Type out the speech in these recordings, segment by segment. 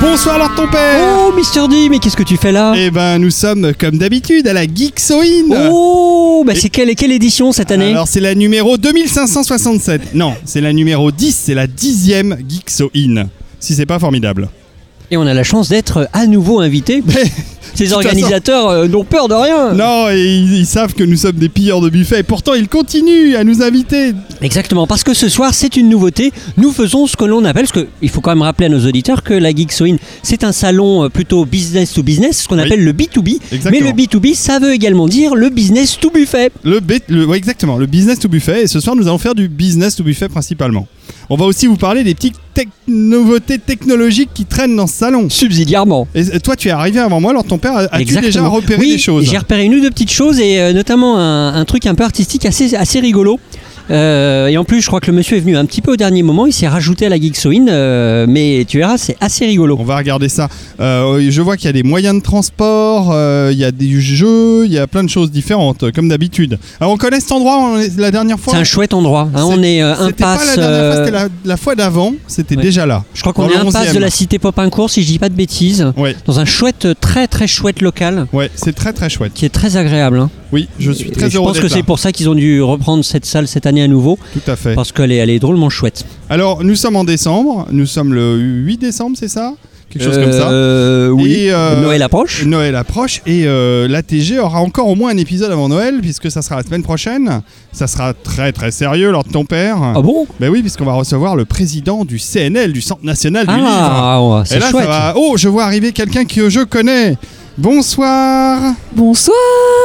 Bonsoir alors ton père Oh, Mister D, mais qu'est-ce que tu fais là Eh ben nous sommes comme d'habitude à la Geeksoin Oh, bah c'est quelle, quelle édition cette année Alors c'est la numéro 2567. Non, c'est la numéro 10, c'est la dixième Geeksoin. Si c'est pas formidable. Et on a la chance d'être euh, à nouveau invité. Ces toute organisateurs euh, n'ont peur de rien. Non, et ils, ils savent que nous sommes des pilleurs de buffet, et pourtant ils continuent à nous inviter. Exactement, parce que ce soir, c'est une nouveauté. Nous faisons ce que l'on appelle, parce qu'il faut quand même rappeler à nos auditeurs que la Geeksoin, c'est un salon euh, plutôt business to business, ce qu'on appelle le B2B. Mais Exactement. le B2B, ça veut également dire le business to buffet. Le, B- le- ouais, exactement, le business to buffet. Et ce soir, nous allons faire du business to buffet principalement. On va aussi vous parler des petites tec- nouveautés technologiques qui traînent dans ce salon. Subsidiairement. Et euh, toi, tu es arrivé avant moi, alors ton père, a- as-tu Exactement. déjà repéré oui, des choses J'ai repéré une ou deux petites choses et euh, notamment un, un truc un peu artistique assez, assez rigolo. Euh, et en plus, je crois que le monsieur est venu un petit peu au dernier moment. Il s'est rajouté à la Geeksoin, euh, mais tu verras, c'est assez rigolo. On va regarder ça. Euh, je vois qu'il y a des moyens de transport, euh, il y a des jeux, il y a plein de choses différentes, euh, comme d'habitude. Alors, on connaît cet endroit on est- la dernière fois C'est un chouette endroit. hein. on est euh, C'était pas la impasse. dernière fois, euh, c'était la, la fois d'avant, c'était Ouais. déjà là. je crois qu'on dans est le impasse 11e. de la cité Popincourt, si je dis pas de bêtises, Ouais, dans un chouette, très très chouette local ouais, c'est très très chouette. qui est très agréable. hein. Oui, je suis Et- très et je heureux pense que d'être là. c'est pour ça qu'ils ont dû reprendre cette salle cette année à nouveau Tout à fait. parce qu'elle est, elle est drôlement chouette. Alors, nous sommes en décembre, nous sommes le 8 décembre, c'est ça Quelque chose comme ça. Euh, oui. Et, euh, Noël approche. Noël approche et euh, l'ATG aura encore au moins un épisode avant Noël puisque ça sera la semaine prochaine. Ça sera très très sérieux lors de ton père. Ah bon Ben oui, puisqu'on va recevoir le président du CNL, du Centre National du Livre. Ah, ouais, Et c'est là, chouette. ça va. Oh, je vois arriver quelqu'un que je connais. Bonsoir. Bonsoir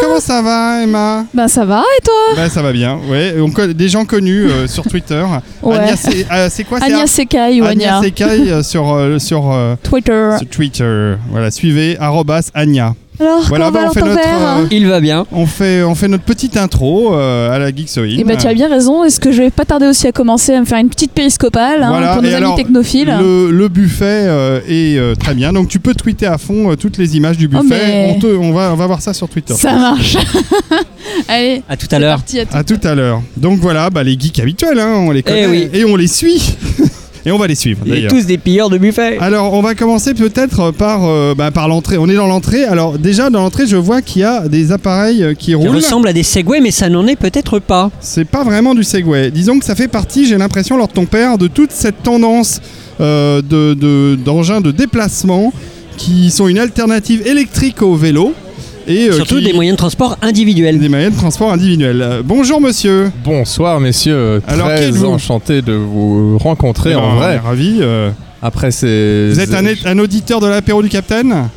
Comment ça va, Emma Ben ça va et toi Ben ça va bien. Ouais, on connaît des gens connus euh, sur Twitter. Ouais. Agnès, c'est euh, c'est quoi c'est Agnès Sekai ou Anya Agnès Sekai euh, sur, euh, sur, euh, Twitter. sur Twitter. Voilà, suivez arrobas Agna. Alors, Voilà, Oh, comment va ben, on alors fait ton notre père euh, Il va bien. on fait on fait notre petite intro euh, à la Geeksoin. Eh ben tu as bien raison, est-ce que je vais pas tarder aussi à commencer à me faire une petite périscopale hein, Voilà, pour et nos amis alors, technophiles Le, le buffet euh, est euh, très bien. Donc tu peux tweeter à fond euh, toutes les images du buffet. Oh, mais- on, te- on va, on va voir ça sur Twitter. Ça marche Allez, À tout à c'est l'heure. parti à tout. À tout à l'heure. Donc voilà, bah, les geeks habituels, hein, on les connaît Eh oui. et on les suit. et on va les suivre Il est d'ailleurs. tous des pilleurs de buffet. Alors on va commencer peut-être par, euh, bah, par l'entrée. On est dans l'entrée. Alors déjà dans l'entrée, je vois qu'il y a des appareils euh, qui Il roulent. ressemble à des Segway, mais ça n'en est peut-être pas. C'est pas vraiment du Segway. Disons que ça fait partie, j'ai l'impression, lors de ton père, de toute cette tendance euh, de- de- d'engins de, déplacement qui sont une alternative électrique au vélo et euh, Surtout qui- des moyens de transport individuels. des moyens de transport individuels. Euh, bonjour monsieur. Bonsoir messieurs, Alors, qui très êtes-vous enchanté de vous rencontrer en Ben, on est vrai. ravi. euh, Après c'est... vous êtes un, un auditeur de l'apéro du Capitaine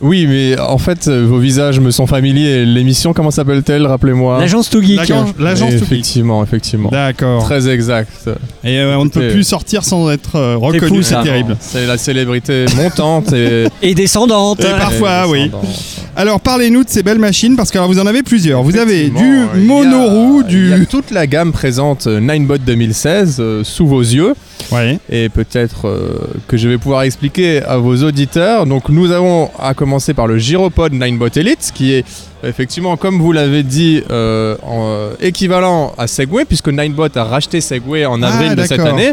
Oui mais en fait euh, vos visages me sont familiers. L'émission comment s'appelle-t-elle Rappelez-moi. L'agence Too Geek. L'agence l'agence Oui, tout petit. Effectivement, effectivement. D'accord. Très exact. Et euh, on ne peut Écoutez, plus sortir sans être euh, reconnu, fou, c'est ça. terrible. Ah, C'est la célébrité montante et... Et descendante. Et parfois, et oui. descendante. Alors parlez-nous de ces belles machines parce que alors, vous en avez plusieurs. Vous avez du Effectivement, euh, il y a- monoroue, Il y a du. toute la gamme présente euh, Ninebot 2016 euh, sous vos yeux. Ouais. et peut-être euh, que je vais pouvoir expliquer à vos auditeurs. Donc nous avons à commencer par le Gyropod Ninebot Elite, qui est effectivement, comme vous l'avez dit, euh, en, euh, équivalent à Segway, puisque Ninebot a racheté Segway en Ah, avril de cette d'accord. année.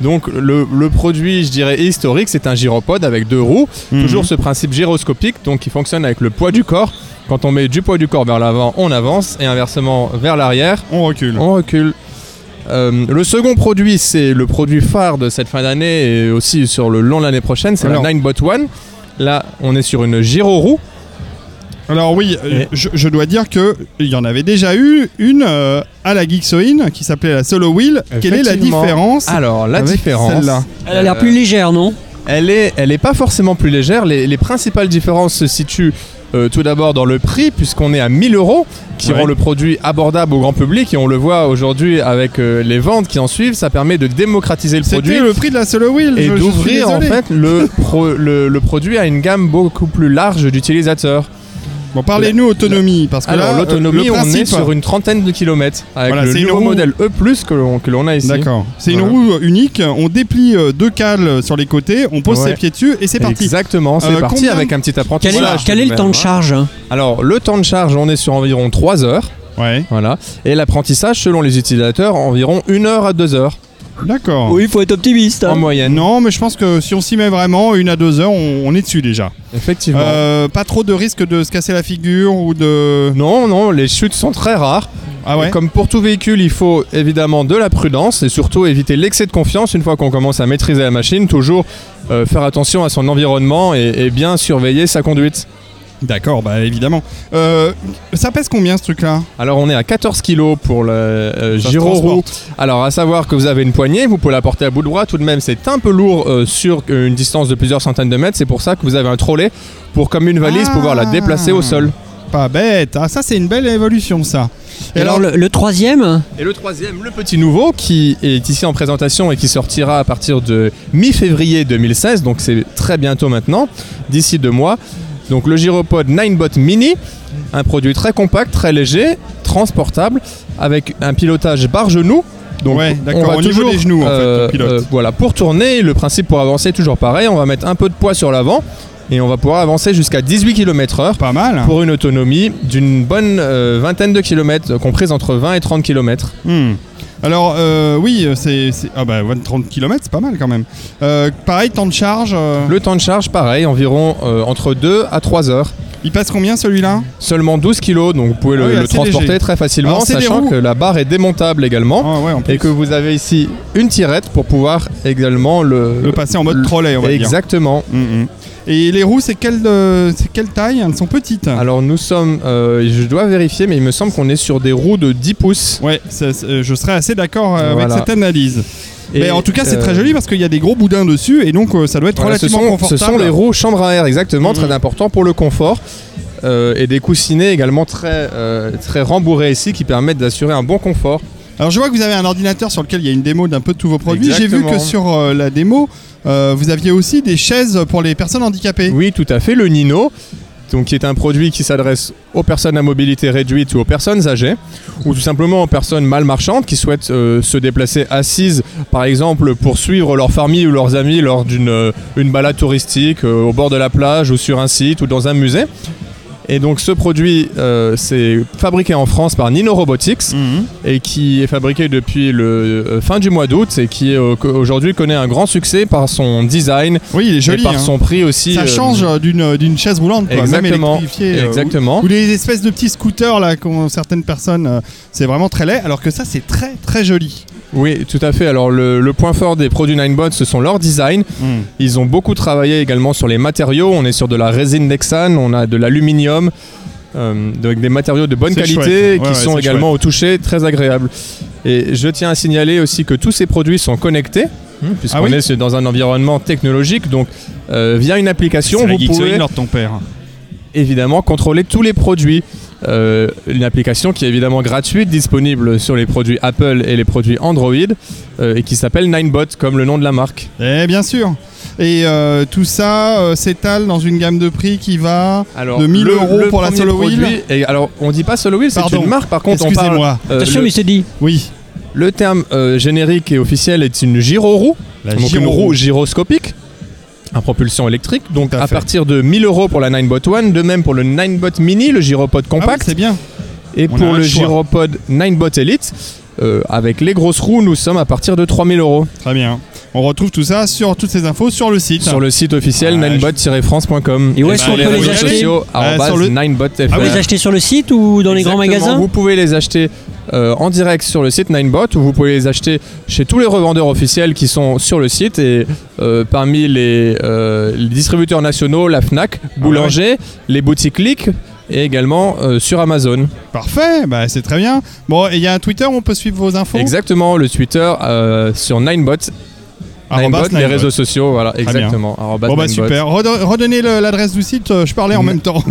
Donc le, le produit, je dirais, historique, c'est un gyropode avec deux roues, Mhm. toujours ce principe gyroscopique, donc qui fonctionne avec le poids du corps. Quand on met du poids du corps vers l'avant, on avance, et inversement vers l'arrière, On recule. on recule. Euh, le second produit, c'est le produit phare de cette fin d'année et aussi sur le long de l'année prochaine, c'est la Alors. Ninebot One. Là, on est sur une gyro-roue. Alors oui, euh, Et- je, je dois dire que il y en avait déjà eu une euh, à la Geeksoin qui s'appelait la Solo Wheel. Quelle est la Effectivement. différence Alors, la avec différence, Euh, celle-là Elle a l'air plus légère, non elle est, elle est pas forcément plus légère. Les, les principales différences se situent euh, tout d'abord dans le prix, puisqu'on est à 1000 euros, qui Ouais. rend le produit abordable au grand public. Et on le voit aujourd'hui avec euh, les ventes qui en suivent, ça permet de démocratiser le produit. C'était le prix de la Solo Wheel. et je- je suis d'ouvrir en désolé. fait le, pro- le, le produit à une gamme beaucoup plus large d'utilisateurs. Bon, parlez-nous autonomie parce que Alors là, euh, l'autonomie, le on principe, hein. est sur une trentaine de kilomètres avec Voilà, le c'est une nouveau roue. modèle E+ que l'on que l'on a ici. D'accord. C'est une Voilà. roue euh, unique. On déplie euh, deux cales sur les côtés, on pose Ouais. ses pieds dessus et c'est parti. Exactement, c'est Euh, parti combien- avec un petit Quel apprentissage. est, quel est le même, temps de hein. charge hein Alors le temps de charge, on est sur environ 3 heures, Ouais. voilà, et l'apprentissage selon les utilisateurs environ 1 heure à 2 heures. D'accord. Oui, il faut être optimiste. hein. en moyenne. Non, mais je pense que si on s'y met vraiment, une à deux heures, on, on est dessus déjà. Effectivement. Euh, pas trop de risque de se casser la figure ou de. Non, non, les chutes sont très rares. Ah ouais Et comme pour tout véhicule, il faut évidemment de la prudence et surtout éviter l'excès de confiance une fois qu'on commence à maîtriser la machine. Toujours euh, faire attention à son environnement et, et bien surveiller sa conduite. D'accord, bah évidemment. Euh, ça pèse combien ce truc-là Alors on est à 14 kg pour le euh, Ça se gyro roue. transporte. Alors à savoir que vous avez une poignée, vous pouvez la porter à bout de bras. Tout de même, c'est un peu lourd euh, sur une distance de plusieurs centaines de mètres. C'est pour ça que vous avez un trolley pour comme une valise Ah. pouvoir la déplacer au sol. Pas bête. Ah, ça, c'est une belle évolution, ça. Et alors, le, le troisième, Et le troisième, le petit nouveau, qui est ici en présentation et qui sortira à partir de mi-février 2016, donc c'est très bientôt maintenant, d'ici deux mois. Donc le gyropod 9bot mini, un produit très compact, très léger, transportable, avec un pilotage par genou. Donc Ouais, d'accord, on va au niveau toujours, des genoux, en fait, euh, on pilote. euh, voilà, pour tourner, le principe pour avancer est toujours pareil, on va mettre un peu de poids sur l'avant et on va pouvoir avancer jusqu'à 18 km/h Pas mal. pour une autonomie d'une bonne euh, vingtaine de kilomètres, euh, comprise entre 20 et 30 kilomètres. Hmm. Alors, euh, oui, c'est. c'est- Ah bah, 30 km, c'est pas mal quand même. Euh, pareil, temps de charge. euh, Le temps de charge, pareil, environ euh, entre 2 à 3 heures. Il passe combien celui-là Seulement 12 kilos, donc vous pouvez le, Ah oui, le assez transporter léger. très facilement, Alors, c'est des sachant roues. que la barre est démontable également. Ah ouais, en plus. Et que vous avez ici une tirette pour pouvoir également le... Le passer en mode le- trolley, on va dire. Exactement. Mhm. Et les roues, c'est quelle, euh, c'est quelle taille Elles sont petites. Alors nous sommes, euh, je dois vérifier, mais il me semble qu'on est sur des roues de 10 pouces. Ouais, ça, c'est- euh, je serais assez d'accord Voilà. euh, euh, avec cette analyse. Mais en tout cas, c'est très joli parce qu'il y a des gros boudins dessus et donc euh, ça doit être Voilà, ce relativement sont, ce confortable. sont les roues chambre à air, exactement, Mhm. très important pour le confort. Euh, et des coussinets également très, euh, très rembourrés ici qui permettent d'assurer un bon confort. Alors je vois que vous avez un ordinateur sur lequel il y a une démo d'un peu de tous vos produits. J'ai vu Exactement. que sur euh, la démo, euh, vous aviez aussi des chaises pour les personnes handicapées. Oui, tout à fait, le Nino. Donc, qui est un produit qui s'adresse aux personnes à mobilité réduite ou aux personnes âgées, ou tout simplement aux personnes mal marchandes qui souhaitent euh, se déplacer assises, par exemple, pour suivre leur famille ou leurs amis lors d'une euh, une balade touristique euh, au bord de la plage ou sur un site ou dans un musée. Et donc, ce produit, euh, c'est fabriqué en France par Nino Robotics Mhm. et qui est fabriqué depuis le euh, fin du mois d'août et qui euh, co- aujourd'hui connaît un grand succès par son design Oui, il est joli. et par hein. son prix aussi. Ça euh, change euh, d'une d'une chaise roulante, quoi, Exactement. même électrifiée. euh, Exactement. ou, ou les espèces de petits scooters là qu'ont certaines personnes. euh, c'est vraiment très laid, alors que ça, c'est très très joli. Oui, tout à fait. Alors le, le point fort des produits Ninebot, ce sont leur design. Mhm. Ils ont beaucoup travaillé également sur les matériaux. On est sur de la résine Nexan, on a de l'aluminium, euh, avec des matériaux de bonne C'est qualité chouette. Ouais, qui ouais, sont c'est également au toucher très agréables. Et je tiens à signaler aussi que tous ces produits sont connectés. hein, Puisqu'on Ah oui est dans un environnement technologique, donc euh, via une application, C'est la vous Geek's pouvez Wing, leur ton père. évidemment contrôler tous les produits. Euh, une application qui est évidemment gratuite, disponible sur les produits Apple et les produits Android, euh, et qui s'appelle Ninebot, comme le nom de la marque. Eh bien sûr. Et euh, tout ça euh, s'étale dans une gamme de prix qui va. Alors, De 1000 euros pour la premier Solo Wheel. produit- Et alors, on dit pas Solo Wheel, c'est Pardon. une marque. Par contre, on parle. Excusez-moi. euh, attention, le, il se dit. Oui. le terme euh, générique et officiel est une gyroroue, La donc une gyro. roue gyroscopique, à propulsion électrique. Donc, Tout à à, fait. partir de 1000 euros pour la Ninebot One, de même pour le Ninebot Mini, le gyropod Ah oui, compact. c'est bien. Et On a pour un le choix. Gyropod 9bot Elite, euh, avec les grosses roues, nous sommes à partir de 3000 euros Très bien. On retrouve tout ça sur toutes ces infos sur le site. Ah, sur le site officiel Ouais, ninebot-france.com. Et où est-ce qu'on les peut les réseaux acheter sociaux, Euh, sur le- ninebot.fr. Ah Vous oui, les achetez sur le site ou dans les grands Exactement, magasins Vous pouvez les acheter euh, en direct sur le site Ninebot ou vous pouvez les acheter chez tous les revendeurs officiels qui sont sur le site et euh, parmi les, euh, les distributeurs nationaux, la Fnac, Ah Boulanger, les boutiques Click et également euh, sur Amazon. Parfait, bah, c'est très bien. Bon, et il y a un Twitter où on peut suivre vos infos. Exactement, le Twitter euh, sur Ninebot Arrobas Ninebot, les Ninebot. réseaux sociaux, voilà, bien. exactement. arrobas Bon bah Ninebot. super. Redo- Redonnez le- l'adresse du site, euh, je parlais en Mm. même temps.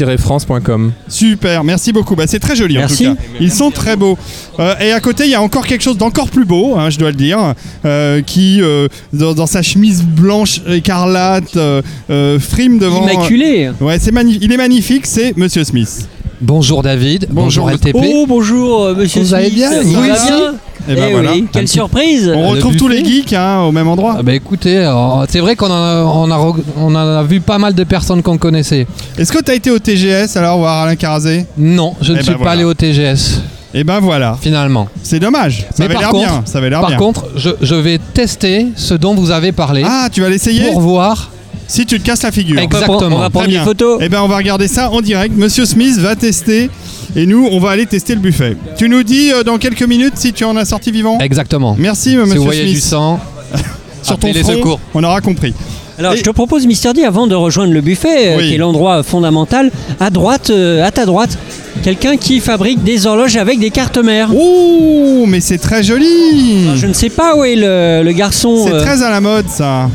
Ninebot-france.com. Super, merci beaucoup. Bah, c'est très joli Merci. en tout cas. Ils sont très beaux. Euh, et à côté, il y a encore quelque chose d'encore plus beau, hein, je dois le dire, euh, qui euh, dans, dans sa chemise blanche écarlate euh, euh, frime devant. Immaculé. Ouais, c'est magnifique. Il est magnifique, c'est Monsieur Smith. Bonjour David, Bonjour, bonjour, LTP. Oh, bonjour, euh, monsieur Vous allez Smith. bien Ça Vous va aussi bien Et Eh oui, quelle surprise On Le retrouve tous les buffet. geeks hein, au même endroit. Ah bah écoutez, alors, c'est vrai qu'on en a, on a, re- on en a vu pas mal de personnes qu'on connaissait. Est-ce que t'as été au TGS alors voir Alain Carazé Non, je ne Eh suis pas ben voilà. allé au TGS. Et ben voilà, finalement. c'est dommage. Ça Mais avait par l'air contre- bien. Ça avait l'air Par bien. contre, je, je vais tester ce dont vous avez parlé ah, tu vas l'essayer pour voir. Si tu te casses la figure. Ex- On va prendre- Exactement. On va Très prendre bien. des photos. Eh ben on va regarder ça en direct. Monsieur Smith va tester et nous on va aller tester le buffet. Tu nous dis euh, dans quelques minutes si tu en as sorti vivant. Exactement. Merci euh, si Monsieur vous voyez Smith. du sang, Sur ton appelez les front, secours. on aura compris. Alors, Et- je te propose, Mister D, avant de rejoindre le buffet, euh, Oui. qui est l'endroit fondamental, à droite, euh, à ta droite, quelqu'un qui fabrique des horloges avec des cartes mères. Ah, Oh, mais c'est très joli. Je ne sais pas où est le, le garçon. C'est euh, très à la mode ça.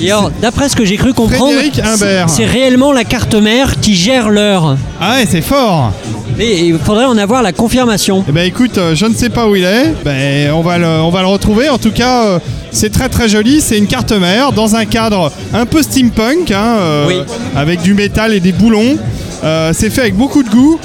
et alors, d'après ce que j'ai cru comprendre, Frédéric Imbert. c'est c'est réellement la carte mère qui gère l'heure. Ah ouais, c'est fort. Mais il faudrait en avoir la confirmation. Eh ben écoute, euh, je ne sais pas où il est. Ben on va le, on va le retrouver. En tout cas, euh, c'est très très joli. C'est une carte mère dans un cadre un peu steampunk, hein, euh, Oui. avec du métal et des boulons. Euh, c'est fait avec beaucoup de goût.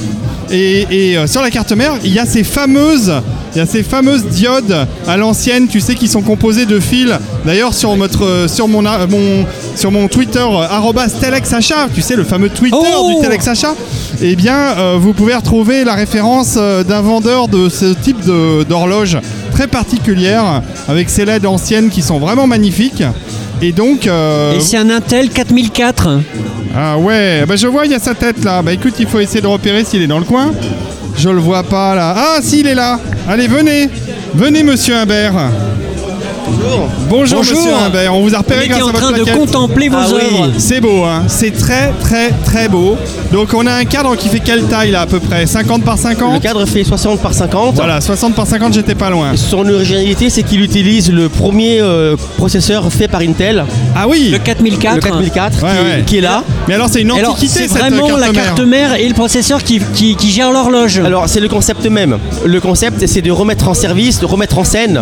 Et, et, euh, sur la carte mère, il y a ces fameuses, il y a ces fameuses diodes à l'ancienne, tu sais, qui sont composées de fils. D'ailleurs, sur notre, euh, sur mon, a- mon- sur mon Twitter euh, arobase @telexacha, tu sais, le fameux Twitter Oh du Telex Sacha, eh bien, euh, vous pouvez retrouver la référence euh, d'un vendeur de ce type de- d'horloge très particulière, avec ses LED anciennes qui sont vraiment magnifiques. Et donc, euh, Et c'est un Intel 4004. ah ouais, bah je vois, il y a sa tête là. Bah écoute, il faut essayer de repérer s'il est dans le coin. Je le vois pas là. Ah, si, il est là. Allez, venez, venez, Monsieur Imbert. Bonjour. Bonjour. Monsieur Imbert. On vous a On repéré était grâce à en votre train de plaquette. contempler vos Ah oui, œuvres. C'est beau, hein. C'est très, très, très beau. Donc, on a un cadre qui fait quelle taille, là, à peu près 50 par Le 50 cadre fait 60 par 50. Voilà, 60 par 50, j'étais pas loin. Son originalité, c'est qu'il utilise le premier euh, processeur fait par Intel, Ah oui Le 4004. le 4004, Ouais, qui, est- ouais. qui est là. Mais alors, c'est une Alors, antiquité, c'est cette vraiment carte la mère. carte mère et le processeur qui, qui, qui gère l'horloge. Alors, c'est le concept même. Le concept, c'est de remettre en service, de remettre en scène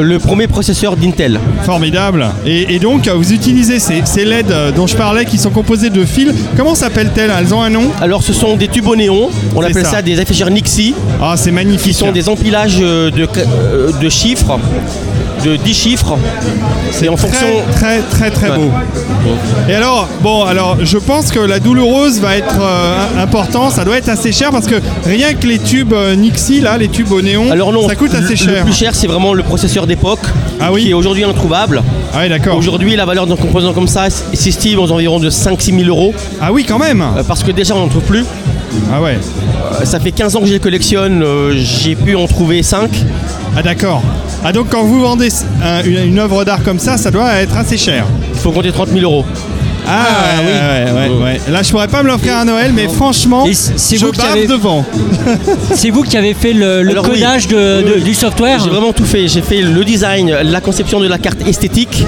le premier processeur d'Intel. Formidable. Et, et donc, euh, vous utilisez ces, ces LED euh, dont je parlais qui sont composées de fils. Comment s'appellent-elles Elles ont un nom Alors, ce sont des tubes au néon, on C'est appelle ça, ça des afficheurs Nixie, Ah, c'est magnifique. qui sont des empilages euh, de, euh, de chiffres, de 10 chiffres. C'est en fonction. Très, très, très, très Ouais. beau. Et alors, bon, alors, je pense que la douloureuse va être euh, important. Ça doit être assez cher parce que rien que les tubes euh, Nixie, là, les tubes au néon, Alors, non, ça coûte le- assez Le cher. plus cher, c'est vraiment le processeur d'époque, Ah oui qui est aujourd'hui introuvable. Ah, oui, d'accord. Aujourd'hui, la valeur d'un composant comme ça s'estime aux environs de 5-6 000 euros, Ah, oui, quand même. euh, parce que déjà on n'en trouve plus. Ah, ouais. Euh, Ça fait 15 ans que je les collectionne, euh, j'ai pu en trouver 5. Ah, d'accord. Ah, donc, quand vous vendez un- une, une œuvre d'art comme ça, ça doit être assez cher. Il faut compter 30 000 euros. Ah, ouais, ouais, ouais, ouais. Là, je pourrais pas me l'offrir à Noël, mais franchement, Et c'est- c'est je vous qui bave avez- devant. C'est vous qui avez fait le, le Alors, oui. codage de- Oui, de- oui. du software J'ai vraiment tout fait, j'ai fait le design, la conception de la carte esthétique.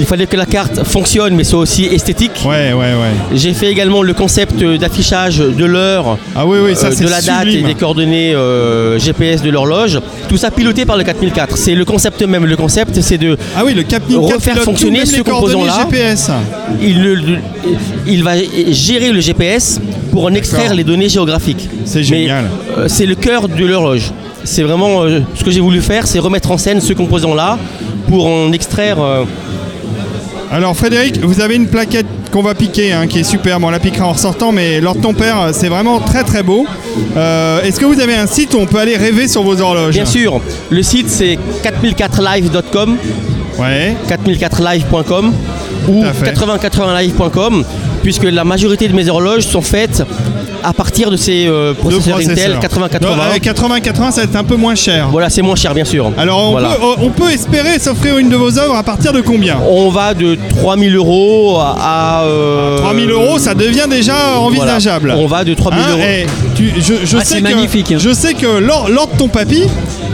Il fallait que la carte fonctionne, mais soit aussi esthétique. Ouais, ouais, ouais. J'ai fait également le concept d'affichage de l'heure, Ah, oui, oui, ça, euh, c'est de la date sublime. et des coordonnées euh, GPS de l'horloge. Tout ça piloté par le 4004. C'est le concept même. Le concept, c'est de Ah oui, le Cap Nick Refaire pilote tout, fonctionner même ce les coordonnées composant-là. GPS. il, le- le- il va gérer le GPS pour en extraire les données géographiques. C'est Mais, génial. euh, c'est le cœur de l'horloge. C'est vraiment euh, ce que j'ai voulu faire, c'est remettre en scène ce composant-là pour en extraire. euh, Alors Frédéric, vous avez une plaquette qu'on va piquer, hein, qui est superbe. On la piquera en ressortant, mais Lord ton père, euh, c'est vraiment très très beau. Euh, Est-ce que vous avez un site où on peut aller rêver sur vos horloges Bien sûr, le site c'est 4004live.com, Ouais. 4004live.com ou Tout à fait. 8080live.com, puisque la majorité de mes horloges sont faites à partir de ces euh, Deux processeurs Intel 8080. Non, avec 80-80, ça va être un peu moins cher. Voilà, c'est moins cher bien sûr. Alors on, Voilà. peut, euh, on peut espérer s'offrir une de vos œuvres à partir de combien On va de euh, 3000 euros à. euh, 3000 euros, ça devient déjà envisageable. Voilà. On va de 3000 Hein, euros. eh, tu- je, je Ah, sais que, c'est magnifique, hein. Je sais que Lord, Lord ton papy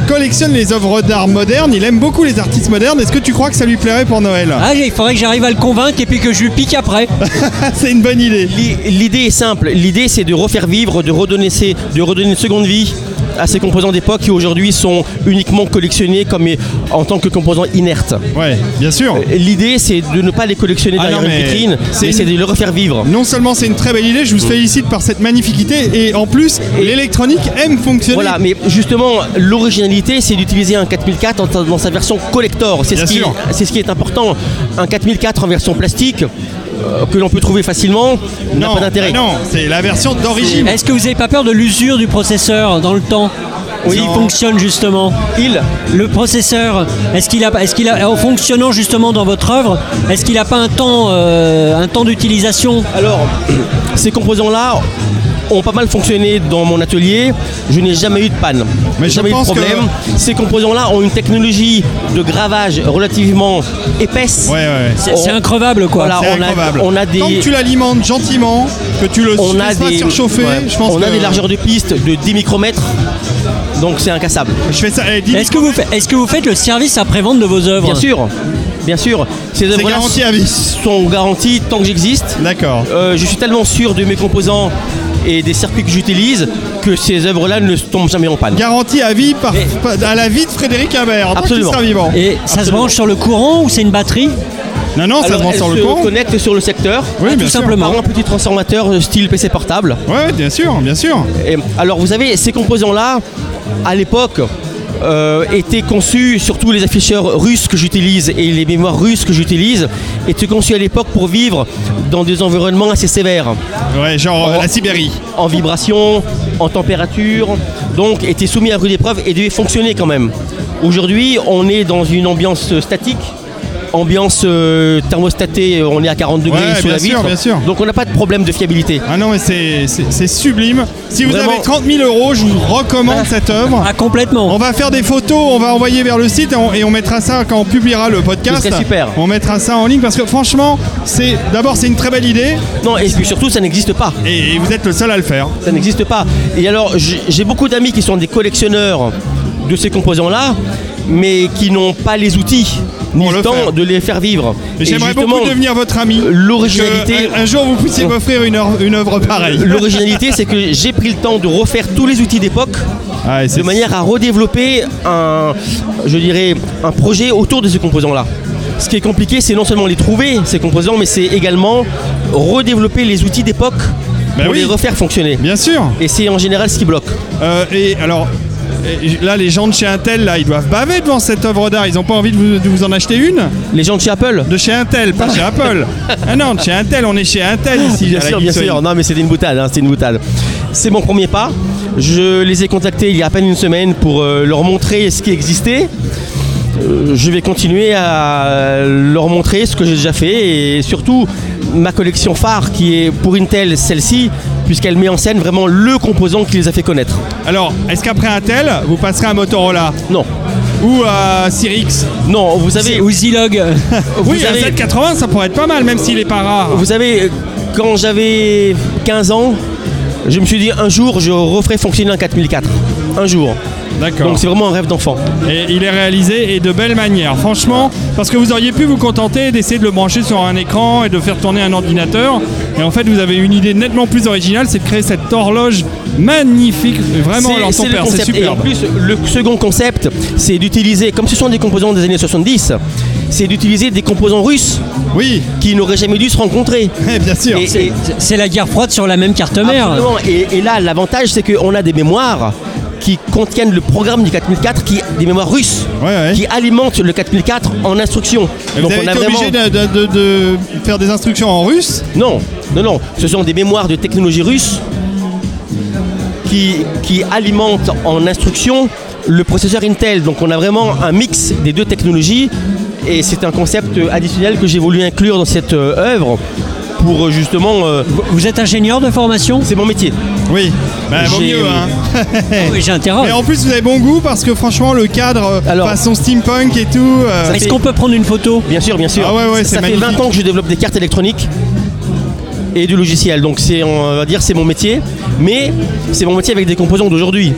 collectionne les œuvres d'art modernes. Il aime beaucoup les artistes modernes. Est-ce que tu crois que ça lui plairait pour Noël Ah, il faudrait que j'arrive à le convaincre et puis que je lui pique après. C'est une bonne idée. L'i- L'idée est simple. L'idée, c'est de refaire vivre, de redonner, ces- de redonner une seconde vie à ces composants d'époque qui aujourd'hui sont uniquement collectionnés comme en tant que composants inertes. Euh, Ouais, bien sûr. L'idée, c'est de ne pas les collectionner Ah derrière non, mais une vitrine, c'est mais une- c'est de les refaire vivre. Non seulement c'est une très belle idée, je vous félicite par cette magnificité et en plus l'électronique aime fonctionner. Voilà, mais justement, l'originalité, c'est d'utiliser un 4004 en ta- dans sa version collector. C'est Bien ce, qui, sûr. c'est ce qui est important. Un 4004 en version plastique, euh, que l'on peut trouver facilement, n'a non, pas d'intérêt. non, c'est la version d'origine. Est-ce que vous n'avez pas peur de l'usure du processeur dans le temps Oui, il fonctionne justement. Il Le processeur, est-ce qu'il a, est-ce qu'il a, en fonctionnant justement dans votre œuvre, est-ce qu'il n'a pas un temps, euh, un temps d'utilisation Alors, ces composants-là ont pas mal fonctionné dans mon atelier. Je n'ai jamais eu de panne. Mais je jamais eu de pense problème. Ces composants-là ont une technologie de gravage relativement épaisse. Ouais, ouais, ouais. C'est c'est increvable quoi. Voilà. C'est on a- incroyable. on a des- Tant que tu l'alimentes gentiment, que tu le On a laisses pas des surchauffer, ouais. je pense On a que- des largeurs de piste de 10 micromètres. Donc c'est incassable. Je fais ça. eh, dis- Est-ce que vous, fa- est-ce que vous faites le service après-vente de vos œuvres Bien sûr. Bien sûr. Ces C'est œuvres-là garanti à vie. sont garanties tant que j'existe. D'accord. Euh, je suis tellement sûr de mes composants et des circuits que j'utilise que ces œuvres-là ne tombent jamais en panne. Garanti à vie par, par- à la vie de Frédéric Imbert. en tant qu'il Absolument. sera vivant. Et ça se branche sur le courant ou c'est une batterie Non, non, ça se Alors, vend elle sur se le courant. connecte sur le secteur Oui, bien Tout sûr. simplement. par un petit transformateur euh, style PC portable. Ouais, bien sûr, bien sûr. Et, alors vous avez ces composants-là, à l'époque, euh, étaient conçus, surtout les afficheurs russes que j'utilise et les mémoires russes que j'utilise, étaient conçus à l'époque pour vivre dans des environnements assez sévères. Ouais, genre euh, Oh. la Sibérie. En vibration, en température, donc étaient soumis à rude épreuve et devaient fonctionner quand même. Aujourd'hui, on est dans une ambiance statique. Ambiance euh, thermostatée, on est à 40 degrés Ouais, sous la bien sûr, vitre. bien sûr. Donc on n'a pas de problème de fiabilité. Ah non, mais c'est- c'est c'est sublime. Si vous Vraiment. avez 30 000 euros, je vous recommande cette œuvre. Ah complètement. On va faire des photos, on va envoyer vers le site et on, et on mettra ça quand on publiera le podcast. Ce serait super. On mettra ça en ligne parce que franchement, c'est d'abord c'est une très belle idée Non, et puis surtout, ça n'existe pas. et, et vous êtes le seul à le faire. Ça n'existe pas. Et alors, j'ai j'ai beaucoup d'amis qui sont des collectionneurs de ces composants-là, mais qui n'ont pas les outils ni Pour le, le temps faire. de les faire vivre. Et J'aimerais justement, beaucoup devenir votre ami. l'originalité- Que Oh. euh, Un, un jour vous puissiez m'offrir une, heure- une œuvre pareille. Euh, L'originalité, c'est que j'ai pris le temps de refaire tous les outils d'époque Ah, et c'est- de manière à redévelopper un, je dirais, un projet autour de ces composants-là. Ce qui est compliqué, c'est non seulement les trouver, ces composants, mais c'est également redévelopper les outils d'époque Bah pour oui. les refaire fonctionner. Bien sûr. Et c'est en général ce qui bloque. Euh, et alors. et Là, les gens de chez Intel, là, ils doivent baver devant cette œuvre d'art. Ils n'ont pas envie de vous- de vous en acheter une Les gens de chez Apple De chez Intel, pas chez Apple. Ah non, de chez Intel, on est chez Intel ici. Bien à la sûr, bien Geeksony. sûr. Non, mais c'était une boutade. hein, c'était une boutade. C'est mon premier pas. Je les ai contactés il y a à peine une semaine pour euh, leur montrer ce qui existait. Euh, Je vais continuer à leur montrer ce que j'ai déjà fait et surtout ma collection phare qui est pour Intel celle-ci puisqu'elle met en scène vraiment le composant qui les a fait connaître. Alors, est-ce qu'après Intel, vous passerez à Motorola Non, ou à Cyrix non, vous C'est- avez, Ou Zilog. vous Oui, avez, un Z80, ça pourrait être pas mal, même s'il est pas rare. vous savez, quand j'avais 15 ans, je me suis dit un jour je referai fonctionner un 4004. Un jour. D'accord. Donc c'est vraiment un rêve d'enfant. Et il est réalisé et de belle manière, franchement, parce que vous auriez pu vous contenter d'essayer de le brancher sur un écran et de faire tourner un ordinateur. Et en fait, vous avez une idée nettement plus originale, c'est de créer cette horloge magnifique, vraiment. C'est- Alors, ton c'est le père, c'est concept. Et en superbe. plus, le second concept, c'est d'utiliser, comme ce sont des composants des années 70, c'est d'utiliser des composants russes Oui, qui n'auraient jamais dû se rencontrer. bien sûr. Et- et- C'est la guerre froide sur la même carte mère. absolument. Et, et là, l'avantage, c'est qu'on a des mémoires qui contiennent le programme du 4004, qui, des mémoires russes, Ouais, ouais. qui alimentent le 4004 en instructions. Et vous avez été obligé de, de- de- de faire des instructions en russe Non, non, non. Ce sont des mémoires de technologie russe qui, qui alimentent en instruction le processeur Intel. Donc on a vraiment un mix des deux technologies et c'est un concept additionnel que j'ai voulu inclure dans cette euh, œuvre pour euh, justement... euh, Vous êtes ingénieur de formation c'est mon métier. Oui. Bah, vaut J'ai- mieux, hein. Oui, Et J'interroge. en plus, vous avez bon goût parce que franchement, le cadre, Alors- façon steampunk et tout. euh, Est-ce qu'on peut prendre une photo Bien sûr, bien sûr. Ah ouais, ouais, c'est ça fait magnifique. 20 ans que je développe des cartes électroniques et du logiciel. Donc c'est, on va dire, c'est mon métier. Mais c'est mon métier avec des composants d'aujourd'hui.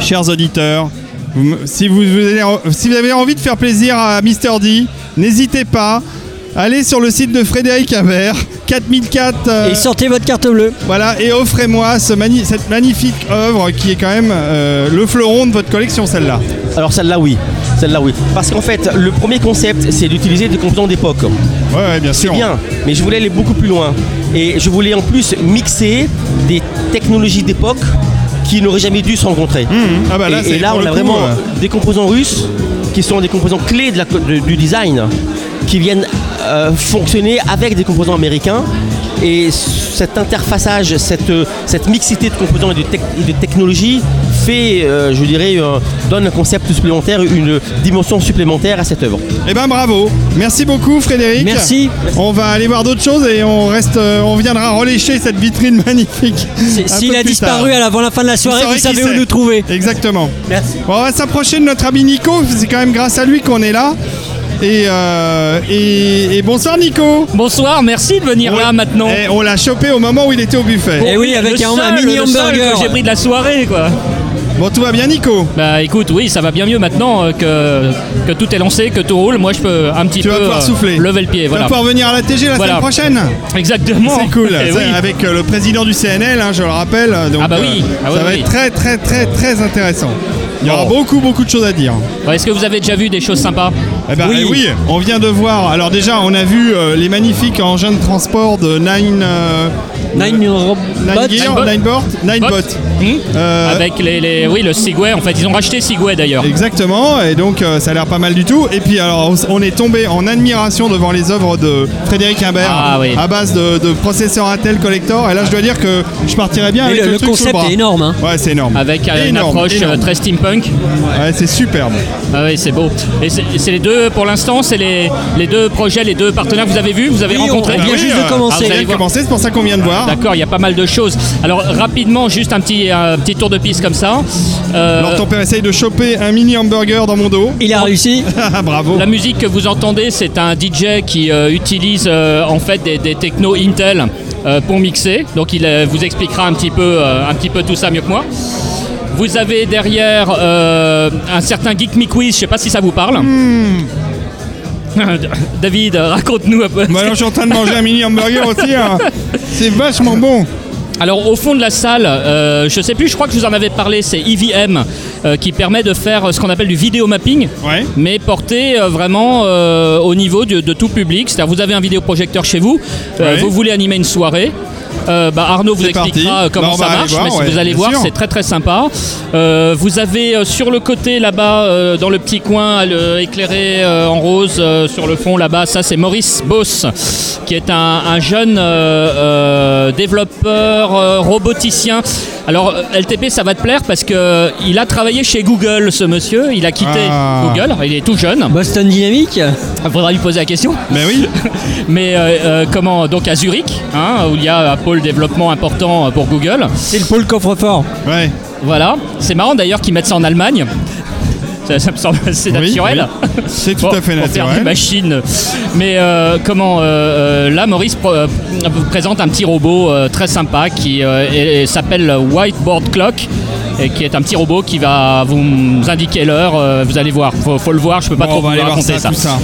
chers auditeurs, vous me- si, vous, vous avez, si vous avez envie de faire plaisir à Mr. D, n'hésitez pas. Allez sur le site de Frédéric Haber, 4004. euh, Et sortez votre carte bleue. Voilà, et offrez-moi ce mani- cette magnifique œuvre qui est quand même euh, le fleuron de votre collection, celle-là. Alors celle-là oui, celle-là oui. Parce qu'en fait, le premier concept, c'est d'utiliser des composants d'époque. Ouais, ouais, bien sûr. Bien, mais je voulais aller beaucoup plus loin. Et je voulais en plus mixer des technologies d'époque qui n'auraient jamais dû se rencontrer. Ah bah là, et, c'est et là, pour on le a coup, vraiment euh, des composants russes qui sont des composants clés de la co- de- du design, qui viennent euh, fonctionner avec des composants américains. euh, Et cet interfaçage, cette, cette mixité de composants et de, tec- et de technologies fait, euh, je dirais, euh, donne un concept supplémentaire, une dimension supplémentaire à cette œuvre. Eh ben bravo. Merci beaucoup Frédéric. Merci. On va aller voir d'autres choses et on reste, euh, on viendra relécher cette vitrine magnifique. C'est- un S'il peu a plus disparu tard. à la- avant la fin de la soirée, vous saurez qui savez où c'est. nous trouver. Exactement. Merci. Bon, on va s'approcher de notre ami Nico. C'est quand même grâce à lui qu'on est là. Et, euh, et, et bonsoir Nico. Bonsoir, merci de venir là maintenant. Eh, on l'a chopé au moment où il était au buffet. Eh oui, avec Le un, un seul, mini le seul hamburger. que j'ai pris de la soirée quoi. Bon, tout va bien Nico. Bah écoute, oui, ça va bien mieux maintenant euh, que, que tout est lancé, que tout roule. Moi, je peux un petit Tu peu vas pouvoir euh, souffler. lever le pied. Tu vas Voilà. pouvoir venir à la TG la Voilà. semaine prochaine. Exactement. C'est cool, Eh C'est oui. avec euh, le président du CNL, hein, je le rappelle. euh, donc, Ah bah oui. euh, Ah oui, ça va oui. Oh. être très très très très intéressant. Il y aura beaucoup beaucoup de choses à dire. Bon, Est-ce que vous avez déjà vu des choses sympas Eh ben, eh Oui. oui. on vient de voir. Alors déjà, on a vu euh, les magnifiques engins de transport de Nine, euh, Nine Rob- Nine Bot. Gear, Ninebot. Ninebot, Ninebot. Hmm Euh, Avec les, les- oui le Segway. En fait, ils ont racheté Segway d'ailleurs. Exactement, et donc euh, ça a l'air pas mal du tout. Et puis alors, on s- on est tombé en admiration devant les œuvres de Frédéric Imbert Ah oui. à base de, de processeurs Intel Collector. Et là, je dois dire que je partirais bien Et avec le- le, le truc sous concept bras. est énorme, hein. Ouais, c'est énorme. Avec euh, une Énorme, approche euh, énorme. très steampunk. Ouais, c'est superbe. Ah oui, c'est beau. Et c'est c'est les deux, pour l'instant, c'est les, les deux projets, les deux partenaires que vous avez vus, vous avez Oui, on- rencontrés. on vient Ah oui, juste euh, de ah, commencer. vous allez C'est voir. commencé, c'est pour ça qu'on vient de voir. D'accord, il y a pas mal de choses. Alors rapidement, juste un petit, un petit tour de piste comme ça. Euh, Alors, ton père essaye de choper un mini hamburger dans mon dos. Il a réussi. Ah, Bravo. la musique que vous entendez, c'est un DJ qui euh, utilise euh, en fait des, des technos Intel euh, pour mixer. Donc il euh, vous expliquera un petit peu, euh, un petit peu tout ça mieux que moi. Vous avez derrière euh, un certain Geek Me Quiz, je sais pas si ça vous parle. Hmm. David, raconte-nous un peu. Moi, Mm. Bah alors, je suis en train de manger un mini hamburger aussi. hein. C'est vachement bon. Alors au fond de la salle, euh, je sais plus, je crois que je vous en avais parlé, c'est IVM euh, qui permet de faire euh, ce qu'on appelle du vidéo mapping, Ouais. mais porté euh, vraiment euh, au niveau de, de tout public. C'est-à-dire vous avez un vidéoprojecteur chez vous, euh, Ouais. vous voulez animer une soirée. euh, bah, Arnaud vous C'est parti. expliquera euh, comment Bah, on ça va aller marche, voir, mais si ouais, vous allez bien voir, sûr. c'est très très sympa. Euh, vous avez euh, sur le côté là-bas, euh, dans le petit coin le- éclairé euh, en rose, euh, sur le fond là-bas, ça c'est Maurice Boss, qui est un, un jeune euh, euh, développeur euh, roboticien. Alors euh, LTP, ça va te plaire parce que euh, il a travaillé chez Google, ce monsieur. Il a quitté Ah. Google, il est tout jeune. Boston Dynamics. Il faudra lui poser la question. Ben oui. Mais euh, euh, comment donc à Zurich, hein, où il y a un pôle développement important euh, pour Google. C'est le pôle coffre-fort. Ouais. Voilà, c'est marrant d'ailleurs qu'ils mettent ça en Allemagne. Ça, ça me semble assez Oui, naturel. C'est tout Bon, à fait pour faire des naturel. machines. Mais euh, comment euh, euh, là, Maurice pro- euh, vous présente un petit robot euh, très sympa qui euh, est- s'appelle Whiteboard Clock. Et qui est un petit robot qui va vous indiquer l'heure, euh, vous allez voir, faut, faut le voir, je peux pas Bon, trop on va vous aller voir raconter ça, tout ça.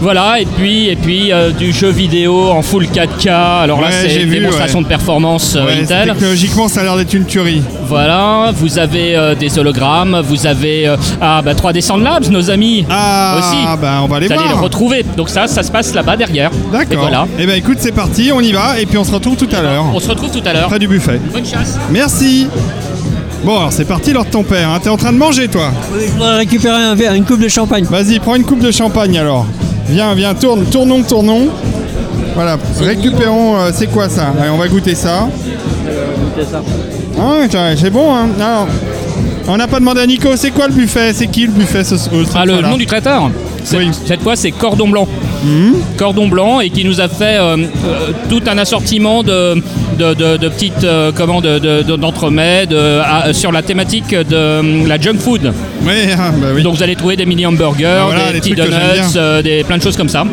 Voilà, et puis, et puis euh, du jeu vidéo en full 4K, alors là Ouais, c'est j'ai vu, démonstration ouais. de performance euh, Ouais, Intel. technologiquement, ça a l'air d'être une tuerie. Voilà, vous avez euh, des hologrammes, vous avez euh, ah bah 3D Sound Labs, nos amis. Ah, aussi. bah, on va les Vous allez les voir. retrouver. Donc ça, ça se passe là-bas derrière. Et D'accord. voilà. ben, Eh ben écoute, c'est parti, on y va, et puis on se retrouve tout à l'heure, On se retrouve tout à l'heure. près du buffet. Bonne chasse. Merci. Bon, alors c'est parti, Lord ton père. hein. T'es en train de manger, toi. Je voudrais récupérer un verre, une coupe de champagne. Vas-y, prends une coupe de champagne alors. Viens, viens, tourne, tournons, tournons. Voilà, récupérons. euh, c'est quoi ça Allez, on va goûter ça. Ah, tiens, c'est bon, hein Alors, on n'a pas demandé à Nico, c'est quoi le buffet C'est qui le buffet ce, euh, ce Ah, le soir-là nom du traiteur C'est- Oui. Hmm Cette fois, c'est Cordon Blanc. Cordon Blanc et qui nous a fait euh, euh, tout un assortiment de, de, de- de petites euh, commandes de- de- d'entremets de- à- euh, sur la thématique de euh, la junk food. Oui, ah, bah oui. Bah Donc vous allez trouver des mini hamburgers, voilà, des les petits trucs que j'aime donuts, bien. euh, des, plein de choses comme ça.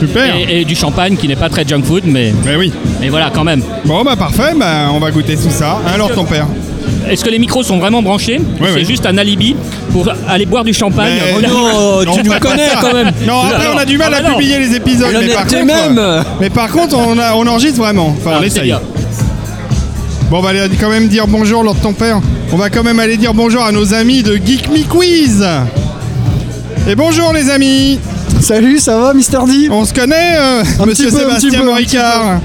super. Et, et du champagne qui n'est pas très junk food, mais, Ben oui. mais voilà quand même. Bon, bah parfait, bah, on va goûter tout ça. Alors, ton père Est-ce que les micros sont vraiment branchés Oui, C'est oui. juste un alibi pour aller boire du champagne. Mais- Oh non. Oh, Non, tu nous faites pas connais ça. quand même. Non, après, Non, on a du mal ah non, à bah non. publier les épisodes. Et Mais par, l'honnêteté contre, même. euh, mais par contre, on, a- on enregistre vraiment. Enfin, on Ah, c'est essaye. bien. Bon, on va aller quand même dire bonjour lors de ton père. On va quand même aller dire bonjour à nos amis de Geek Me Quiz. Et bonjour les amis Salut, ça va, Mister D On se connaît, euh, Un monsieur petit peu, un petit Sébastien peu, un Moricard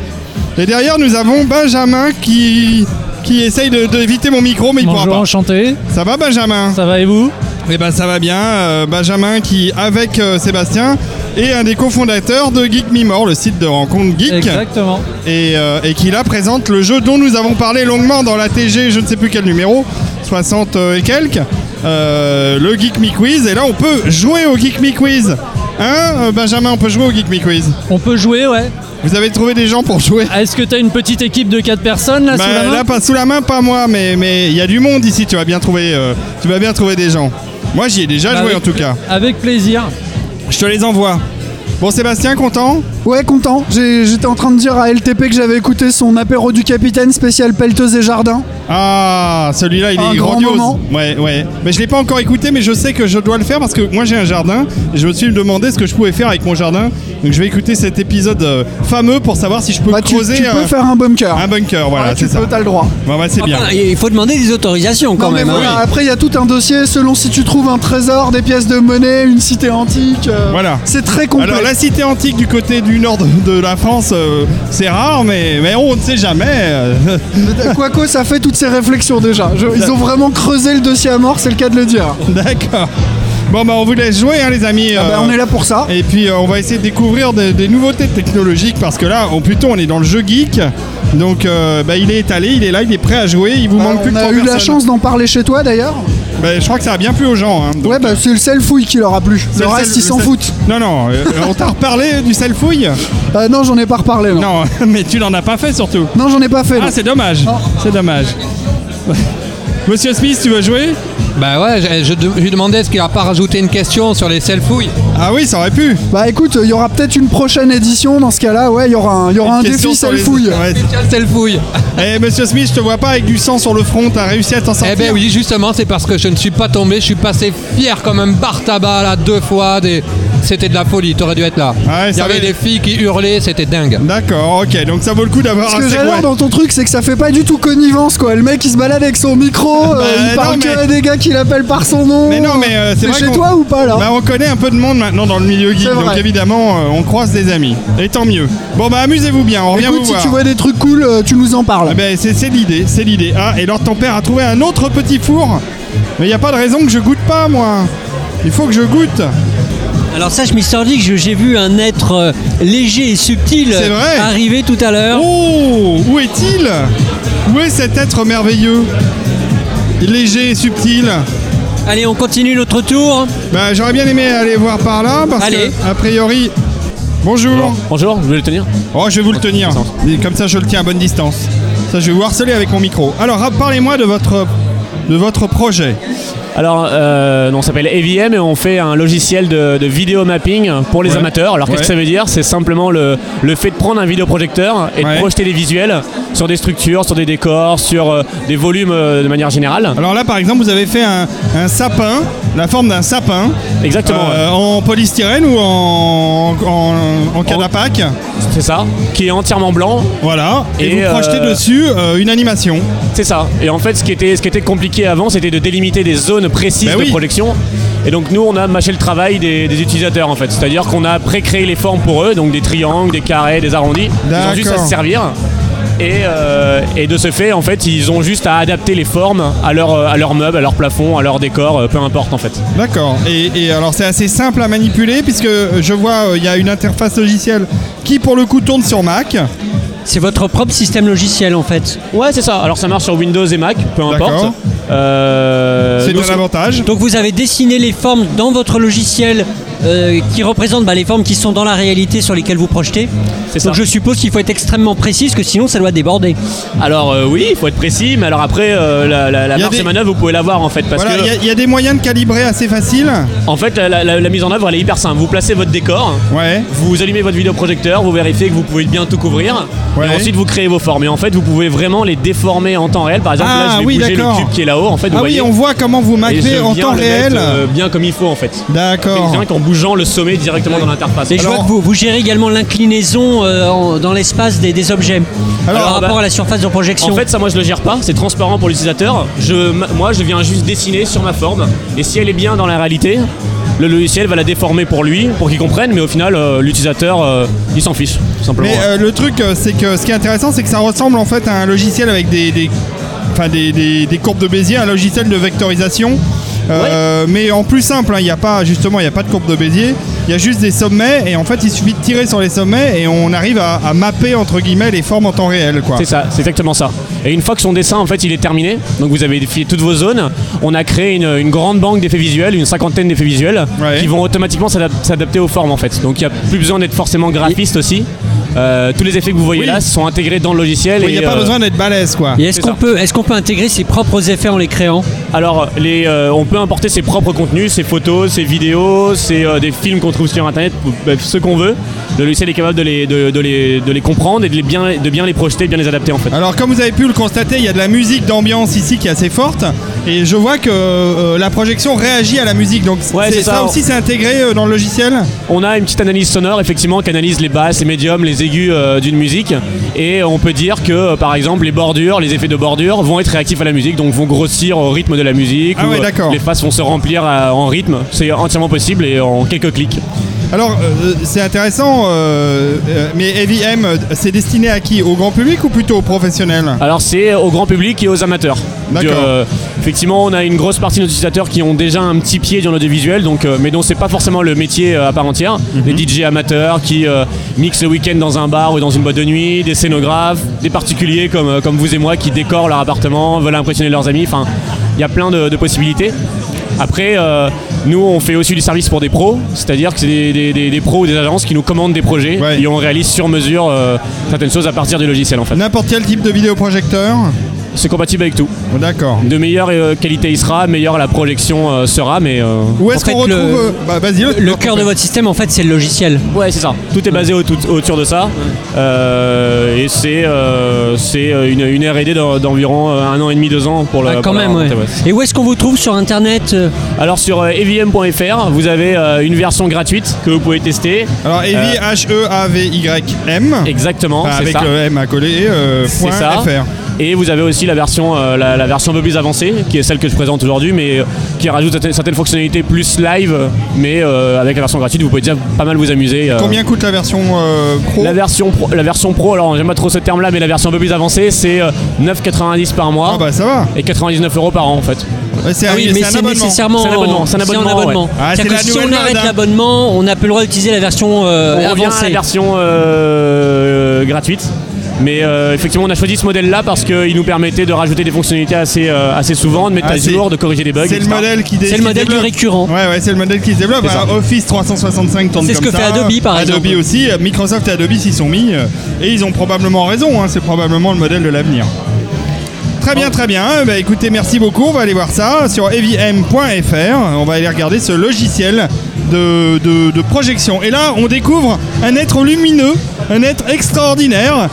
Et derrière, nous avons Benjamin qui, qui essaye d'éviter de, d'éviter mon micro, mais il pourra Bonjour, pas. enchanté. Ça va, Benjamin Ça va et vous Eh ben ça va bien, euh, Benjamin qui avec euh, Sébastien est un des cofondateurs de Geek Mimor, le site de rencontre geek, Exactement. et, euh, et qui là présente le jeu dont nous avons parlé longuement dans la TG, je ne sais plus quel numéro, 60 et quelques, euh, le Geek Me Quiz. Et là on peut jouer au Geek Me Quiz. Hein, euh, Benjamin, on peut jouer au Geek Me Quiz. On peut jouer, ouais. Vous avez trouvé des gens pour jouer Est-ce que t'as une petite équipe de 4 personnes là Bah, sous la main là, pas sous la main, pas moi, mais mais il y a du monde ici. Tu vas bien trouver, euh, tu vas bien trouver des gens. Moi, j'y ai déjà Bah, joué avec en tout pla- cas. Avec plaisir. Je te les envoie. Bon, Sébastien, content Ouais, content. J'ai- J'étais en train de dire à LTP que j'avais écouté son apéro du capitaine spécial pelleteuse et jardin. Ah, celui-là, il Un est grand grandiose. moment. Ouais, ouais. Mais je l'ai pas encore écouté, mais je sais que je dois le faire parce que moi, j'ai un jardin. Et je me suis demandé ce que je pouvais faire avec mon jardin. Donc, je vais écouter cet épisode euh, fameux pour savoir si je peux Bah, tu, creuser tu peux euh, faire un bunker. un bunker. Voilà, Ouais, tu c'est ça. peux, t'as le droit. Bon, bah, c'est bien. Enfin, Ah, il faut demander des autorisations quand Non, mais même. hein. voilà, Après, il y a tout un dossier selon si tu trouves un trésor, des pièces de monnaie, une cité antique. euh, Voilà. C'est très complet. Alors la cité antique du côté du nord de, de la France, euh, c'est rare, mais, mais on ne sait jamais. euh. Quoique, ça fait toutes ces réflexions déjà. Je- ils ont vraiment creusé le dossier à mort, c'est le cas de le dire. D'accord. Bon, bah on vous laisse jouer, hein, les amis. Ah bah, euh, on est là pour ça. Et puis euh, on va essayer de découvrir des, des nouveautés technologiques parce que là, au plutôt, on est dans le jeu geek. Donc euh, bah, il est étalé, il est là, il est prêt à jouer. Il vous Bah, manque plus on que a trois eu la personnes. chance d'en parler chez toi d'ailleurs. Bah, je crois que ça a bien plu aux gens. hein. Donc, Ouais, bah c'est le sel fouille qui leur a plu. c'est Le sel- reste, ils s'en sel- foutent. Non, non. euh, on t'a reparlé du selfouille Euh, non, j'en ai pas reparlé. Non, non. Non, mais tu n'en as pas fait surtout. j'en ai pas fait. non. Ah, c'est dommage. C'est dommage. Monsieur Smith, tu veux jouer Bah ouais, je, je de- je lui demandais est-ce qu'il a pas rajouté une question sur les selfouilles. Ah oui, ça aurait pu. Bah écoute, il y aura peut-être une prochaine édition dans ce cas-là. Ouais, il y aura un, il y aura un Une question défi sur les- sel fouille. Ouais. Spécial selfouille. Eh, monsieur Smith, je te vois pas avec du sang sur le front, t'as réussi à t'en sortir Eh ben oui, justement, c'est parce que je ne suis pas tombé, je suis passé fier comme un bar tabac là deux fois. Des... C'était de la folie, t'aurais dû être là. Ah Il Ouais, y ça avait va- des filles qui hurlaient, c'était dingue. D'accord, ok, donc ça vaut le coup d'avoir Ce un que segway. j'adore dans ton truc, c'est que ça fait pas du tout connivence quoi. Le mec il se balade avec son micro, euh, Bah, il parle non, que mais- à des gars qui l'appellent par son nom. Mais non, mais euh, c'est vrai chez qu'on- toi ou pas là Bah, on connaît un peu de monde maintenant dans le milieu geek, C'est vrai. donc évidemment, euh, on croise des amis. Et tant mieux. Bon, bah, amusez-vous bien, on revient Écoute, vous si voir. tu vois des trucs cool, euh, tu nous en parles. Eh ben, c'est c'est l'idée, c'est l'idée. Ah, et Lord ton père a trouvé un autre petit four. Mais il a pas de raison que je goûte pas, moi. Il faut que je goûte. Alors sache, Mister Dick, je- j'ai vu un être euh, léger et subtil C'est vrai. arriver tout à l'heure. Oh Où est-il Où est cet être merveilleux Léger et subtil. Allez, on continue notre tour. Bah, j'aurais bien aimé aller voir par là parce Allez. que, a priori. Bonjour. Bonjour, je vais le tenir. Oh, je vais vous le tenir. Et comme ça, je le tiens à bonne distance. Ça, je vais vous harceler avec mon micro. Alors, ra- parlez-moi de votre, de votre projet. Alors, euh, on s'appelle EVM et on fait un logiciel de, de vidéo mapping pour les Ouais. amateurs. Alors, qu'est-ce Ouais. que ça veut dire C'est simplement le, le fait de prendre un vidéoprojecteur et Ouais. de projeter des visuels sur des structures, sur des décors, sur euh, des volumes euh, de manière générale. Alors là, par exemple, vous avez fait un, un sapin, la forme d'un sapin, Exactement, euh, en polystyrène ou en, en, en canne à Pâques. c'est ça. Qui est entièrement blanc. Voilà. Et, Et, vous projetez euh, dessus euh, une animation. C'est ça. Et en fait, ce qui était, ce qui était compliqué avant, c'était de délimiter des zones précises Bah oui. de projection. Et donc, nous, on a mâché le travail des, des utilisateurs, en fait. C'est-à-dire qu'on a pré-créé les formes pour eux, donc des triangles, des carrés, des arrondis. Ils ont juste à D'accord. se servir. Et, euh, et de ce fait, en fait, ils ont juste à adapter les formes à leur, euh, à leur meuble, à leur plafond, à leur décor, euh, peu importe, en fait. D'accord. Et, et alors c'est assez simple à manipuler puisque euh, je vois euh, il y a une interface logicielle qui pour le coup tourne sur Mac. C'est votre propre système logiciel en fait. Ouais, c'est ça. Alors, ça marche sur Windows et Mac, peu D'accord. importe. Euh, C'est nous, un avantage. Donc vous avez dessiné les formes dans votre logiciel euh, qui représentent bah, les formes qui sont dans la réalité sur lesquelles vous projetez. C'est ça. Donc je suppose qu'il faut être extrêmement précis parce que sinon ça doit déborder. Alors, euh, oui, il faut être précis, mais alors après, euh, la, la, la Il y a marge des- de manœuvre, vous pouvez l'avoir, en fait. Parce Voilà, que... il y a- il y, a des moyens de calibrer assez faciles. En fait, la, la- la- la mise en œuvre, elle est hyper simple. Vous placez votre décor, Ouais. vous allumez votre vidéoprojecteur, vous vérifiez que vous pouvez bien tout couvrir, Ouais. et ensuite vous créez vos formes. Et en fait, vous pouvez vraiment les déformer en temps réel. Par exemple, Ah, là, je vais oui, bouger le d'accord. cube qui est là-haut. En fait, vous Ah oui, voyez, on voit comment vous et macrez je en viens temps le mettre, réel. euh, bien comme il faut, en fait. D'accord. Et rien qu'en bougeant le sommet directement dans l'interface. Et je vois que vous, vous gérez également l'inclinaison euh, en- dans l'espace des, des objets Alors, par rapport bah, à la surface de projection. En fait, ça, moi, je le gère pas. C'est transparent pour l'utilisateur. Je, ma- moi, je viens juste dessiner sur ma forme. Et si elle est bien dans la réalité, le logiciel va la déformer pour lui, pour qu'il comprenne. Mais au final, euh, l'utilisateur, euh, il s'en fiche, tout simplement. Mais euh, le truc, euh, c'est que ce qui est intéressant, c'est que ça ressemble en fait à un logiciel avec des, des, enfin, des, des- des courbes de Bézier, un logiciel de vectorisation. Euh, Mais en plus simple, hein, il n'y a pas justement, il n'y a pas de courbe de Bézier. Il y a juste des sommets et en fait, il suffit de tirer sur les sommets et on arrive à, à mapper entre guillemets les formes en temps réel, quoi. C'est ça, c'est exactement ça. Et une fois que son dessin, en fait, il est terminé, donc vous avez défilé toutes vos zones, on a créé une, une grande banque d'effets visuels, une cinquantaine d'effets visuels, qui vont automatiquement s'adap- s'adapter aux formes, en fait. Donc il n'y a plus besoin d'être forcément graphiste aussi. Euh, tous les effets que vous voyez là sont intégrés dans le logiciel. euh, Oui, il n'y euh, a pas besoin d'être balèze, quoi. Et est-ce qu'on peut, est-ce qu'on peut intégrer ses propres effets en les créant Alors, les, euh, on peut importer ses propres contenus, ses photos, ses vidéos, ses, euh, des films qu'on trouve sur Internet, ou, bref, ce qu'on veut. Le logiciel est capable de les, de, de les, de les comprendre et de, les bien, de bien les projeter, de bien les adapter, en fait. Alors comme vous avez pu le constater, il y a de la musique d'ambiance ici qui est assez forte et je vois que euh, la projection réagit à la musique. Donc Ouais, c'est c'est ça, ça. aussi c'est intégré euh, dans le logiciel. On a une petite analyse sonore, effectivement, qui analyse les basses, les médiums, les aigus euh, d'une musique. Et on peut dire que, euh, par exemple, les bordures, les effets de bordure vont être réactifs à la musique, donc vont grossir au rythme de la musique. Ah ou, ouais, euh, d'accord. Les faces vont se remplir à- en rythme. C'est entièrement possible et en quelques clics. Alors euh, c'est intéressant, euh, euh, mais Heavy M, euh, c'est destiné à qui Au grand public ou plutôt aux professionnels Alors c'est au grand public et aux amateurs. D'accord. Euh, effectivement, on a une grosse partie de nos utilisateurs qui ont déjà un petit pied dans l'audiovisuel, donc, euh, mais dont c'est pas forcément le métier euh, à part entière. Des DJ amateurs qui euh, mixent le week-end dans un bar ou dans une boîte de nuit, des scénographes, des particuliers comme, euh, comme vous et moi qui décorent leur appartement, veulent impressionner leurs amis. Enfin, il y a plein de, de possibilités. Après, euh, nous, on fait aussi du service pour des pros, c'est-à-dire que c'est des, des- des- des pros ou des agences qui nous commandent des projets et on réalise sur mesure euh, certaines choses à partir du logiciel en fait. N'importe quel type de vidéoprojecteur C'est compatible avec tout. D'accord. De meilleure euh, qualité il sera, meilleure la projection euh, sera, mais. euh, En fait, le- euh, bah, le, cœur de votre système, en fait, c'est le logiciel. Ouais, c'est ça. Tout est basé autour, autour de ça. Euh, et c'est euh, c'est euh, une, une RD d'en- d'environ euh, un an et demi, deux ans pour le. Ah, pour quand la même, ouais. remonter, ouais. Et où est-ce qu'on vous trouve sur Internet euh, Alors sur euh, evm.fr, vous avez euh, une version gratuite que vous pouvez tester. Alors Heavy Euh, H E A V Y M. Exactement. Enfin, c'est avec ça. le M à coller. euh, C'est point ça. fr. Et vous avez aussi la version, euh, la, la version un peu plus avancée, qui est celle que je présente aujourd'hui, mais euh, qui rajoute certaines- certaines fonctionnalités plus live, mais euh, avec la version gratuite, vous pouvez déjà pas mal vous amuser. euh. Combien coûte la version euh, pro la version pro, la version pro, alors j'aime pas trop ce terme-là, mais la version un peu plus avancée, c'est euh, 9,90 par mois. bah ça va. Et 99 euros par an en fait. c'est Ah, Ah oui, mais c'est nécessairement C'est un abonnement. c'est un abonnement, en ouais. abonnement. C'est-à-dire que si on arrête hein. l'abonnement, on n'a plus le droit d'utiliser la version euh, on revient à avancée. la version euh, gratuite. Mais euh, effectivement, on a choisi ce modèle-là parce qu'il nous permettait de rajouter des fonctionnalités assez, euh, assez souvent, de mettre Ah, à c'est- jour, de corriger des bugs. C'est le etc. modèle qui dé- qui développe. Ouais, ouais, c'est le modèle qui se développe. C'est ça. hein. Office 365 tourne C'est ce comme que fait ça. Adobe, par exemple. Adobe aussi. Microsoft et Adobe s'y sont mis. euh, Et ils ont probablement raison. hein, C'est probablement le modèle de l'avenir. Très bien, très bien. Eh ben, écoutez, merci beaucoup. On va aller voir ça sur evm.fr. On va aller regarder ce logiciel de, de- de projection. Et là, on découvre un être lumineux, un être extraordinaire.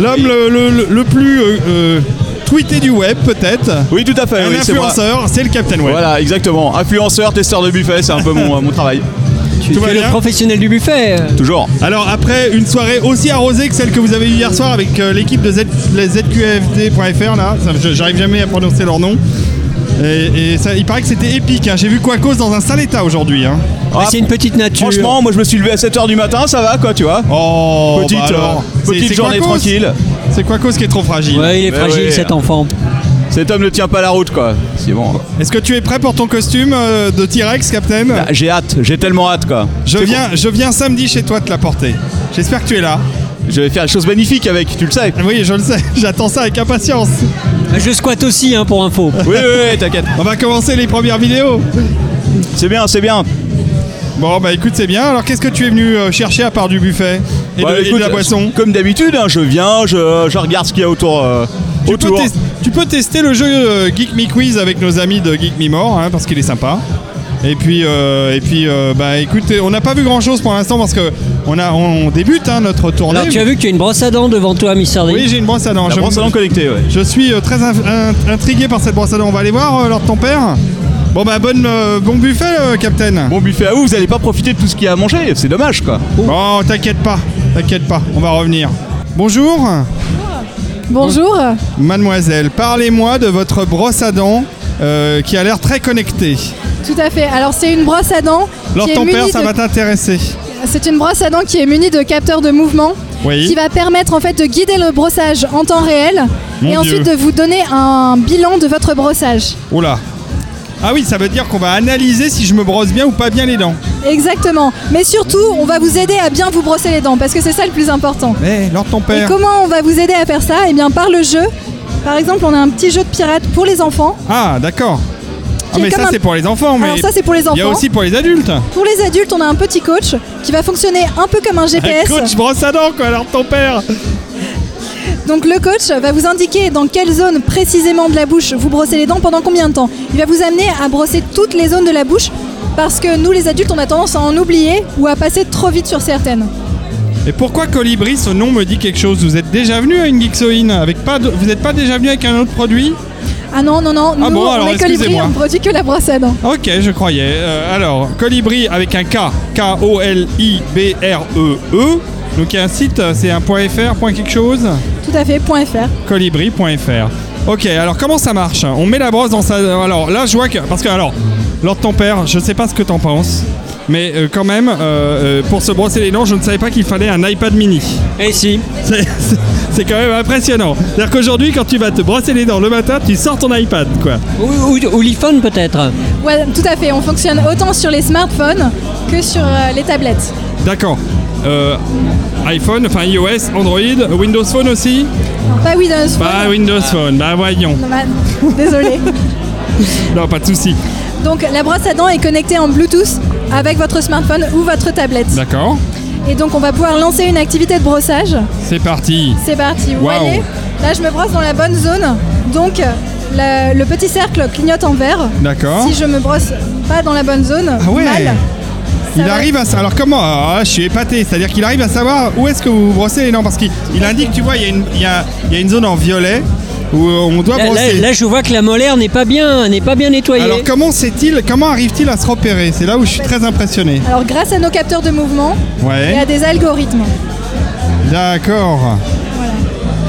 L'homme le, le- le- le plus euh, euh, tweeté du web, peut-être. Oui, tout à fait. Un Eh oui, c'est moi. influenceur, c'est le Captain Web. Voilà, exactement. Influenceur, testeur de buffet, c'est un peu mon, mon travail. Tu es le professionnel du buffet. Toujours. Alors après une soirée aussi arrosée que celle que vous avez eue hier soir avec euh, l'équipe de Z- les ZQFD.fr là, Ça, je- j'arrive jamais à prononcer leur nom. Et, et ça, il paraît que c'était épique. hein. J'ai vu Quacos dans un sale état aujourd'hui. hein. c'est une petite nature. Ah, Franchement, moi je me suis levé à 7h du matin, ça va quoi, tu vois Oh, Petite, bah alors. euh, C'est- petite c'est journée Quacos. tranquille. C'est Quacos qui est trop fragile. Ouais, il est Mais fragile ouais. cet enfant. Cet homme ne tient pas la route quoi. C'est bon. Est-ce que tu es prêt pour ton costume euh, de T-Rex, Captain Ah, J'ai hâte, j'ai tellement hâte quoi. je C'est viens, bon. je viens samedi chez toi te la porter. J'espère que tu es là. Je vais faire des choses magnifiques avec, tu le sais. Oui, je le sais. J'attends ça avec impatience. Je squatte aussi hein, pour info. Oui, oui, oui, t'inquiète. On va commencer les premières vidéos. C'est bien, c'est bien. Bon, bah écoute, c'est bien. Alors, qu'est-ce que tu es venu euh, chercher à part du buffet et, Bah, de, et de écoute, la boisson Comme d'habitude, hein, je viens, je, je regarde ce qu'il y a autour. euh, tu peux, autour. tes- tu peux tester le jeu euh, Geek Me Quiz avec nos amis de Geek Me More hein, parce qu'il est sympa. Et puis, euh, et puis euh, bah écoute, on n'a pas vu grand chose pour l'instant parce que on, a, on débute hein, notre tournée. Alors, tu as vu que tu as une brosse à dents devant toi, Mister D Oui, j'ai une brosse à dents. La Je- brosse à dents connectée, ouais. Je suis euh, très inf- in- intrigué par cette brosse à dents. On va aller voir euh, Lord ton père. Bon, bah bonne, euh, bon buffet, euh, Captain. Bon buffet à vous, vous allez pas profiter de tout ce qu'il y a à manger, c'est dommage quoi. Bon, Oh. t'inquiète pas, t'inquiète pas, on va revenir. Bonjour. Bonjour. Mademoiselle, parlez-moi de votre brosse à dents euh, qui a l'air très connectée. Tout à fait. Alors c'est une brosse à dents. Lord qui est ton père, munie ça de- va t'intéresser. C'est une brosse à dents qui est munie de capteurs de mouvement, Oui. qui va permettre en fait de guider le brossage en temps réel Mon et Dieu. ensuite de vous donner un bilan de votre brossage. Oula. Ah oui, ça veut dire qu'on va analyser si je me brosse bien ou pas bien les dents. Exactement. Mais surtout, on va vous aider à bien vous brosser les dents parce que c'est ça le plus important. Eh, Laure, ton Et père. comment on va vous aider à faire ça Eh bien, par le jeu. Par exemple, on a un petit jeu de pirates pour les enfants. Ah, d'accord. Ah, Qui est mais comme ça, un- c'est pour les enfants. Mais Alors, ça, c'est pour les Il y a enfants. aussi pour les adultes. Pour les adultes, on a un petit coach qui va fonctionner un peu comme un Un GPS. coach brosse à dents, quoi, alors ton père. Donc le coach va vous indiquer dans quelle zone précisément de la bouche vous brossez les dents pendant combien de temps. Il va vous amener à brosser toutes les zones de la bouche parce que nous les adultes on a tendance à en oublier ou à passer trop vite sur certaines. Et pourquoi Colibri, ce nom me dit quelque chose Vous êtes déjà venu à une Geeksoin avec pas de- Vous n'êtes pas déjà venu avec un autre produit Ah non non non, nous Ah bon, on alors, est colibri, excusez-moi. on produit que la brosse à dents. Ok, je croyais. Euh, alors, Colibri avec un K, K-O-L-I-B-R-E-E. E Donc il y a un site, euh, c'est un point .fr, point quelque chose Tout à fait, point .fr. Colibri.fr. Ok, alors comment ça marche On met la brosse dans sa... Alors là, je vois que... Parce que, alors, Lord ton père, je sais pas ce que t'en penses, mais euh, quand même, euh, euh, pour se brosser les dents, je ne savais pas qu'il fallait un iPad mini. Et Eh, si C'est c'est- c'est quand même impressionnant. C'est-à-dire qu'aujourd'hui, quand tu vas te brosser les dents le matin, tu sors ton iPad, quoi. Ou, ou, ou l'iPhone peut-être. Ouais, tout à fait, on fonctionne autant sur les smartphones que sur euh, les tablettes. D'accord. Euh, iPhone, enfin iOS, Android, Windows Phone aussi Pas Windows Phone. Bah Windows Phone, bah voyons. Non, bah, Désolé. Non, pas de souci. Donc la brosse à dents est connectée en Bluetooth avec votre smartphone ou votre tablette. D'accord. Et donc on va pouvoir lancer une activité de brossage. C'est parti. C'est parti, vous Waouh. voyez Là je me brosse dans la bonne zone. Donc le, le petit cercle clignote en vert. D'accord. Si je me brosse pas dans la bonne zone, Ah ouais mal. Il arrive à ça. Alors comment Ah, Je suis épaté. C'est-à-dire qu'il arrive à savoir où est-ce que vous vous brossez les dents parce qu'il il indique, tu vois, il y, a une- il y a, il y a une zone en violet où on doit Là, là- brosser. là, je vois que la molaire n'est pas bien, n'est pas bien nettoyée. Alors comment sait-il Comment arrive-t-il à se repérer C'est là où je suis très impressionné. Alors grâce à nos capteurs de mouvement Ouais. et à des algorithmes. D'accord.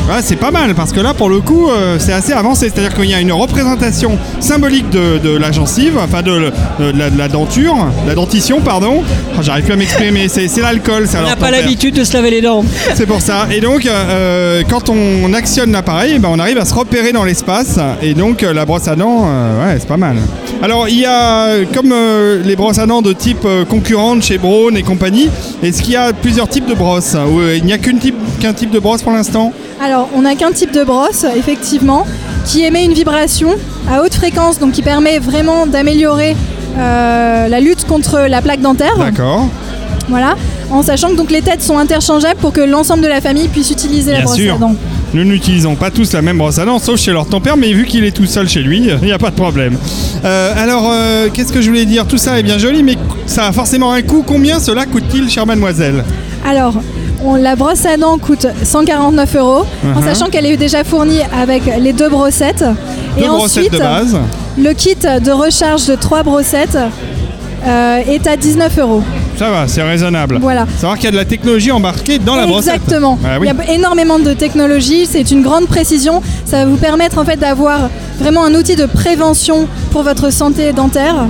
Ouais, c'est pas mal parce que là pour le coup euh, c'est assez avancé, c'est-à-dire qu'il y a une représentation symbolique de, de la gencive, enfin de, le- de la, de la denture, la dentition pardon. Oh, J'arrive plus à m'exprimer, c'est c'est l'alcool. ça, On alors, n'a pas ton père. l'habitude de se laver les dents. C'est pour ça. Et donc, euh, quand on actionne l'appareil, eh ben, on arrive à se repérer dans l'espace. Et donc, euh, la brosse à dents, euh, ouais, c'est pas mal. Alors, il y a, euh, comme euh, les brosses à dents de type euh, concurrente chez Braun et compagnie, est-ce qu'il y a plusieurs types de brosses Ou euh, il n'y a qu'une type- qu'un type de brosse pour l'instant Alors, on n'a qu'un type de brosse, effectivement, qui émet une vibration à haute fréquence, donc qui permet vraiment d'améliorer euh, la lutte contre la plaque dentaire. D'accord. Voilà. En sachant que donc les têtes sont interchangeables pour que l'ensemble de la famille puisse utiliser la Bien brosse sûr. à dents. Nous n'utilisons pas tous la même brosse à dents, sauf chez leur tempère, mais vu qu'il est tout seul chez lui, il n'y a pas de problème. Euh, alors, euh, qu'est-ce que je voulais dire Tout ça est bien joli, mais ça a forcément un coût. Combien cela coûte-t-il, chère mademoiselle Alors, on- la brosse à dents coûte 149 euros, en Mhm. sachant qu'elle est déjà fournie avec les deux brossettes. Deux Et brossettes ensuite, de base. le kit de recharge de trois brossettes euh, est à 19 euros. Ça va, c'est raisonnable. Voilà. Savoir qu'il y a de la technologie embarquée dans la brossette. Exactement. Ah oui. Il y a énormément de technologies, c'est une grande précision. Ça va vous permettre en fait d'avoir vraiment un outil de prévention pour votre santé dentaire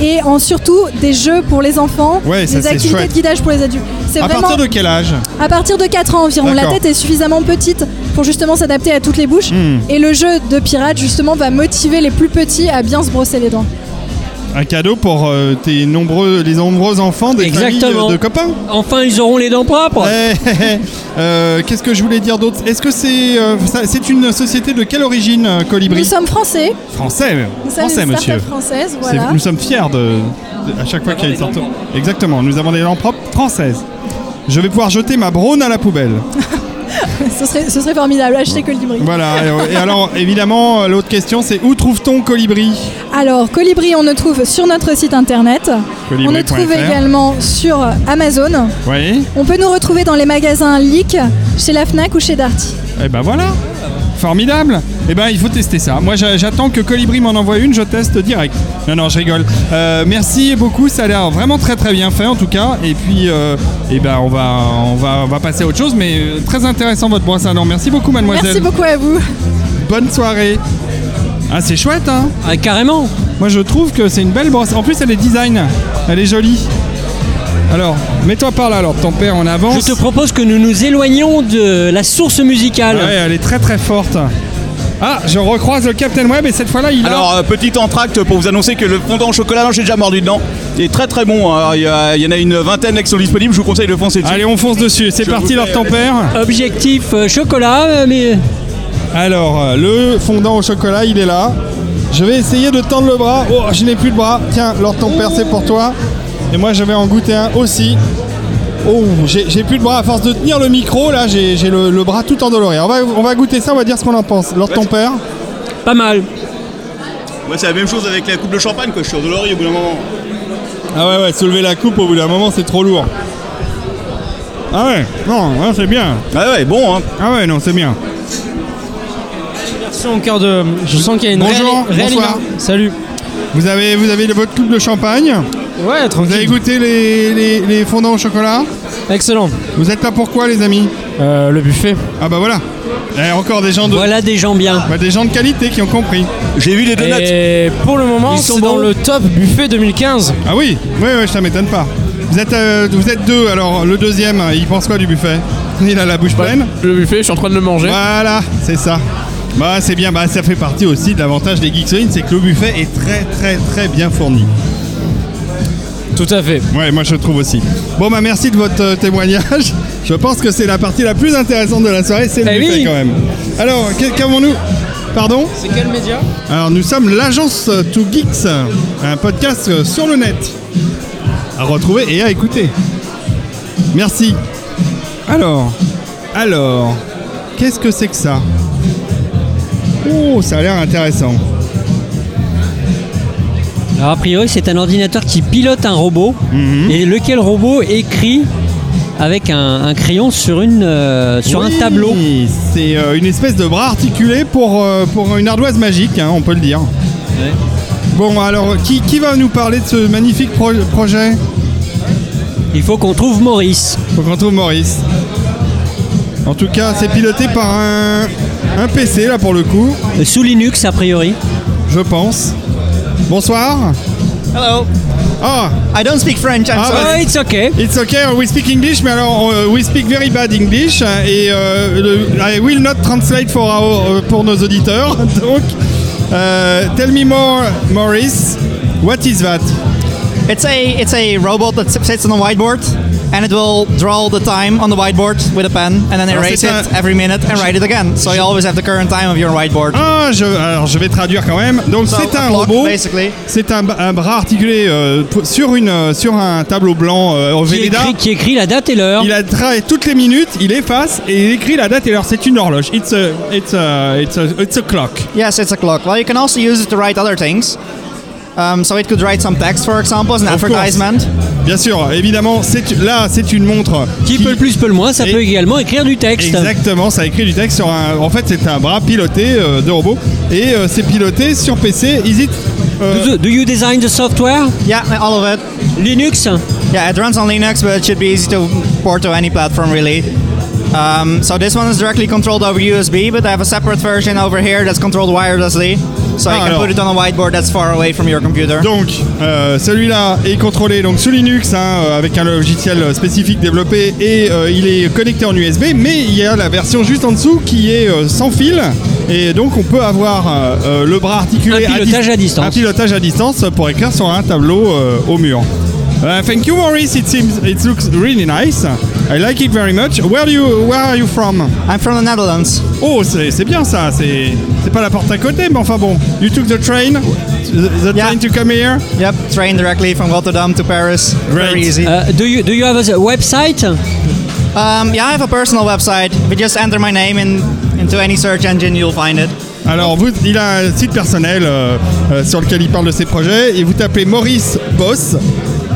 et en surtout des jeux pour les enfants, Ouais, ça, des c'est activités chouette. de guidage pour les adultes. C'est À vraiment partir de quel âge à partir de 4 ans environ. La D'accord. tête est suffisamment petite pour justement s'adapter à toutes les bouches Hmm. et le jeu de pirate justement va motiver les plus petits à bien se brosser les dents. Un cadeau pour euh, tes nombreux, les nombreux enfants des familles Exactement. euh, de copains. Enfin, ils auront les dents propres. Eh, eh, eh. Euh, Qu'est-ce que je voulais dire d'autre Est-ce que c'est euh, ça- c'est une société de quelle origine, euh, Colibri Nous sommes français. Français, euh, Nous sommes français, une start-up monsieur. française, C'est- voilà. Nous sommes fiers de, de- à chaque fois qu'il y a une sorte. Exactement. Nous avons des lampes propres françaises. Je vais pouvoir jeter ma brone à la poubelle. ce, serait, ce serait formidable, achetez Colibri. Voilà. Et, et alors, évidemment, euh, l'autre question, c'est où trouve-t-on Colibri Alors, Colibri, on le trouve sur notre site internet. Colibri.fr. On le trouve également sur Amazon. Oui. On peut nous retrouver dans les magasins Leak, chez la Fnac ou chez Darty. Eh ben voilà Formidable Eh ben il faut tester ça. Moi j'a- j'attends que Colibri m'en envoie une, je teste direct. Non non je rigole. Euh, merci beaucoup, ça a l'air vraiment très très bien fait en tout cas. Et puis euh, eh ben on va, on va on va passer à autre chose, mais euh, très intéressant votre brosse à dents. Merci beaucoup mademoiselle. Merci beaucoup à vous. Bonne soirée. Ah c'est chouette hein Carrément Moi je trouve que c'est une belle brosse. En plus elle est design, elle est jolie. Alors, mets-toi par là alors, ton père en avance. Je te propose que nous nous éloignions de la source musicale. Ouais, elle est très très forte. Ah, je recroise le Captain Web et cette fois-là, il Alors, euh, petit entracte pour vous annoncer que le fondant au chocolat, non, j'ai déjà mordu dedans. Il est très très bon. hein. Il y, a- il y en a une vingtaine là qui sont disponibles. Je vous conseille de foncer dessus. Allez, on fonce dessus. C'est parti, leur tempère. Objectif euh, chocolat, euh, mais. a. Alors, euh, le fondant au chocolat, il est là. Je vais essayer de tendre le bras. Oh, je n'ai plus de bras. Tiens, Lord Tempère, c'est pour toi. Et moi, je vais en goûter un aussi. Oh, j'ai j'ai plus de bras. À force de tenir le micro, là, j'ai j'ai le, le bras tout endoloré. On va, on va goûter ça, on va dire ce qu'on en pense. Lord Tempère Euh, Pas mal. Ouais, c'est la même chose avec la coupe de champagne, quoi. Je suis endolori au bout d'un moment. Ah ouais, ouais, soulever la coupe au bout d'un moment, c'est trop lourd. Ah ouais, non, ouais, c'est bien. Ah ouais, bon, hein. Ah ouais, non, c'est bien. au cœur de. Je sens qu'il y a une Bonjour, réelle- réelle bonsoir. image. Salut. Vous avez, vous avez votre coupe de champagne Ouais, tranquille. Vous avez goûté les, les- les fondants au chocolat Excellent. Euh, Vous êtes là pour quoi, les amis Le buffet. Ah bah voilà. Eh, encore des gens de... Bah, Voilà des gens bien. des gens de qualité qui ont compris. J'ai vu les Et pour le moment, Ils sont c'est dans bons. le top buffet 2015. Ah oui Oui, oui, ça m'étonne pas. Vous êtes, euh, vous êtes deux, alors le deuxième, il pense quoi du buffet Il a la bouche pleine Bah, Le buffet, je suis en train de le manger. Voilà, c'est ça. Bah c'est bien, bah ça fait partie aussi de l'avantage des Geeksoines, c'est que le buffet est très très très bien fourni. Tout à fait. Ouais, moi je trouve aussi. Bon bah merci de votre euh, témoignage. Je pense que c'est la partie la plus intéressante de la soirée, c'est le Eh oui. buffet quand même. Alors, que- qu'avons-nous Pardon C'est quel média Alors nous sommes l'agence euh, To Geeks, euh, un podcast euh, sur le net à retrouver et à écouter. Merci. Alors, alors, qu'est-ce que c'est que ça Oh, ça a l'air intéressant. Alors, a priori, c'est un ordinateur qui pilote un robot Mhm. et lequel robot écrit avec un, un crayon sur, une, euh, sur Oui, un tableau. C'est euh, une espèce de bras articulé pour, euh, pour une ardoise magique, hein, on peut le dire. Bon, alors, qui, qui va nous parler de ce magnifique pro- projet Il faut qu'on trouve Maurice. Il faut qu'on trouve Maurice. En tout cas, c'est piloté par un, un PC, là, pour le coup. Sous Linux, a priori. Je pense. Bonsoir. Hello. Ah I don't speak French, I'm Ah, sorry. bah, it's okay. It's okay, we speak English, mais alors euh, we speak very bad English et euh, le- I will not translate for our- euh, pour nos auditeurs. Donc, euh, tell me more, Maurice, what is that? It's a it's a robot that s- sits on a whiteboard and it will draw the time on the whiteboard with a pen and then Alors, erase c'est un- it every minute and write it again. So you always have the current time of your whiteboard. Ah, je, alors je vais traduire quand même. Donc So, c'est a un clock, robot, basically. c'est un, un bras articulé euh, pour- sur, une, euh, sur un tableau blanc euh, en Qui Velleda. écrit, qui écrit la date et l'heure. Il a travaillé toutes les minutes, il efface et il écrit la date et l'heure. C'est une horloge. It's a, it's a, it's a, it's a clock. Yes, it's a clock. Well, you can also use it to write other things. Um, so it could write some text, for example, as an Of course. advertisement. Bien sûr, évidemment, c'est, là c'est une montre. Qui, peut le plus, peut le moins, ça Et- peut également écrire du texte. Exactement, ça écrit du texte sur un. En fait, c'est un bras piloté euh, de robot et euh, c'est piloté sur PC. Is it euh, Do, do you design the software? Yeah, all of it. Linux? Yeah, it runs on Linux, but it should be easy to port to any platform really. Um, so this one is directly controlled over USB, but I have a separate version over here that's controlled wirelessly. So Ah, you can alors. put it on a whiteboard that's far away from your computer. Donc, euh, celui-là est contrôlé donc sous Linux hein, euh, avec un logiciel euh, spécifique développé et euh, il est connecté en USB, mais il y a la version juste en dessous qui est euh, sans fil et donc on peut avoir euh, euh, le bras articulé Un pilotage à distance. un pilotage à distance pour écrire sur un tableau euh, au mur. Uh, thank you, Maurice. It seems it looks really nice. I like it very much. Where do you Where are you from? I'm from the Netherlands. Oh, c'est c'est bien ça. C'est c'est pas la porte à côté, mais enfin bon. You took the train. The, the train to come here. Yep, train directly from Rotterdam to Paris. Very easy. Uh, do you do you have a website? Um, yeah, I have a personal website. If you just enter my name in, into any search engine, you'll find it. Alors, vous, il a un site personnel euh, euh, sur lequel il parle de ses projets et vous tapez Maurice Boss.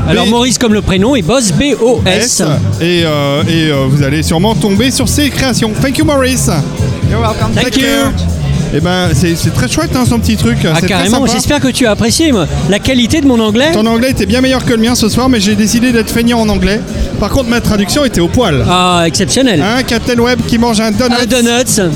Alors B- Maurice comme le prénom et Boss B O S S. et, euh, et, euh, vous allez sûrement tomber sur ses créations. Thank you Maurice. You're welcome. Take care. Eh ben c'est c'est très chouette hein, son petit truc. Ah c'est très carrément, sympa. j'espère que tu as apprécié moi, la qualité de mon anglais. Ton anglais était bien meilleur que le mien ce soir, mais j'ai décidé d'être feignant en anglais. Par contre, ma traduction était au poil. Ah exceptionnel. Hein, Captain Web qui mange un donut. Un donuts.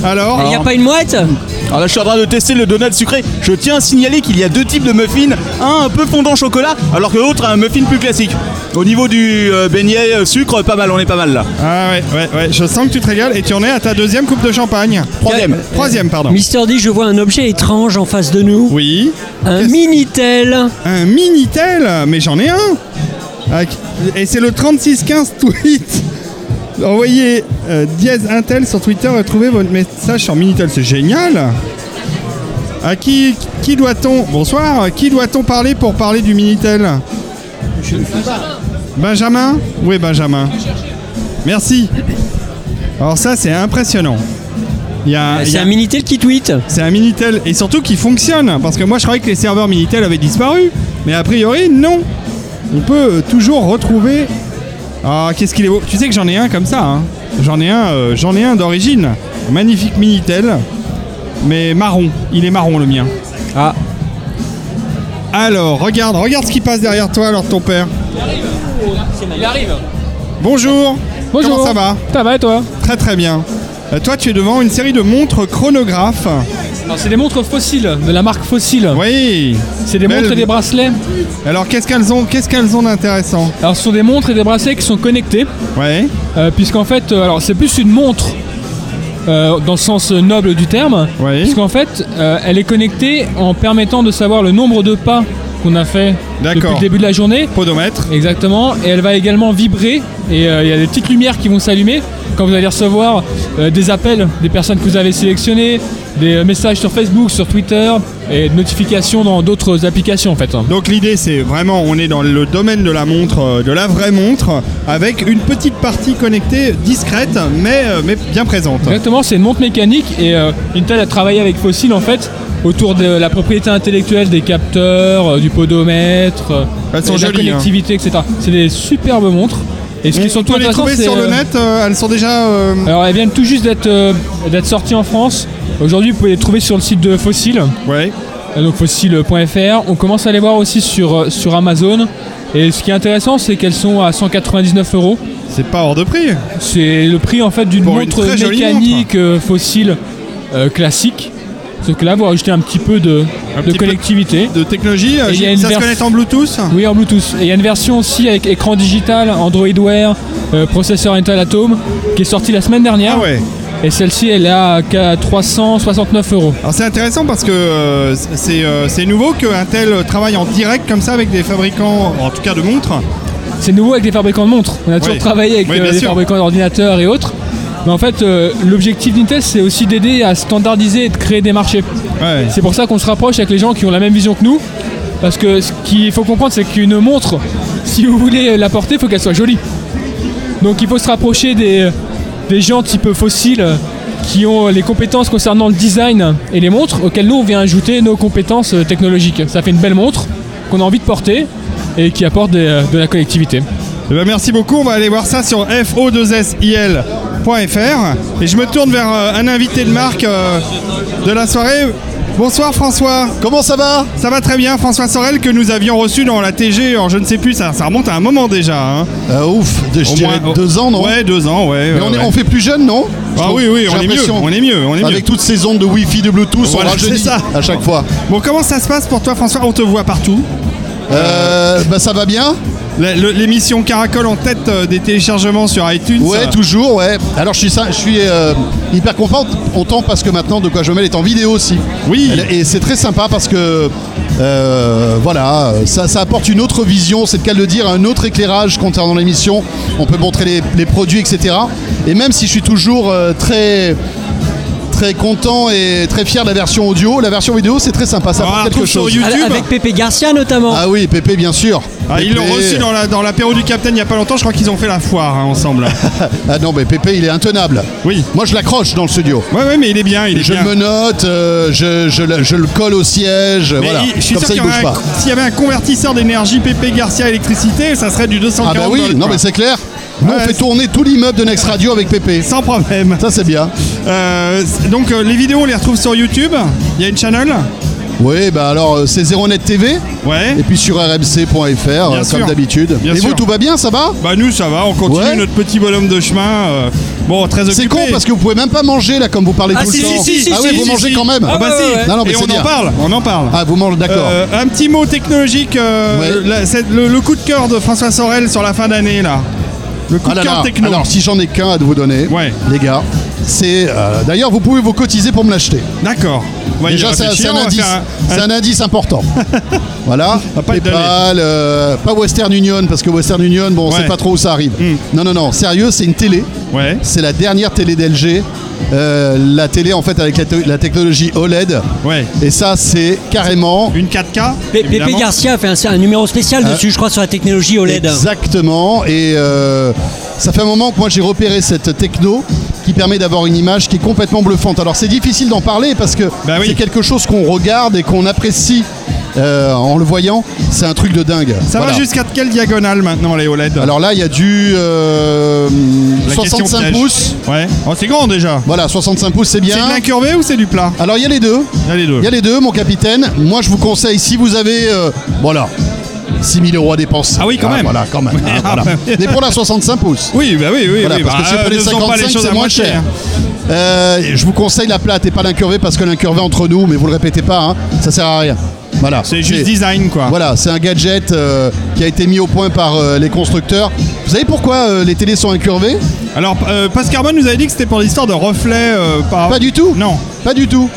Alors Ah, Il n'y a pas une mouette Alors Ah, là, je suis en train de tester le donut sucré. Je tiens à signaler qu'il y a deux types de muffins. Un un peu fondant chocolat, alors que l'autre un muffin plus classique. Au niveau du euh, beignet euh, sucre, pas mal, on est pas mal là. Ah ouais, ouais, ouais. Je sens que tu te régales et tu en es à ta deuxième coupe de champagne. Troisième. Troisième, pardon. Mister dit je vois un objet étrange en face de nous. Oui. Un Minitel. Un Minitel Mais j'en ai un Avec- Et c'est le 3615 tweet Envoyez euh, dièse Intel sur Twitter et trouvez votre message sur Minitel. C'est génial À qui, qui doit-on... Bonsoir à Qui doit-on parler pour parler du Minitel Benjamin Oui, Benjamin. Merci. Alors ça, c'est impressionnant. Il y a- Euh, il y c'est a- un Minitel qui tweet. C'est un Minitel et surtout qui fonctionne parce que moi je croyais que les serveurs Minitel avaient disparu, mais a priori non. On peut euh, toujours retrouver. Ah, qu'est-ce qu'il est beau Tu sais que j'en ai un comme ça. hein. J'en ai un, euh, j'en ai un d'origine. Magnifique Minitel, mais marron. Il est marron le mien. Ah. Alors regarde, regarde ce qui passe derrière toi alors ton père. Il arrive. Bonjour. Bonjour. Comment ça va Ça va et toi Très très bien. Euh, toi tu es devant une série de montres chronographes. Non, c'est des montres fossiles, de la marque fossile. Oui. C'est des Belle- montres et des bracelets. Alors qu'est-ce qu'elles ont, qu'est-ce qu'elles ont d'intéressant Alors ce sont des montres et des bracelets qui sont connectés. Ouais. Puisqu'en fait, euh, alors c'est plus une montre euh, dans le sens noble du terme. Puisqu'en fait, euh, elle est connectée en permettant de savoir le nombre de pas qu'on a fait depuis D'accord. le début de la journée. Podomètre. Exactement. Et elle va également vibrer. Et euh, il y a des petites lumières qui vont s'allumer quand vous allez recevoir euh, des appels des personnes que vous avez sélectionnées, des euh, messages sur Facebook, sur Twitter et des notifications dans d'autres applications en fait. Donc l'idée c'est vraiment on est dans le domaine de la montre, euh, de la vraie montre, avec une petite partie connectée discrète mais, euh, mais bien présente. Exactement, c'est une montre mécanique et euh, Intel a travaillé avec Fossil en fait autour de la propriété intellectuelle des capteurs, euh, du podomètre, euh, Elles sont et de la jolies, hein. connectivité, etc. C'est des superbes montres. Et ce qui est surtout peut les intéressant, trouver c'est, sur le euh, net, euh, elles sont déjà... euh, Alors elles viennent tout juste d'être euh, d'être sorties en France. Aujourd'hui, vous pouvez les trouver sur le site de Fossil. Euh, Ouais. Donc fossil.fr. On commence à les voir aussi sur, euh, sur Amazon. Et ce qui est intéressant, c'est qu'elles sont à 199 euros. C'est pas hors de prix. C'est le prix en fait d'une Pour une montre très jolie mécanique euh, fossile euh, classique. Sauf que là, vous rajoutez un petit peu de, de petit peu connectivité. de technologie, euh, Et il y a une ça se vers- connecte en Bluetooth Oui, en Bluetooth. Et il y a une version aussi avec écran digital, Android Wear, euh, processeur Intel Atom, qui est sortie la semaine dernière. Ah Et celle-ci, elle est à qu'à 369 euros. Alors c'est intéressant parce que euh, c'est euh, c'est nouveau qu'un tel travaille en direct comme ça avec des fabricants, en tout cas de montres. C'est nouveau avec les fabricants de montres. On a toujours Oui. travaillé avec Oui, euh, bien les sûr. fabricants d'ordinateurs et autres. Mais en fait, euh, l'objectif d'Intel, c'est aussi d'aider à standardiser et de créer des marchés. C'est pour ça qu'on se rapproche avec les gens qui ont la même vision que nous. Parce que ce qu'il faut comprendre, c'est qu'une montre, si vous voulez la porter, il faut qu'elle soit jolie. Donc il faut se rapprocher des, euh, des gens type fossiles euh, qui ont les compétences concernant le design et les montres, auxquelles nous on vient ajouter nos compétences euh, technologiques. Ça fait une belle montre qu'on a envie de porter et qui apporte des, euh, de la collectivité. Eh ben, merci beaucoup, on va aller voir ça sur fo2sil.fr et je me tourne vers euh, un invité de marque euh, de la soirée. Bonsoir François. Comment ça va Ça va très bien, François Sorel que nous avions reçu dans la TG, en je ne sais plus, ça, ça remonte à un moment déjà. hein. Euh, ouf, de- je Au dirais moins- deux ans, non Ouais, deux ans, ouais. Mais ouais, on, est, ouais. on fait plus jeune, non Je Ah trouve- oui, oui, j'ai on est mieux, l'impression. on est mieux, on est mieux. Avec toutes ces ondes de Wi-Fi, de Bluetooth, Voilà, on rajeunit c'est ça. à chaque fois. Bon, comment ça se passe pour toi, François On te voit partout. bah, ça va bien. L'émission Caracol en tête euh, des téléchargements sur iTunes. euh. Ouais, toujours, ouais. Alors je suis, ça, je suis euh, hyper Euh, content, autant parce que maintenant De quoi je me mêle est en vidéo aussi. Oui. Et c'est très sympa parce que euh, voilà, ça, ça apporte une autre vision, c'est le cas de le dire, un autre éclairage concernant l'émission. On peut montrer les, les produits, etc. Et même si je suis toujours euh, très très content et très fier de la version audio, la version vidéo c'est très sympa, ça apporte quelque chose. Avec Pépé Garcia notamment. Ah oui, Pépé bien sûr. Ah, ils l'ont Pépé. reçu dans la- dans l'apéro du Capitaine il n'y a pas longtemps, je crois qu'ils ont fait la foire hein, ensemble. ah non, mais Pépé, il est intenable. Oui. Moi, je l'accroche dans le studio. Ouais, ouais, mais il est bien, il est je bien. le menote, euh, je, je le- je le colle au siège, Mais voilà. il- je suis Comme sûr ça, il qu'il y bouge aurait un- pas. S'il y avait un convertisseur d'énergie PP Garcia électricité, ça serait du 240. Ah bah oui, non mais c'est clair. Nous, on fait tourner tout l'immeuble de Next Radio avec Pépé. Sans problème. Ça, c'est bien. donc, euh, les vidéos, on les retrouve sur YouTube. Il y a une channel Oui, bah alors, euh, c'est Zéro Net TV. Ouais. Et puis sur rmc.fr, euh, sûr. comme d'habitude. Bien Et vous, sûr. tout va bien, ça va Bah nous ça va, on continue Ouais. notre petit bonhomme de chemin. euh, bon, très occupé. C'est con parce que vous pouvez même pas manger là comme vous parlez Ah, tout si, le temps. si, si, ah oui, si, si, vous si, mangez si. quand même. Ah bah si. Non, non, mais Et c'est on en bien. parle, on en parle. Ah, vous mangez, d'accord. Euh, un petit mot technologique, euh, la- c'est le, le coup de cœur de François Sorel sur la fin d'année là. Le coup Ah de là cœur là. techno. Alors si j'en ai qu'un à vous donner, les gars, C'est euh, d'ailleurs vous pouvez vous cotiser pour me l'acheter. D'accord. On va y Déjà c'est un, réfléchir, c'est un on va indice, faire un- c'est un indice important. voilà. pas le donner. PayPal, euh, pas Western Union parce que Western Union bon on Ouais. Hmm. sait pas trop où ça arrive. Non non non sérieux c'est une télé. C'est la dernière télé d'LG. Euh, la télé en fait avec la, te- la technologie OLED. Et ça c'est carrément une 4K. Pépé Garcia a fait un, un numéro spécial Euh, Ah. dessus, je crois, sur la technologie E OLED. Exactement. Et euh, ça fait un moment que moi j'ai repéré cette techno qui permet d'avoir une image qui est complètement bluffante. Alors c'est difficile d'en parler parce que Bah c'est quelque chose qu'on regarde et qu'on apprécie euh, en le voyant. C'est un truc de dingue. Ça va Voilà. jusqu'à quelle diagonale maintenant les E OLED Alors là, il y a du euh, La question 65 piège. pouces. Ouais. Oh, c'est grand déjà. Voilà, 65 pouces, c'est bien. C'est de l'incurvé ou c'est du plat Alors il y a les deux. Il y a les deux. Il y a les deux, mon capitaine. Moi, je vous conseille, si vous avez. euh, voilà. 6000 euros à dépenser. Ah oui, quand même. Voilà, quand même. Ouais, hein, ah voilà. ouais. Mais pour la 65 pouces. Oui, bah oui, oui, Voilà, oui, parce bah, que si vous euh, prenez ne faisons pas les 55, choses à c'est moins moitié, cher. hein. Euh, je vous conseille la plate et pas l'incurvé parce que l'incurvé entre nous, mais vous le répétez pas, hein, ça sert à rien. Voilà. C'est juste design, quoi. Voilà, c'est un gadget euh, qui a été mis au point par euh, les constructeurs. Vous savez pourquoi euh, les télés sont incurvées Alors, euh, Pascarbon nous avait dit que c'était pour l'histoire de reflets euh, par. Pas du tout. Non. Pas du tout.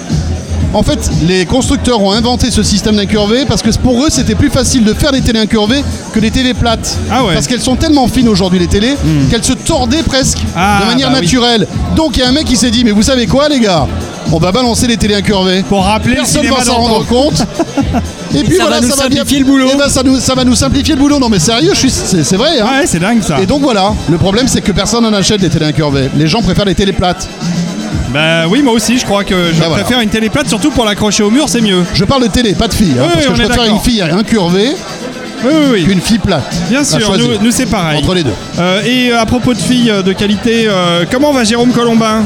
En fait, les constructeurs ont inventé ce système d'incurvé parce que pour eux, c'était plus facile de faire des télés incurvées que des télés plates. Ah Parce qu'elles sont tellement fines aujourd'hui, les télés, qu'elles se tordaient presque Hmm. Ah, de manière bah oui. naturelle. Donc, il y a un mec qui s'est dit Mais vous savez quoi, les gars On va balancer les télés incurvées. Pour rappeler le Personne cinéma va s'en d'antan. rendre compte. Et puis Ça voilà, va nous ça va bien. simplifier le boulot. Eh ben, ça, nous, ça va nous simplifier le boulot. Non, mais sérieux, je suis- c'est c'est vrai. hein. Ah Ouais, c'est dingue ça. Et donc voilà, le problème c'est que personne n'en achète des télés incurvées. Les gens préfèrent les télés plates. Bah oui, moi aussi, je crois que je Ah, voilà. préfère une télé plate, surtout pour l'accrocher au mur, c'est mieux. Je parle de télé, pas de fille. hein, Oui, parce oui, que on je est préfère une d'accord. fille incurvée qu'une fille plate. Bien à sûr, choisir. nous, nous, c'est pareil. Entre les deux. Euh, et euh, à propos de filles euh, de qualité, euh, comment va Jérôme Colombin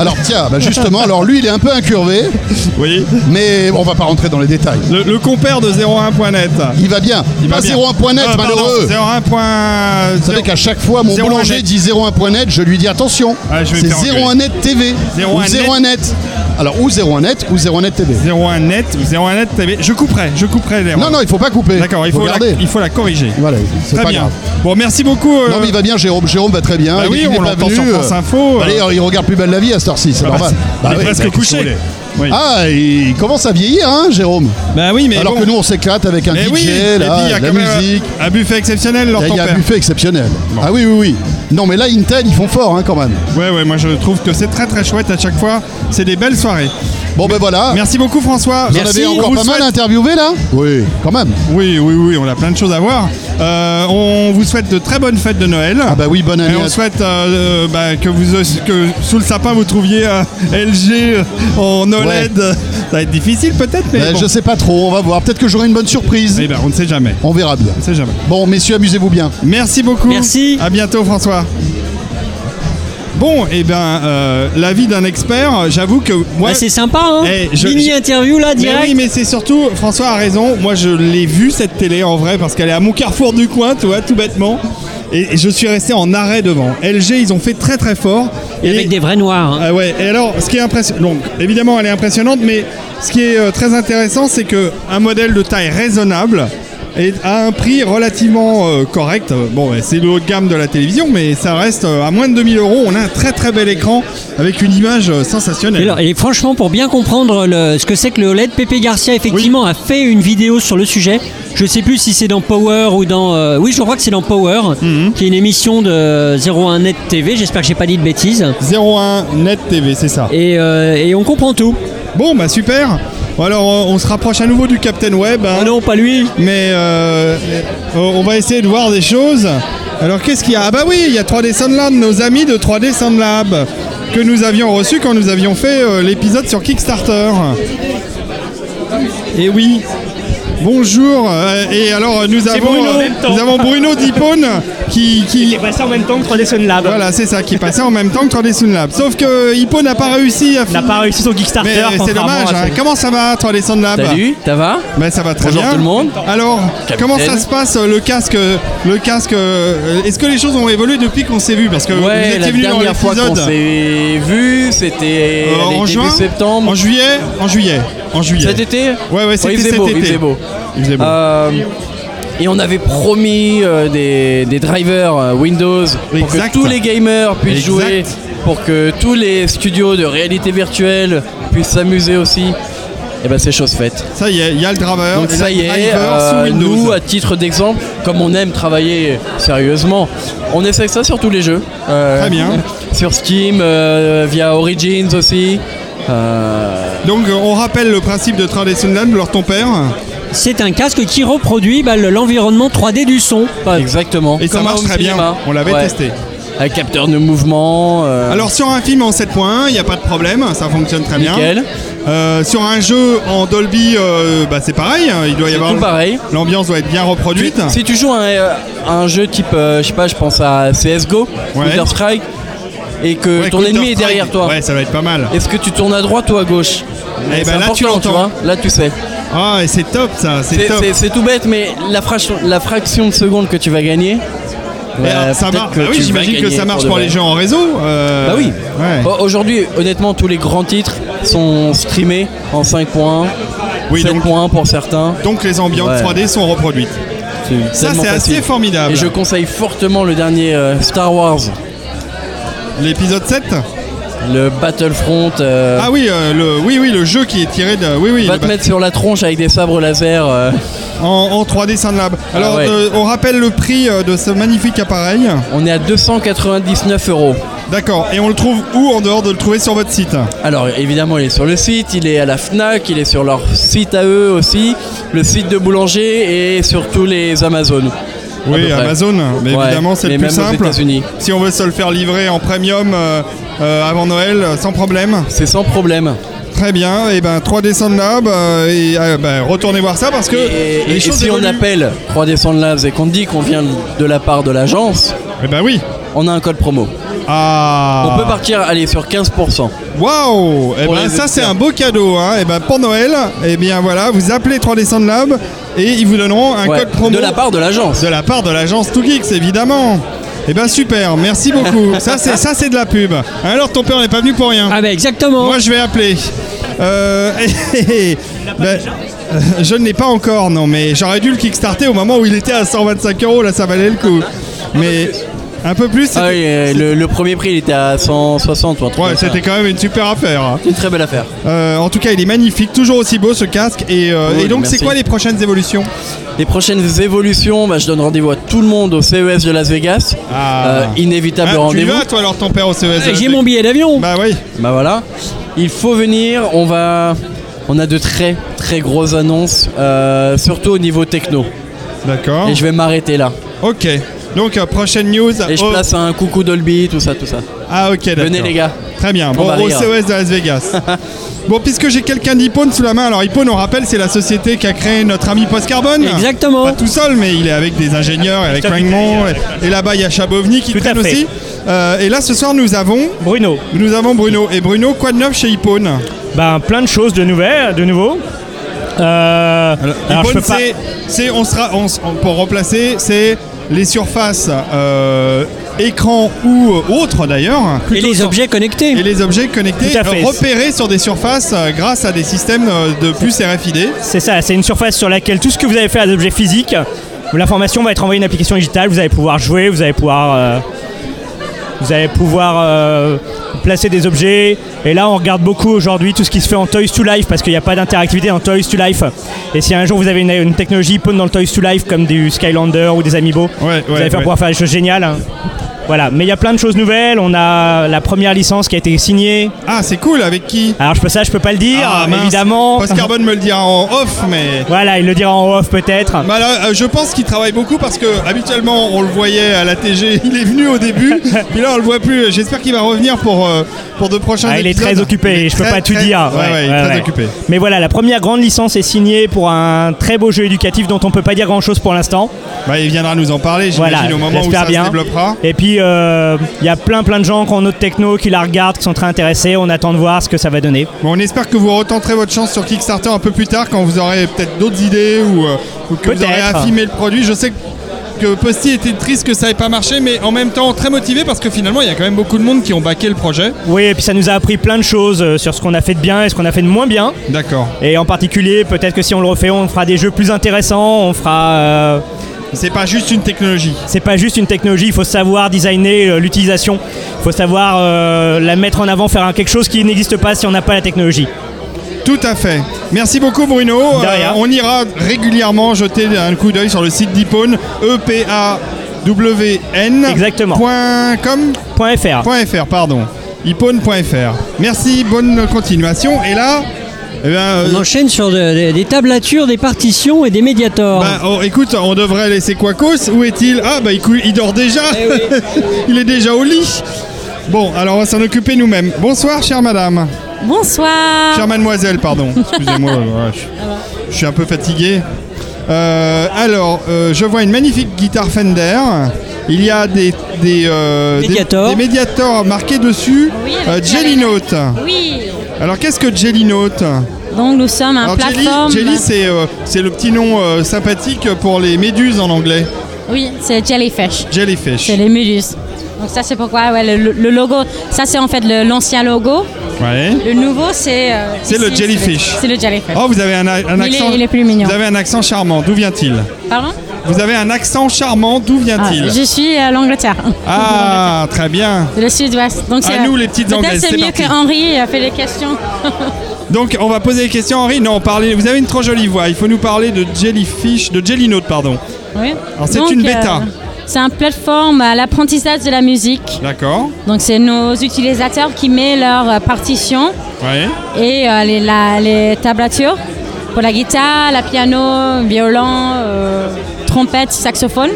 Alors tiens, bah, justement, alors lui il est un peu incurvé. Oui. Mais on va pas rentrer dans les détails. Bah, Le, le compère de 01.net. Il va bien. Il Pas va bien. 01.net, Ah, pardon, malheureux. 01. Vous savez qu'à chaque fois mon 01 boulanger net. dit 01.net, je lui dis attention. Ah, je vais c'est me faire engueuler. 01net TV. 01 ou 01net. Alors ou 01net ou 01net TV. 01net ou 01net TV. Je couperai, je couperai les Non, non, il faut pas couper. D'accord, il faut, la, garder. il faut la corriger. Voilà, c'est Très pas bien. grave. Bon, merci beaucoup. euh, Non mais il va bien Jérôme, Jérôme va très bien. Bah Il- oui, il on n'est pas l'entend venu, sur France euh, Info, euh. Allez, il regarde plus belle la vie à cette heure-ci, c'est bah, normal. c'est- il est presque qu'est-ce couché. que vous voulez Oui. Ah, il commence à vieillir, hein, Jérôme. Bah oui, mais alors bon. que nous on s'éclate avec un Eh DJ, oui, et puis là, il y a de la quand même un- musique. un buffet exceptionnel leur Il y a- il y a un buffet exceptionnel. Ah oui, oui, oui. Non, mais là, Intel, ils font fort hein, quand même. Ouais, ouais, moi je trouve que c'est très très chouette à chaque fois. C'est des belles soirées. Bon, ben voilà. Merci beaucoup François. Vous en avez On encore vous pas mal souhaite- interviewé là Oui, quand même. Oui, oui, oui, on a plein de choses à voir. Euh, on vous souhaite de très bonnes fêtes de Noël. Ah bah oui, bonne année Et à- on souhaite euh, euh, bah, que, vous, que sous le sapin vous trouviez euh, LG en E OLED. Ça va être difficile peut-être, mais. Ben, bon. Je sais pas trop, on va voir. Peut-être que j'aurai une bonne surprise. Eh ben, on ne sait jamais. On verra bien. On sait jamais. Bon, messieurs, amusez-vous bien. Merci beaucoup. Merci. À bientôt, François. Bon, et eh ben, euh, l'avis d'un expert, j'avoue que moi. Eh, Bah, c'est sympa, hein Mini interview, là, Mais direct. oui, mais c'est surtout, François a raison, moi je l'ai vu cette télé en vrai parce qu'elle est à mon carrefour du coin, tu vois, tout bêtement. Et je suis resté en arrêt devant. LG, ils ont fait très très fort. Et, avec des vrais noirs. hein. Ah ouais. Et alors, ce qui est impressionnant, donc évidemment, elle est impressionnante, mais ce qui est euh, très intéressant, c'est que un modèle de taille raisonnable et à un prix relativement euh, correct. Euh, Bon, ouais, c'est le haut de gamme de la télévision, mais ça reste euh, à moins de 2000 euros. On a un très très bel écran avec une image euh, sensationnelle. Et, alors, et franchement, pour bien comprendre le- ce que c'est que le OLED, Pépé Garcia effectivement a fait une vidéo sur le sujet. Je sais plus si c'est dans Power ou dans. euh, oui, je crois que c'est dans Power, Mhm. qui est une émission de 01net TV. J'espère que j'ai pas dit de bêtises. 01net TV, c'est ça. Et, euh, et on comprend tout. Bon, bah super. Bon, Alors, euh, on on se rapproche à nouveau du Captain Web. hein. Ah non, pas lui. Mais euh, on on va essayer de voir des choses. Alors, qu'est-ce qu'il y a Ah bah oui, il y a 3D Soundlab, nos amis de 3D Soundlab, que nous avions reçus quand nous avions fait euh, l'épisode sur Kickstarter. Et Eh oui. Bonjour. euh, et alors, euh, nous C'est avons, Bruno. euh, En même temps. nous avons Bruno Dipone qui, qui, est passé en même temps que 3D Sun Lab. Voilà, c'est ça qui est passé en même temps que 3D Sound Lab. Sauf que Hippo n'a pas réussi à N'a pas réussi son Kickstarter, Mais c'est contrairement dommage. à hein. son- Comment ça va 3D Sound Lab Salut, ça va Ben Ah bah. ça va très Bonjour bien. tout le monde. Alors, Capitaine. comment ça se passe euh, le casque euh, Le casque euh, Est-ce que les choses ont évolué depuis qu'on s'est vu Parce que euh, vous Ouais, étiez la venu dans dernière fois qu'on l'épisode s'est vu, c'était euh, allez, en début juin, septembre. en juillet, en juillet, en juillet. Cet été Ouais, ouais, c'était il faisait cet beau, été. Il faisait beau. Euh, et on avait promis euh, des, des drivers euh, Windows pour Exact. que tous les gamers puissent Exact. jouer pour que tous les studios de réalité virtuelle puissent s'amuser aussi, et ben c'est chose faite. Ça y est, il y a le draveur. Donc et ça le y est, driver euh, sous Windows. nous à titre d'exemple, comme on aime travailler sérieusement, on essaie ça sur tous les jeux. Euh, Très bien. Sur Steam, euh, via Origins aussi. Euh, Donc on rappelle le principe de Traditionland, leur ton père C'est un casque qui reproduit bah, le- l'environnement 3D du son. Exactement. Et ça marche très bien. On l'avait testé. Un capteur de mouvement. euh, Alors sur un film en 7.1, il n'y a pas de problème, ça fonctionne très bien. Nickel. Euh, sur un jeu en Dolby, euh, bah, c'est pareil, il doit y avoir tout pareil. L'ambiance doit être bien reproduite. Si tu joues à un, euh, un jeu type, euh, je sais pas, je pense à CSGO, Counter Strike, et que ton ennemi est derrière toi. Ouais, ça va être pas mal. Est-ce que tu tournes à droite ou à gauche Eh C'est ben, là, tu important, l'entends. vois. Là, tu sais. Ah, et c'est top ça, c'est C'est top. c'est- c'est tout bête, mais la, fraction- la fraction de seconde que tu vas gagner. Et ouais, alors, ça peut-être marche. que Bah oui, tu vas j'imagine que gagner ça marche de pour vrai. les gens en réseau. euh, Bah oui. ouais. O- Aujourd'hui, honnêtement, tous les grands titres sont streamés en 5.1, Oui, 7.1 pour certains. Donc les ambiances 3D sont reproduites. Ça, c'est assez formidable. Et je conseille fortement le dernier euh, Star Wars. L'épisode 7 Le Battlefront. euh, Ah oui, euh, le, oui, oui, le jeu qui est tiré de. Oui, oui. Va le te mettre sur la tronche avec des sabres laser. euh. En, en 3D Sunlab. Alors, Ah ouais. euh, on rappelle le prix euh, de ce magnifique appareil. On est à 299 euros. D'accord. Et on le trouve où en dehors de le trouver sur votre site Alors évidemment il est sur le site, il est à la FNAC, il est sur leur site à eux aussi, le site de Boulanger et sur tous les Amazon. à peu Oui, près. Amazon, mais Ouais, évidemment, c'est le mais plus même simple. Aux États-Unis. Si on veut se le faire livrer en premium euh, euh, avant Noël, euh, sans problème. C'est sans problème. Très bien. Et ben 3D Sunlab. euh, et euh, ben, retournez voir ça parce que Et, les et choses si évoluent. on appelle 3D Sound Labs et qu'on dit qu'on vient de la part de l'agence, ben oui, on a un code promo. Ah. On peut partir aller sur 15%. Waouh Et Pour ben les ça c'est experts. un beau cadeau hein. Et ben pour Noël, et bien voilà, vous appelez 3D Sound Lab et ils vous donneront un Ouais, code promo de la part de l'agence. De la part de l'agence Two Geeks évidemment. Et ben super, merci beaucoup. ça c'est ça c'est de la pub. Alors ton père n'est pas venu pour rien. Ah ben exactement. Moi je vais appeler. Euh, ben, euh, je ne l'ai pas encore non mais j'aurais dû le kickstarter au moment où il était à 125 euros là ça valait le coup. Mais un peu plus. Ah oui, euh, le, le premier prix il était à 160 ou un truc Ouais, comme ça. c'était quand même une super affaire. hein. C'est une très belle affaire. Euh, en tout cas, il est magnifique, toujours aussi beau ce casque. Et, euh, Cool, et donc, c'est merci. quoi les prochaines évolutions Les prochaines évolutions, bah, je donne rendez-vous à tout le monde au CES de Las Vegas. Euh, inévitable Ah, Tu y rendez-vous. vas, toi, alors, ton père au CES Ah, j'ai mon billet d'avion. Bah oui. Bah voilà. Il faut venir, on va. On a de très très grosses annonces, euh, surtout au niveau techno. D'accord. Et je vais m'arrêter là. Ok. Donc, euh, prochaine news. Et je au- place un coucou Dolby, tout ça, tout ça. Ah, ok, d'accord. Venez les gars. Très bien. On Bon, va au rire. CES de Las Vegas. bon, puisque j'ai quelqu'un d'Hippone sous la main. Alors, Hippone, on rappelle, c'est la société qui a créé notre ami Post Carbone. Exactement. Pas tout seul, mais il est avec des ingénieurs, avec Tout à fait. Raymond. Et, et là-bas, il y a Chabovny qui Tout à traîne fait. aussi. Euh, et là, ce soir, nous avons. Bruno. Nous avons Bruno. Et Bruno, quoi de neuf chez Hippone Ben, plein de choses de nouvelles, de nouveau. Euh, alors, je Bonne, peux pas- c'est- c'est- on sera, on s- on- pour remplacer, c'est les surfaces euh, écran ou euh, autres d'ailleurs. Et les objets connectés. Et les objets connectés Tout à fait. euh, repérés sur des surfaces euh, grâce à des systèmes euh, de puces RFID. C'est ça, c'est une surface sur laquelle tout ce que vous avez fait à l'objet physique, l'information va être envoyée à une application digitale, vous allez pouvoir jouer, vous allez pouvoir... euh, vous allez pouvoir euh, placer des objets. Et là, on regarde beaucoup aujourd'hui tout ce qui se fait en Toys to Life parce qu'il n'y a pas d'interactivité dans Toys to Life. Et si un jour vous avez une, une technologie hippone dans le Toys to Life comme du Skylander ou des Amiibo, vous allez faire ouais. pouvoir faire des choses géniales. hein. Voilà, mais il y a plein de choses nouvelles. On a la première licence qui a été signée. Ah, c'est cool. Avec qui Alors je peux ça, je peux pas le dire, Ah, mince. évidemment. Post Carbone me le dira en off, mais. Voilà, Ah, il le dira en off peut-être. Bah là, euh, je pense qu'il travaille beaucoup parce que habituellement on le voyait à la TG, il est venu au début, puis là on le voit plus. J'espère qu'il va revenir pour, euh, pour de prochains Ah, il est épisodes. très occupé, Il est je peux très, pas tout très- dire. Ouais, ouais, il est très ouais. occupé. Mais voilà, la première grande licence est signée pour un très beau jeu éducatif dont on peut pas dire grand chose pour l'instant. Bah, il viendra nous en parler, j'imagine, Voilà, au moment où j'espère ça bien. se développera. Et puis euh, il y a plein plein de gens qui ont notre techno, qui la regardent, qui sont très intéressés. On attend de voir ce que ça va donner. Bon, on espère que vous retenterez votre chance sur Kickstarter un peu plus tard quand vous aurez peut-être d'autres idées ou, euh, ou que vous Peut-être. aurez affirmé le produit. Je sais que Posty était triste que ça n'ait pas marché, mais en même temps très motivé parce que finalement il y a quand même beaucoup de monde qui ont baqué le projet. Oui, et puis ça nous a appris plein de choses euh, sur ce qu'on a fait de bien et ce qu'on a fait de moins bien. D'accord. Et en particulier, peut-être que si on le refait, on fera des jeux plus intéressants, on fera euh, C'est pas juste une technologie. C'est pas juste une technologie, il faut savoir designer euh, l'utilisation, il faut savoir euh, la mettre en avant, faire un- quelque chose qui n'existe pas si on n'a pas la technologie. Tout à fait. Merci beaucoup Bruno. Euh, on ira régulièrement jeter un coup d'œil sur le site E d'Ipone, E-P-A-W-N. Exactement. .com .fr. .fr, pardon. Ipone.fr. Merci, bonne continuation. Et là... eh bien, euh, On enchaîne sur de- de- des tablatures, des partitions et des médiators. bah, oh, écoute, on devrait laisser Quacos. Où est-il Ah, bah il, cou- il dort déjà. Eh il est déjà au lit. Bon, alors on va s'en occuper nous-mêmes. Bonsoir, chère madame. Bonsoir. Chère mademoiselle, pardon. Excusez-moi, ouais, je, je suis un peu fatigué. Euh, alors, euh, je vois une magnifique guitare Fender. Il y a des, des, euh, des- des Mediator marqués dessus. Euh, Jelly Note. Oui. Alors, qu'est-ce que Jelly Note Donc nous sommes un Alors, Jelly, plateforme. Jelly, c'est euh, c'est le petit nom euh, sympathique pour les méduses en anglais. Oui, c'est Jellyfish. Jellyfish. C'est les méduses. Donc ça c'est pourquoi ouais, le, le logo, ça c'est en fait le- l'ancien logo. Ouais. Le nouveau c'est... euh, C'est le ici, jellyfish. C'est le jellyfish. Oh, vous avez un, a- un Il est- accent. il est plus mignon. Vous avez un accent charmant. D'où vient-il Pardon Vous avez un accent charmant. D'où Ah, vient-il Je suis à l'Angleterre. Ah, très bien. De le sud-ouest. Donc À c'est- euh, nous, les petites peut-être Anglaises, c'est c'est mieux parti. que Henri euh, fait les questions. Donc, on va poser des questions, Henri. Non, parlez. Vous avez une trop jolie voix. Il faut nous parler de jellyfish, de jelly note, pardon. oui. Alors, c'est Donc, une bêta. euh, c'est une plateforme à l'apprentissage de la musique. D'accord. Donc c'est nos utilisateurs qui mettent leur euh, partition Ouais. et euh, les, la- les tablatures pour la guitare, la piano, violon, euh, trompette, saxophone.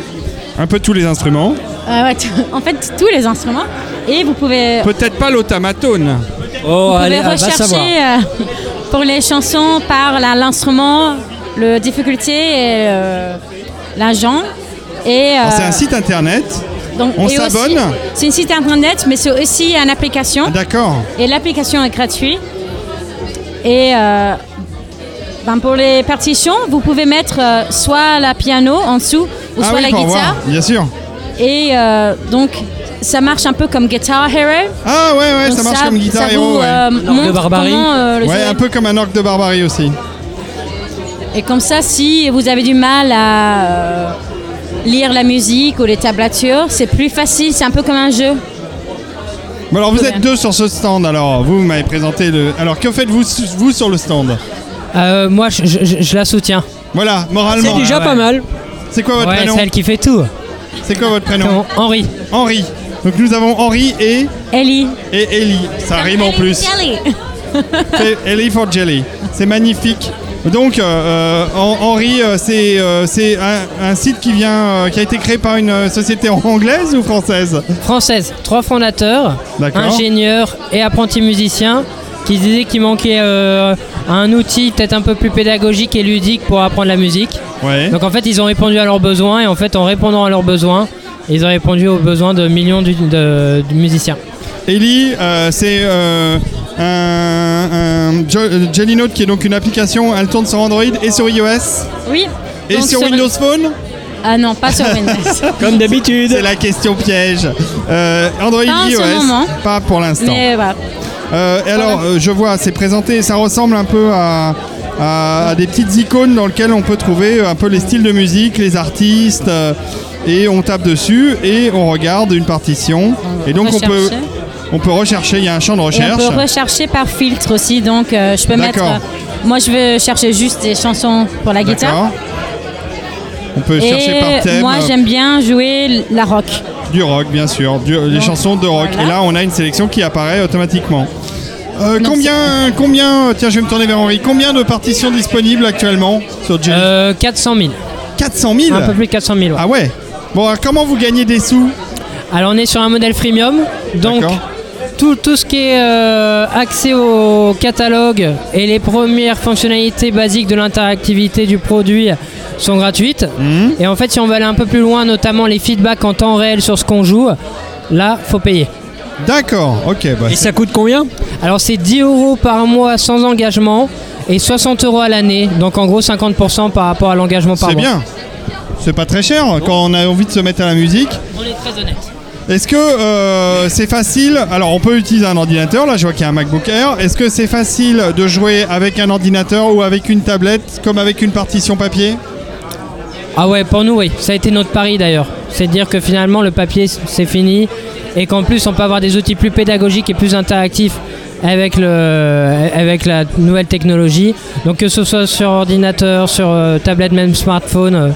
Un peu tous les instruments. Euh, ouais, tout- en fait, tous les instruments. Et vous pouvez, vous Peut-être pas l'automatone. Oh, pouvez rechercher euh, pour les chansons par la- l'instrument, le difficulté et euh, l'agent. Et, Alors, C'est euh, un site internet. donc- On et aussi- s'abonne C'est une site internet, mais c'est aussi une application. D'accord. Et l'application est gratuite. Et euh, ben, pour les partitions, vous pouvez mettre euh, soit la piano en dessous ou ah soit oui, la pour guitare. voir. Bien sûr. Et euh, donc, ça marche un peu comme Guitar Hero. Ah ouais, ouais, Donc ça marche comme Guitar ça Hero. vous, ouais. euh, montre comment, euh, le ouais, jeu- un peu comme un orc de barbarie aussi. Et comme ça, si vous avez du mal à euh, lire la musique ou les tablatures, c'est plus facile, c'est un peu comme un jeu. Bon, alors, vous êtes deux sur ce stand. Alors, vous, vous m'avez présenté le. Alors, que faites-vous su- vous sur le stand Euh, moi, je, je- je- je la soutiens. Voilà, moralement. C'est déjà pas mal. C'est quoi votre ouais, prénom C'est elle qui fait tout. C'est quoi votre prénom Henri. Henri. Donc nous avons Henri et Ellie. Et Ellie. Ça rime en plus. C'est Ellie for Jelly. C'est magnifique. Donc euh, euh, Hen- Henri, euh, c'est euh, c'est un, un site qui vient, euh, qui a été créé par une euh, société anglaise ou française Française, trois fondateurs, D'accord. ingénieurs et apprentis musiciens, qui se disaient qu'il manquait euh, un outil peut-être un peu plus pédagogique et ludique pour apprendre la musique. Ouais. Donc en fait, ils ont répondu à leurs besoins et en fait, en répondant à leurs besoins, ils ont répondu aux besoins de millions d'u- de- de musiciens. Ellie, euh, c'est euh, un, un Jo- euh, Jelly Note qui est donc une application. Elle tourne sur Android et sur iOS. Oui. Et Donc sur Windows Phone Ah non, pas sur Windows. Comme d'habitude. C'est la question piège. Euh, Android Pas en ce iOS, moment. pas pour l'instant. Mais voilà. Euh, et alors, euh, je vois, c'est présenté, ça ressemble un peu à, à- à des petites icônes dans lesquelles on peut trouver euh, un peu les styles de musique, les artistes, euh, et on tape dessus et on regarde une partition. Et donc on peut, rechercher. on peut rechercher, il y a un champ de Et on recherche. peut rechercher par filtre aussi, donc euh, je peux mettre. D'accord. euh, moi, je veux chercher juste des chansons pour la guitare. On peut chercher Et par thème. moi, j'aime bien jouer l- la rock. Du rock, bien sûr, du- les chansons de rock. Et là, on a une sélection qui apparaît automatiquement. Euh, combien, combien, euh, tiens, je vais me tourner vers Henri, combien de partitions disponibles actuellement sur Jelly 400 000. 400 000 Un peu plus de 400 000. Ah ouais Bon, alors comment vous gagnez des sous Alors on est sur un modèle freemium, donc tout, tout ce qui est euh, accès au catalogue et les premières fonctionnalités basiques de l'interactivité du produit sont gratuites. Mhm. Et en fait, si on veut aller un peu plus loin, notamment les feedbacks en temps réel sur ce qu'on joue, là, faut payer. D'accord, ok. Bah, et ça coûte combien Alors c'est 10 euros par mois sans engagement et 60 euros à l'année, donc en gros 50% par rapport à l'engagement par C'est mois. bien. C'est pas très cher hein, quand on a envie de se mettre à la musique. On est très honnête. Est-ce que euh, c'est facile Alors on peut utiliser un ordinateur, là je vois qu'il y a un MacBook Air. Est-ce que c'est facile de jouer avec un ordinateur ou avec une tablette comme avec une partition papier Ah ouais, pour nous, oui. Ça a été notre pari d'ailleurs. C'est de dire que finalement, le papier, c'est fini. Et qu'en plus, on peut avoir des outils plus pédagogiques et plus interactifs avec, le, avec la nouvelle technologie. Donc, que ce soit sur ordinateur, sur euh, tablette, même smartphone, euh,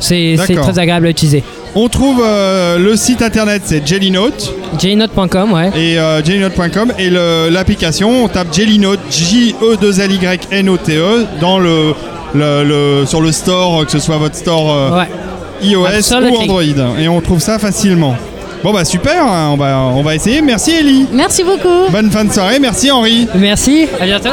c'est c'est D'accord. très agréable à utiliser. On trouve euh, le site internet, c'est Jellynote. Jellynote.com, ouais. Et euh, jellynote.com et le- l'application, on tape Jellynote, E J-E-2-L-Y-N-O-T-E, E, dans le, le- le- sur le store, euh, que ce soit votre store euh, iOS Absolutely. ou Android. Et on trouve ça facilement. Bon bah super, hein, on va, on va essayer. Merci Ellie. Merci beaucoup. Bonne fin de soirée, merci Henri. Merci, à bientôt.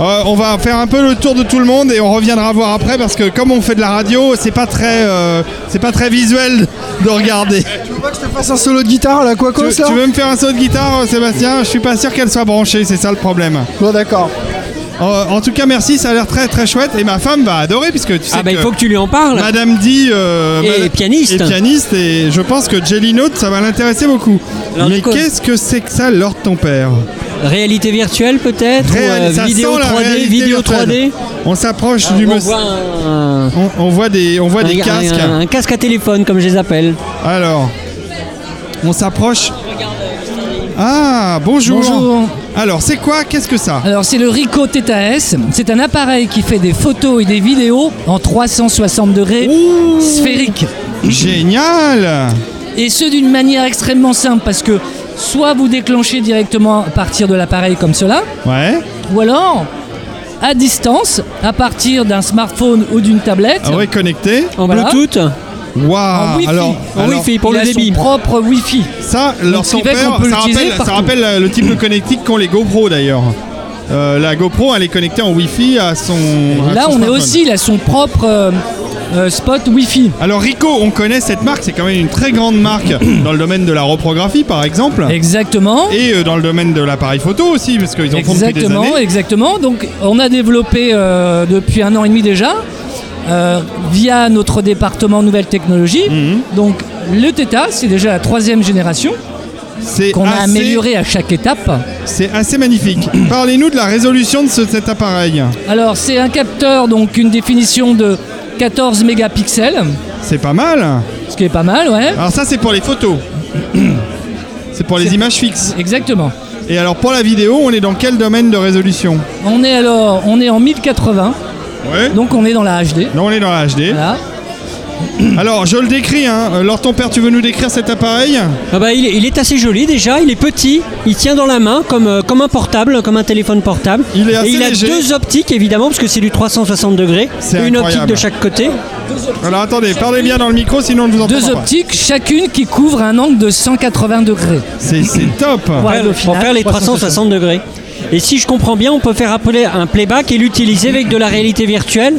Euh, on va faire un peu le tour de tout le monde et on reviendra voir après parce que comme on fait de la radio, c'est pas très, euh, c'est pas très visuel de regarder. Tu veux Eh, pas que je te fasse un solo de guitare là, quoi tu, tu veux me faire un saut de guitare, euh, Sébastien Je suis pas sûr qu'elle soit branchée, c'est ça le problème. Euh, Bon, d'accord. en tout cas, merci, ça a l'air très très chouette et ma femme va adorer puisque tu sais Ah bah, il que faut que tu lui en parles. Madame dit Et pianiste. et pianiste et je pense que Jelly Note ça va l'intéresser beaucoup. Alors, Mais Nico- qu'est-ce que c'est que ça, Lord ton père Réalité virtuelle peut-être ou, euh, Réal- ça Vidéo sent la 3D, réalité vidéo virtuelle. 3D On s'approche Ah, du on mus- voit un- on, on voit des, on voit des un- casques. Un, un casque à téléphone comme je les appelle. Alors, on s'approche. Ah, bonjour. Bonjour. Alors, c'est quoi Qu'est-ce que ça Alors c'est le Ricoh Theta S. C'est un appareil qui fait des photos et des vidéos en 360 degrés sphérique. Génial Et ce d'une manière extrêmement simple parce que soit vous déclenchez directement à partir de l'appareil comme cela, Ouais. ou alors à distance à partir d'un smartphone ou d'une tablette. Ah ouais, connecté. En Voilà. Bluetooth Waouh En Wi-Fi. Alors, En alors- Wi-Fi, pour Il le a son débit. propre Wi-Fi. Ça, Donc, leur ce qui son fait père, qu'on peut ça l'utiliser rappelle, ça partout. rappelle, euh, le type de connectique qu'ont les GoPro d'ailleurs. Euh, la GoPro, elle est connectée en Wi-Fi à son. à Là son on est smartphone. aussi là son propre euh, euh, spot Wi-Fi. Alors Ricoh, on connaît cette marque, c'est quand même une très grande marque dans le domaine de la reprographie par exemple. Exactement. Et euh, dans le domaine de l'appareil photo aussi, parce qu'ils en font depuis des Exactement, années. exactement. Donc, on a développé euh, depuis un an et demi déjà, euh, via notre département Nouvelles Technologies. Mhm. Donc, le Theta, c'est déjà la troisième génération qu'on a assez- amélioré à chaque étape. C'est assez magnifique. Parlez-nous de la résolution de ce- cet appareil. Alors, c'est un capteur, donc une définition de 14 mégapixels, C'est pas mal. ce qui est pas mal, ouais. Alors ça c'est pour les photos. C'est pour les images fixes. Exactement. Et alors pour la vidéo, on est dans quel domaine de résolution On est alors, on est en 1080. Donc on est dans la HD. on est dans la HD. Alors je le décris. Hein. Euh, Laure ton père, tu veux nous décrire cet appareil Ah bah, il, est- il est assez joli déjà, il est petit, il tient dans la main comme, euh, comme un portable, comme un téléphone portable. Il est assez Et il léger. a deux optiques évidemment parce que c'est du 360 degrés, C'est une incroyable. optique de chaque côté. Alors attendez, parlez bien dans le micro sinon on ne vous entend Deux pas. optiques, chacune qui couvre un angle de 180 degrés. C'est c'est top. Pour Voilà, faire- le pour final, faire les 360 360 degrés. Et si je comprends bien, on peut faire appeler un playback et l'utiliser avec de la réalité virtuelle.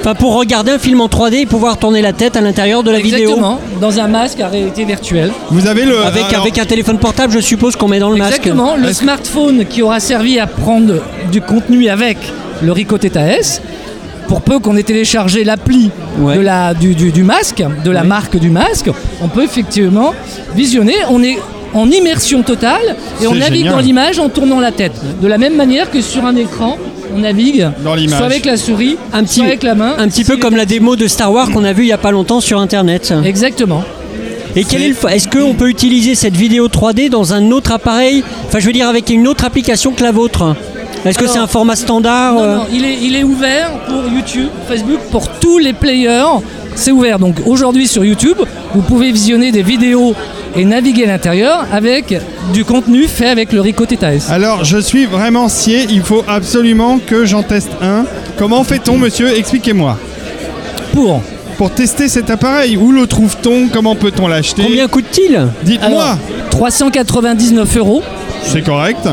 Enfin, pour regarder un film en 3D et pouvoir tourner la tête à l'intérieur de la vidéo. Exactement, dans un masque à réalité virtuelle. Vous avez le Avec, alors- avec un téléphone portable, je suppose qu'on met dans le Exactement, masque. le smartphone qui aura servi à prendre du contenu avec le Ricoh Theta S, pour peu qu'on ait téléchargé l'appli de la- du, du- du masque, de la marque du masque, on peut effectivement visionner. On est en immersion totale et on C'est navigue génial. dans l'image en tournant la tête. De la même manière que sur un écran, on navigue Dans l'image. soit avec la souris, un petit, soit avec la main. un petit peu comme la démo de Star Wars qu'on a vue il n'y a pas longtemps sur Internet. Exactement. Et quel est le fa- Est-ce qu'on peut utiliser cette vidéo 3D dans un autre appareil Enfin, je veux dire avec une autre application que la vôtre. Est-ce que Alors, c'est un format standard Non, euh non, il est, il est ouvert pour YouTube, Facebook, pour tous les players. C'est ouvert. Donc aujourd'hui sur YouTube, vous pouvez visionner des vidéos et naviguer à l'intérieur avec du contenu fait avec le Ricoh Theta S. Alors, je suis vraiment scié, il faut absolument que j'en teste un. Comment fait-on, monsieur Expliquez-moi. Pour Pour tester cet appareil, où le trouve-t-on Comment peut-on l'acheter Combien coûte-t-il Dites-moi Alors, 399 euros. C'est correct,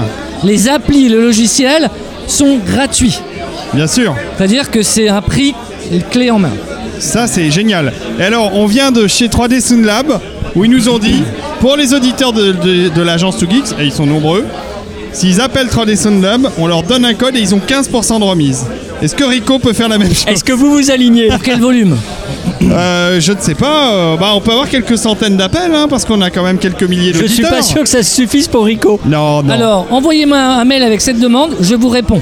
Les applis et le logiciel sont gratuits. bien sûr. C'est-à-dire que c'est un prix clé en main. Ça, c'est génial. Et alors, on vient de chez 3D Sound Lab, où ils nous ont dit, pour les auditeurs de, de- de l'agence 2Geeks, et ils sont nombreux, s'ils appellent 3D Sound Lab, on leur donne un code et ils ont 15% de remise. Est-ce que Rico peut faire la même chose Est-ce que vous vous alignez Pour quel volume Euh, je ne sais pas. euh, bah, on peut avoir quelques centaines d'appels, hein, parce qu'on a quand même quelques milliers Je d'auditeurs. suis pas sûr que ça suffise pour Rico. Non, non. Alors, envoyez-moi un mail avec cette demande, je vous réponds.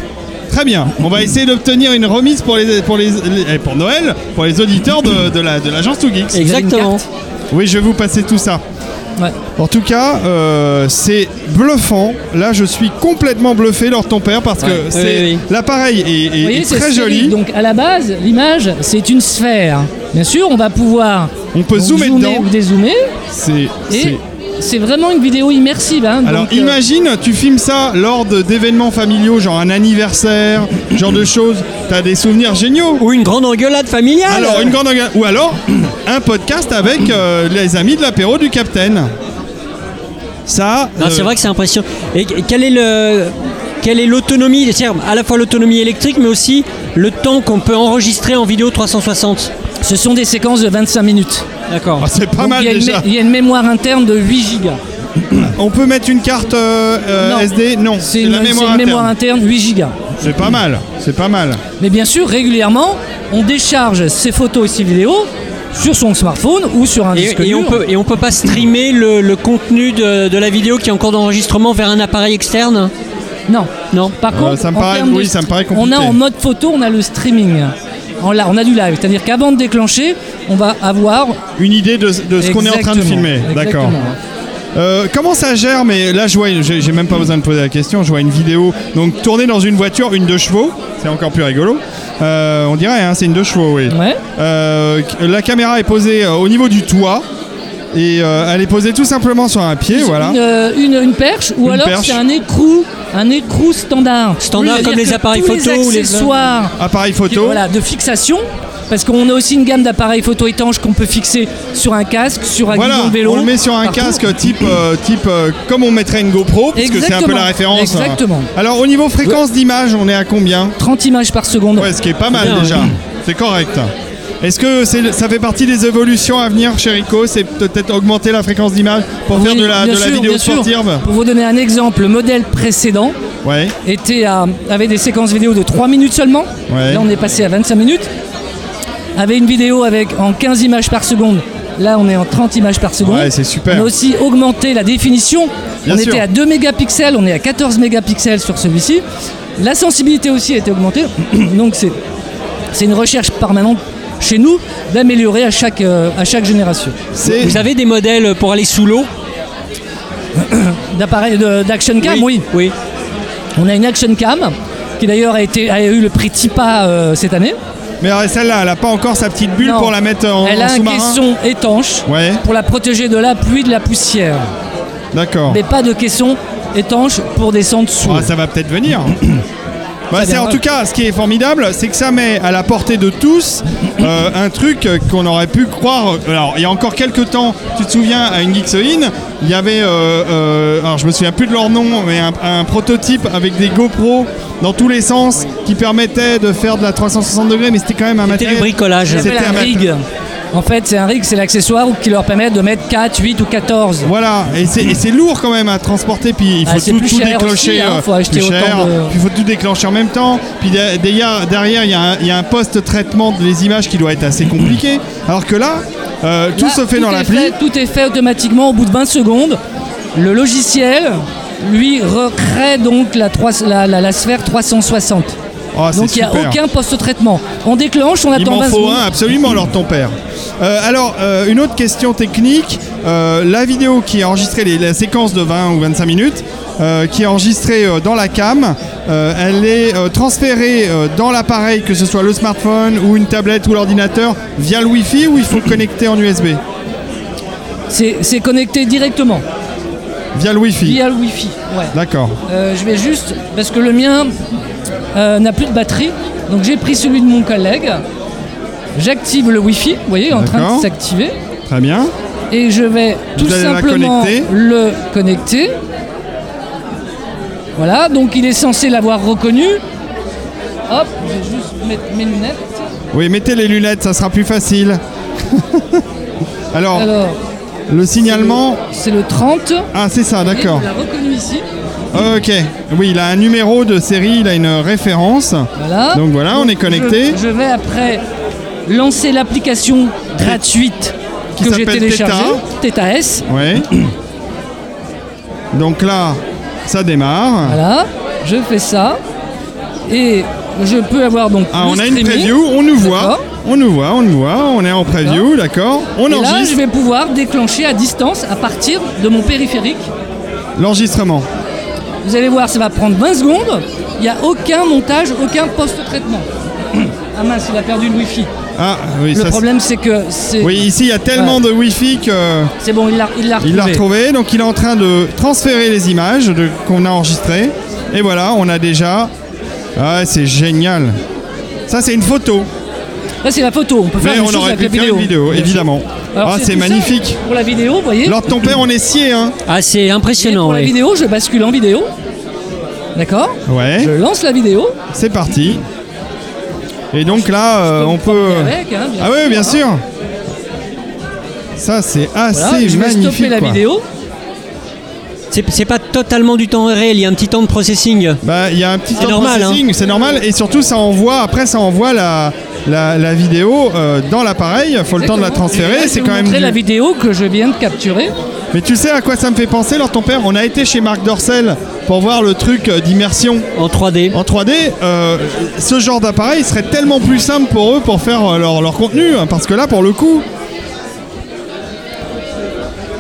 Très bien. On va essayer d'obtenir une remise pour, les, pour, les, les- pour Noël, pour les auditeurs de, de la- de l'agence Two Geeks. Exactement. Oui, je vais vous passer tout ça. En tout cas, euh, c'est bluffant. Là, je suis complètement bluffé lors de ton père parce que Ouais. c'est Oui, oui. l'appareil est, est- Vous voyez, est c'est très sphérique. joli. Donc à la base, l'image, c'est une sphère. Bien sûr, on va pouvoir on peut zoomer dedans. ou dézoomer. C'est Et c'est- c'est vraiment une vidéo immersive. hein. Alors Donc, euh, imagine, tu filmes ça lors de- d'événements familiaux, genre un anniversaire, genre de choses. T'as des souvenirs géniaux. Ou une grande engueulade familiale. Alors une grande engueulade. Ou alors un podcast avec euh, les amis de l'apéro du Capitaine. Ça. Non, euh, c'est vrai que c'est impressionnant. Et quel est le quelle est l'autonomie, c'est-à-dire à la fois l'autonomie électrique, mais aussi le temps qu'on peut enregistrer en vidéo 360 Ce sont des séquences de 25 minutes. D'accord. Ah, c'est donc, il y a une mé- Il y a une mémoire interne de 8 gigas. On peut mettre une carte euh, euh, Non. SD Non, c'est une- la c'est mémoire une interne. mémoire interne 8 gigas. C'est pas mal, c'est pas mal. Mais bien sûr, régulièrement, on décharge ces photos et ces vidéos sur son smartphone ou sur un disque Et, et on dur. peut et on peut pas streamer le, le contenu de, de la vidéo qui est en cours d'enregistrement vers un appareil externe Non, non. Par Euh, contre, ça me en paraît- termes de oui, ça me stre- paraît On compliqué. a en mode photo, on a le streaming. On a, on a du live, c'est-à-dire qu'avant de déclencher, on va avoir Une idée de, de ce qu'on est en train de Exactement, filmer. D'accord. exactement. Euh, comment ça gère Mais là, je vois, j'ai j'ai même pas besoin de poser la question. Je vois une vidéo. Donc, tourner dans une voiture, une deux chevaux, c'est encore plus rigolo. Euh, on dirait, hein, c'est une deux chevaux, oui. Euh, la caméra est posée euh, au niveau du toit et euh, elle est posée tout simplement sur un pied, voilà. une, euh, une- une perche ou Une alors perche. c'est un écrou, un écrou standard. Standard, C'est-à-dire comme les que appareils tous photo ou les- les accessoires. Appareils qui- photo. Voilà, de fixation. Parce qu'on a aussi une gamme d'appareils photo étanches qu'on peut fixer sur un casque, sur un Voilà, guidon de vélo. on le met sur un partout. casque type, euh, type euh, comme on mettrait une GoPro, parce que c'est un peu Exactement, la référence. hein. exactement. Alors au niveau fréquence d'image, on est à combien 30 images par seconde. Ouais, ce qui est pas mal bien, déjà. ouais. C'est correct. Est-ce que c'est- ça fait partie des évolutions à venir chez Rico C'est peut-être augmenter la fréquence d'image pour faire Oui, de la, bien de la sûr, vidéo bien sûr. sportive Pour vous donner un exemple, le modèle précédent Ouais. était à- avait des séquences vidéo de 3 minutes seulement. Ouais. Là, on est passé à 25 minutes. Avait une vidéo avec en 15 images par seconde. Là, on est en 30 images par seconde. Ouais, c'est super. On a aussi augmenté la définition. Bien on sûr. était à 2 mégapixels, on est à 14 mégapixels sur celui-ci. La sensibilité aussi a été augmentée. Donc, c'est c'est une recherche permanente chez nous d'améliorer à chaque, euh, à chaque génération. Vous avez des modèles pour aller sous l'eau d'appareil de- d'action cam, oui. oui. On a une action cam qui d'ailleurs a, été, a eu le prix TIPA euh, cette année. Mais alors, celle-là, elle n'a pas encore sa petite bulle Non. pour la mettre en, Elle en a un sous-marin caisson étanche Ouais. pour la protéger de la pluie, de la poussière. D'accord. Mais pas de caisson étanche pour descendre sous. Ah, ça va peut-être venir. Bah, Ça c'est en viendra. tout cas, ce qui est formidable, c'est que ça met à la portée de tous euh, un truc euh, qu'on aurait pu croire. euh, Alors, il y a encore quelques temps, tu te souviens, à une Geeksoin, il y avait, euh, euh, alors je me souviens plus de leur nom, mais un, un prototype avec des GoPro dans tous les sens qui permettait de faire de la 360 degrés, mais c'était quand même un matériel. Ça s'appelle C'était un mat- rig. En fait, c'est un rig, c'est l'accessoire qui leur permet de mettre 4, 8 ou 14. Voilà, et c'est, et c'est lourd quand même à transporter, puis il faut Ah, c'est tout, plus tout cher déclencher. aussi, hein, euh, faut acheter plus autant cher, de- puis il faut tout déclencher en même temps. Puis de- derrière, derrière, il y a un- il y, a un post-traitement des images qui doit être assez compliqué. Alors que là, euh, tout Là, se fait dans est l'appli. fait- Tout est fait automatiquement au bout de 20 secondes. Le logiciel, lui, recrée donc la, trois- la- la- la sphère 360. Oh, c'est donc il n'y a super. aucun post-traitement. On déclenche, on Il attend m'en 20 faut secondes. un absolument alors ton père. Euh, alors euh, une autre question technique, Euh, la vidéo qui est enregistrée, les- la séquence de 20 ou 25 minutes, euh, qui est enregistrée euh, dans la cam, euh, elle est euh, transférée euh, dans l'appareil, que ce soit le smartphone ou une tablette ou l'ordinateur, via le Wi-Fi ou il faut le connecter en USB C'est c'est connecté directement. Via le Wi-Fi Via le Wi-Fi, ouais. D'accord. Euh, je vais juste, parce que le mien euh, n'a plus de batterie, donc j'ai pris celui de mon collègue. J'active le Wi-Fi, vous voyez, en train D'accord. de s'activer. Très bien. Et je vais Vous tout allez la simplement connecter. le connecter. Voilà, donc il est censé l'avoir reconnu. Hop, je vais juste mettre mes lunettes. Oui, mettez les lunettes, ça sera plus facile. alors, Alors, le signalement... C'est le 30. Ah c'est ça, d'accord. Ah. Il l'a reconnu ici. Ok, oui, il a un numéro de série, il a une référence. Voilà. Donc voilà, on est je- connecté. Je, vais après lancer l'application gratuite Qui que j'ai s'appelle téléchargée, Theta S. Ouais. Donc là, ça démarre. Voilà, je fais ça. et je peux avoir donc. Ah, le on a une streaming. preview, on nous voit, D'accord. on nous voit, on nous voit, on est en preview, d'accord On et là, je enregistre vais pouvoir déclencher à distance à partir de mon périphérique. l'enregistrement. Vous allez voir, ça va prendre 20 secondes. Il n'y a aucun montage, aucun post-traitement. Ah mince, il a perdu le Wi-Fi. Ah oui, le ça, c'est- problème, c'est que c'est. Oui, ici il y a tellement de Wi-Fi que. C'est bon, il l'a il l'a Il l'a retrouvé. retrouvé, donc il est en train de transférer les images de- qu'on a enregistrées. Et voilà, on a déjà. Ah, c'est génial. Ça, c'est une photo. Là, c'est la photo. On peut faire Mais une on chose aurait avec pu la faire vidéo. une vidéo, évidemment. Alors, ah, c'est c'est tout ça magnifique. Pour la vidéo, vous voyez. Lors de ton père, on est scié, hein. Ah, c'est impressionnant, Pour la oui. vidéo, je bascule en vidéo. D'accord Ouais. Je lance la vidéo. C'est parti. Et donc là, euh, on peut. avec, hein, bien ah oui, sûr, bien hein. sûr. Ça, Ah, c'est assez Voilà, je vais magnifique. stopper la quoi. vidéo. C'est c'est pas totalement du temps réel, il y a un petit temps de processing. Bah, il y a un petit C'est temps de normal, hein. processing, c'est normal. Et surtout, ça envoie, après, ça envoie la, la, la vidéo euh, dans l'appareil. Faut le temps de la Exactement. Et là, transférer. je C'est vais quand vous même. montrer du- la vidéo que je viens de capturer. Mais tu sais à quoi ça me fait penser, Lord ton père On a été chez Marc Dorcel pour voir le truc euh, d'immersion. En 3D. En 3D, euh, ce genre d'appareil serait tellement plus simple pour eux pour faire euh, leur, leur contenu. hein, parce que là, pour le coup.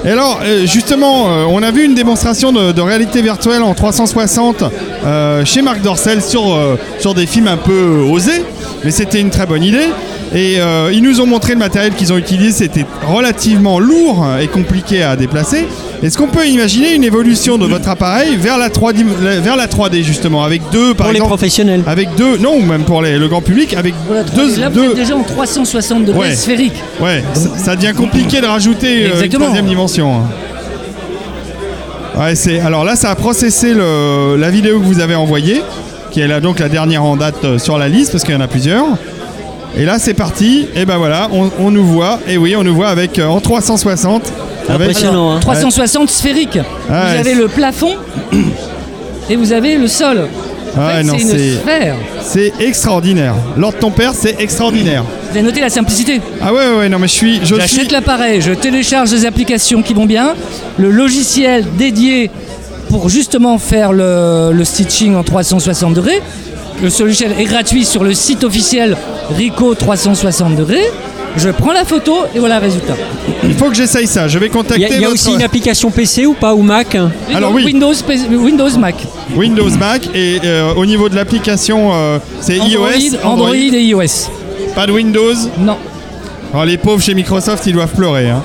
Et alors, euh, justement, euh, on a vu une démonstration de, de réalité virtuelle en 360 euh, chez Marc Dorcel sur, euh, sur des films un peu osés, mais c'était une très bonne idée. Et euh, ils nous ont montré le matériel qu'ils ont utilisé, c'était relativement lourd et compliqué à déplacer. Est-ce qu'on peut imaginer une évolution de votre appareil vers la 3D, la- vers la 3D justement, avec deux par Pour les exemple- professionnels. avec deux, non, ou même pour les- le grand public, avec deux, Là, vous deux- êtes déjà en 360 degrés Ouais. sphérique. Ouais, ça, ça devient compliqué de rajouter euh, Exactement. une troisième dimension. hein. Ouais, c'est alors là, ça a processé le- la vidéo que vous avez envoyée, qui est là donc la dernière en date euh, sur la liste parce qu'il y en a plusieurs. Et là, c'est parti. Et ben voilà, on, on nous voit. Et oui, on nous voit avec euh, en 360. avec- Alors, 360 sphérique. vous Ah ouais, avez c'est- le plafond et vous avez le sol. En Ah Ouais, fait, non, c'est une sphère. C'est extraordinaire. L'ordre de ton père, c'est extraordinaire. Vous avez noté la simplicité. Ah ouais, ouais, ouais, non mais je suis, je J'achète suis- l'appareil, je télécharge les applications qui vont bien, le logiciel dédié pour justement faire le, le stitching en 360 degrés. Le logiciel est gratuit sur le site officiel Rico 360 degrés. Je prends la photo et voilà le résultat. Il faut que j'essaye ça. Je vais Il y contacter. a, il y a votre- aussi une application PC ou pas, ou Mac hein Alors oui. Windows, PC Windows Mac. Windows Mac et euh, au niveau de l'application, euh, c'est Android, iOS. Android et iOS. Pas de Windows Non. Alors les pauvres chez Microsoft, ils doivent pleurer. hein.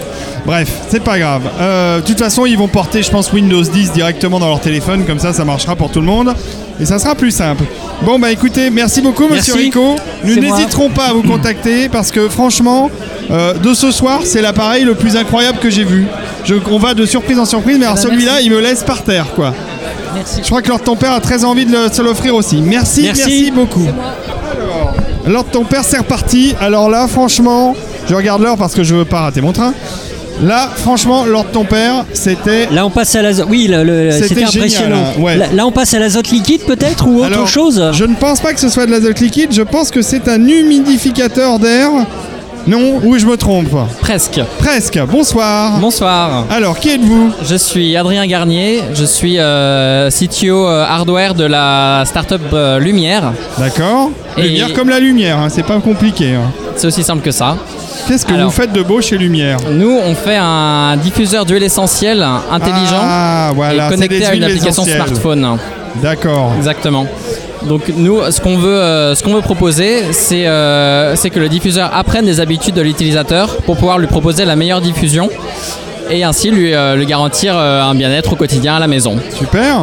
Bref, c'est pas grave. Euh, De toute façon, ils vont porter, je pense, Windows 10 directement dans leur téléphone. Comme ça, ça marchera pour tout le monde. Et ça sera plus simple. Bon, bah écoutez, merci beaucoup, monsieur Merci. Rico. Nous C'est moi. n'hésiterons pas à vous contacter parce que franchement, euh, de ce soir, c'est l'appareil le plus incroyable que j'ai vu. Je- on va de surprise en surprise, mais alors bah, celui-là, merci. il me laisse par terre, quoi. Merci. Je crois que Lord ton père a très envie de le- se l'offrir aussi. Merci, merci, Merci. beaucoup. Alors, ton père, c'est reparti. Alors là, franchement, je regarde l'heure parce que je veux pas rater mon train. Là, franchement, l'heure de ton père, c'était. Là, on passe à l'azote. Oui, le- le- C'était c'était génial, impressionnant. hein, ouais. Là, là, on passe à l'azote liquide peut-être ou autre Alors, chose Je ne pense pas que ce soit de l'azote liquide, je pense que c'est un humidificateur d'air. Non, ou je me trompe Presque. Presque, bonsoir. Bonsoir. Alors, qui êtes-vous Je suis Adrien Garnier, je suis euh, CTO euh, hardware de la startup euh, Lumière. D'accord. Et- Lumière comme la lumière, hein, c'est pas compliqué. hein. C'est aussi simple que ça. Qu'est-ce que vous faites de beau chez Lumière Nous, on fait un diffuseur d'huile essentielle intelligent Ah, voilà, et c'est connecté des à une huiles application essentielles. smartphone. D'accord. Exactement. Donc nous, ce qu'on veut, euh, ce qu'on veut proposer, c'est euh, c'est que le diffuseur apprenne les habitudes de l'utilisateur pour pouvoir lui proposer la meilleure diffusion et ainsi lui, euh, lui garantir euh, un bien-être au quotidien à la maison. Super.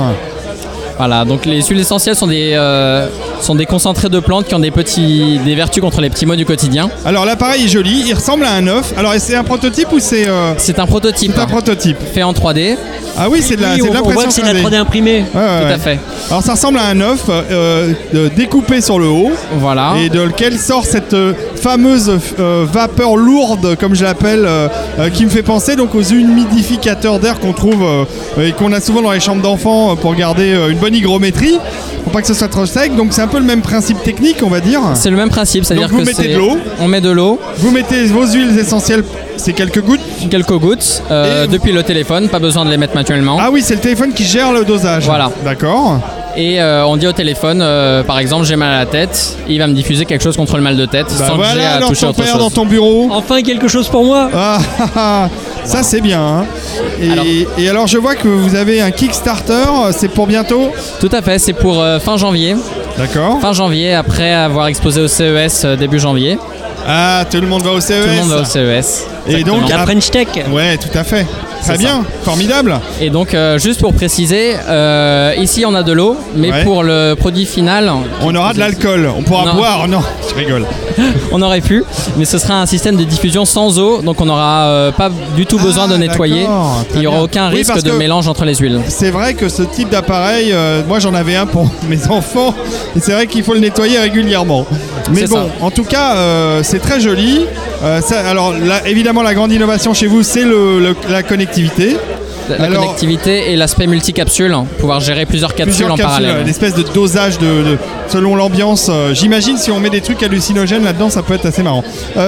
Voilà, donc les huiles essentielles sont des, euh, sont des concentrés de plantes qui ont des, petits, des vertus contre les petits maux du quotidien. Alors l'appareil est joli, il ressemble à un œuf. Alors c'est un prototype ou c'est... euh, C'est un prototype. C'est un prototype. Fait en 3D. Ah oui, c'est de la- Oui, c'est de on- on l'impression voit que c'est de la 3D imprimée. Ouais, ouais, Tout à ouais. fait. Alors ça ressemble à un œuf euh, euh, découpé sur le haut. Voilà. Et de lequel sort cette euh, fameuse euh, vapeur lourde, comme je l'appelle, euh, euh, qui me fait penser donc aux humidificateurs d'air qu'on trouve euh, et qu'on a souvent dans les chambres d'enfants euh, pour garder euh, une bonne hygrométrie, pour pas que ce soit trop sec. Donc c'est un peu le même principe technique, on va dire. C'est le même principe, c'est-à-dire Donc vous que mettez c'est- de l'eau. On met de l'eau. Vous mettez vos huiles essentielles, c'est quelques gouttes Quelques gouttes, euh, depuis le téléphone, pas besoin de les mettre manuellement. Ah oui, c'est le téléphone qui gère le dosage. Voilà. D'accord. Et euh, on dit au téléphone, euh, par exemple, j'ai mal à la tête, il va me diffuser quelque chose contre le mal de tête sans que j'ai Bah voilà à alors toucher ton autre père chose. dans ton bureau. Ah, Enfin quelque chose pour moi. ça c'est bien. hein. Et alors, et alors je vois que vous avez un Kickstarter, c'est pour bientôt Tout à fait, c'est pour euh, fin janvier. D'accord. Fin janvier, après avoir exposé au CES euh, début janvier. Ah, tout le monde va au CES. Tout le monde va au CES. Et donc, Exactement. La French Tech. Ouais, tout à fait. Très C'est bien, formidable. Et donc, euh, juste pour préciser, euh, ici on a de l'eau, mais Ouais. pour le produit final. On aura de l'alcool, on pourra boire. Non, je rigole. on aurait pu, mais ce sera un système de diffusion sans eau, donc on n'aura euh, pas du tout besoin de nettoyer. Ah, d'accord, très Il n'y aura bien. aucun Oui, risque parce de que- mélange entre les huiles. C'est vrai que ce type d'appareil, euh, moi j'en avais un pour mes enfants, et c'est vrai qu'il faut le nettoyer régulièrement. Mais C'est bon, ça. en tout cas, euh, c'est très joli. Euh, ça- alors là, évidemment, la grande innovation chez vous, c'est le- le- la connectivité. La, la Alors, connectivité et l'aspect multicapsule, hein, pouvoir gérer plusieurs hein. capsules plusieurs en capsules, parallèle. une espèce de dosage de, de- selon l'ambiance. Euh, J'imagine si on met des trucs hallucinogènes là-dedans, ça peut être assez marrant. Tout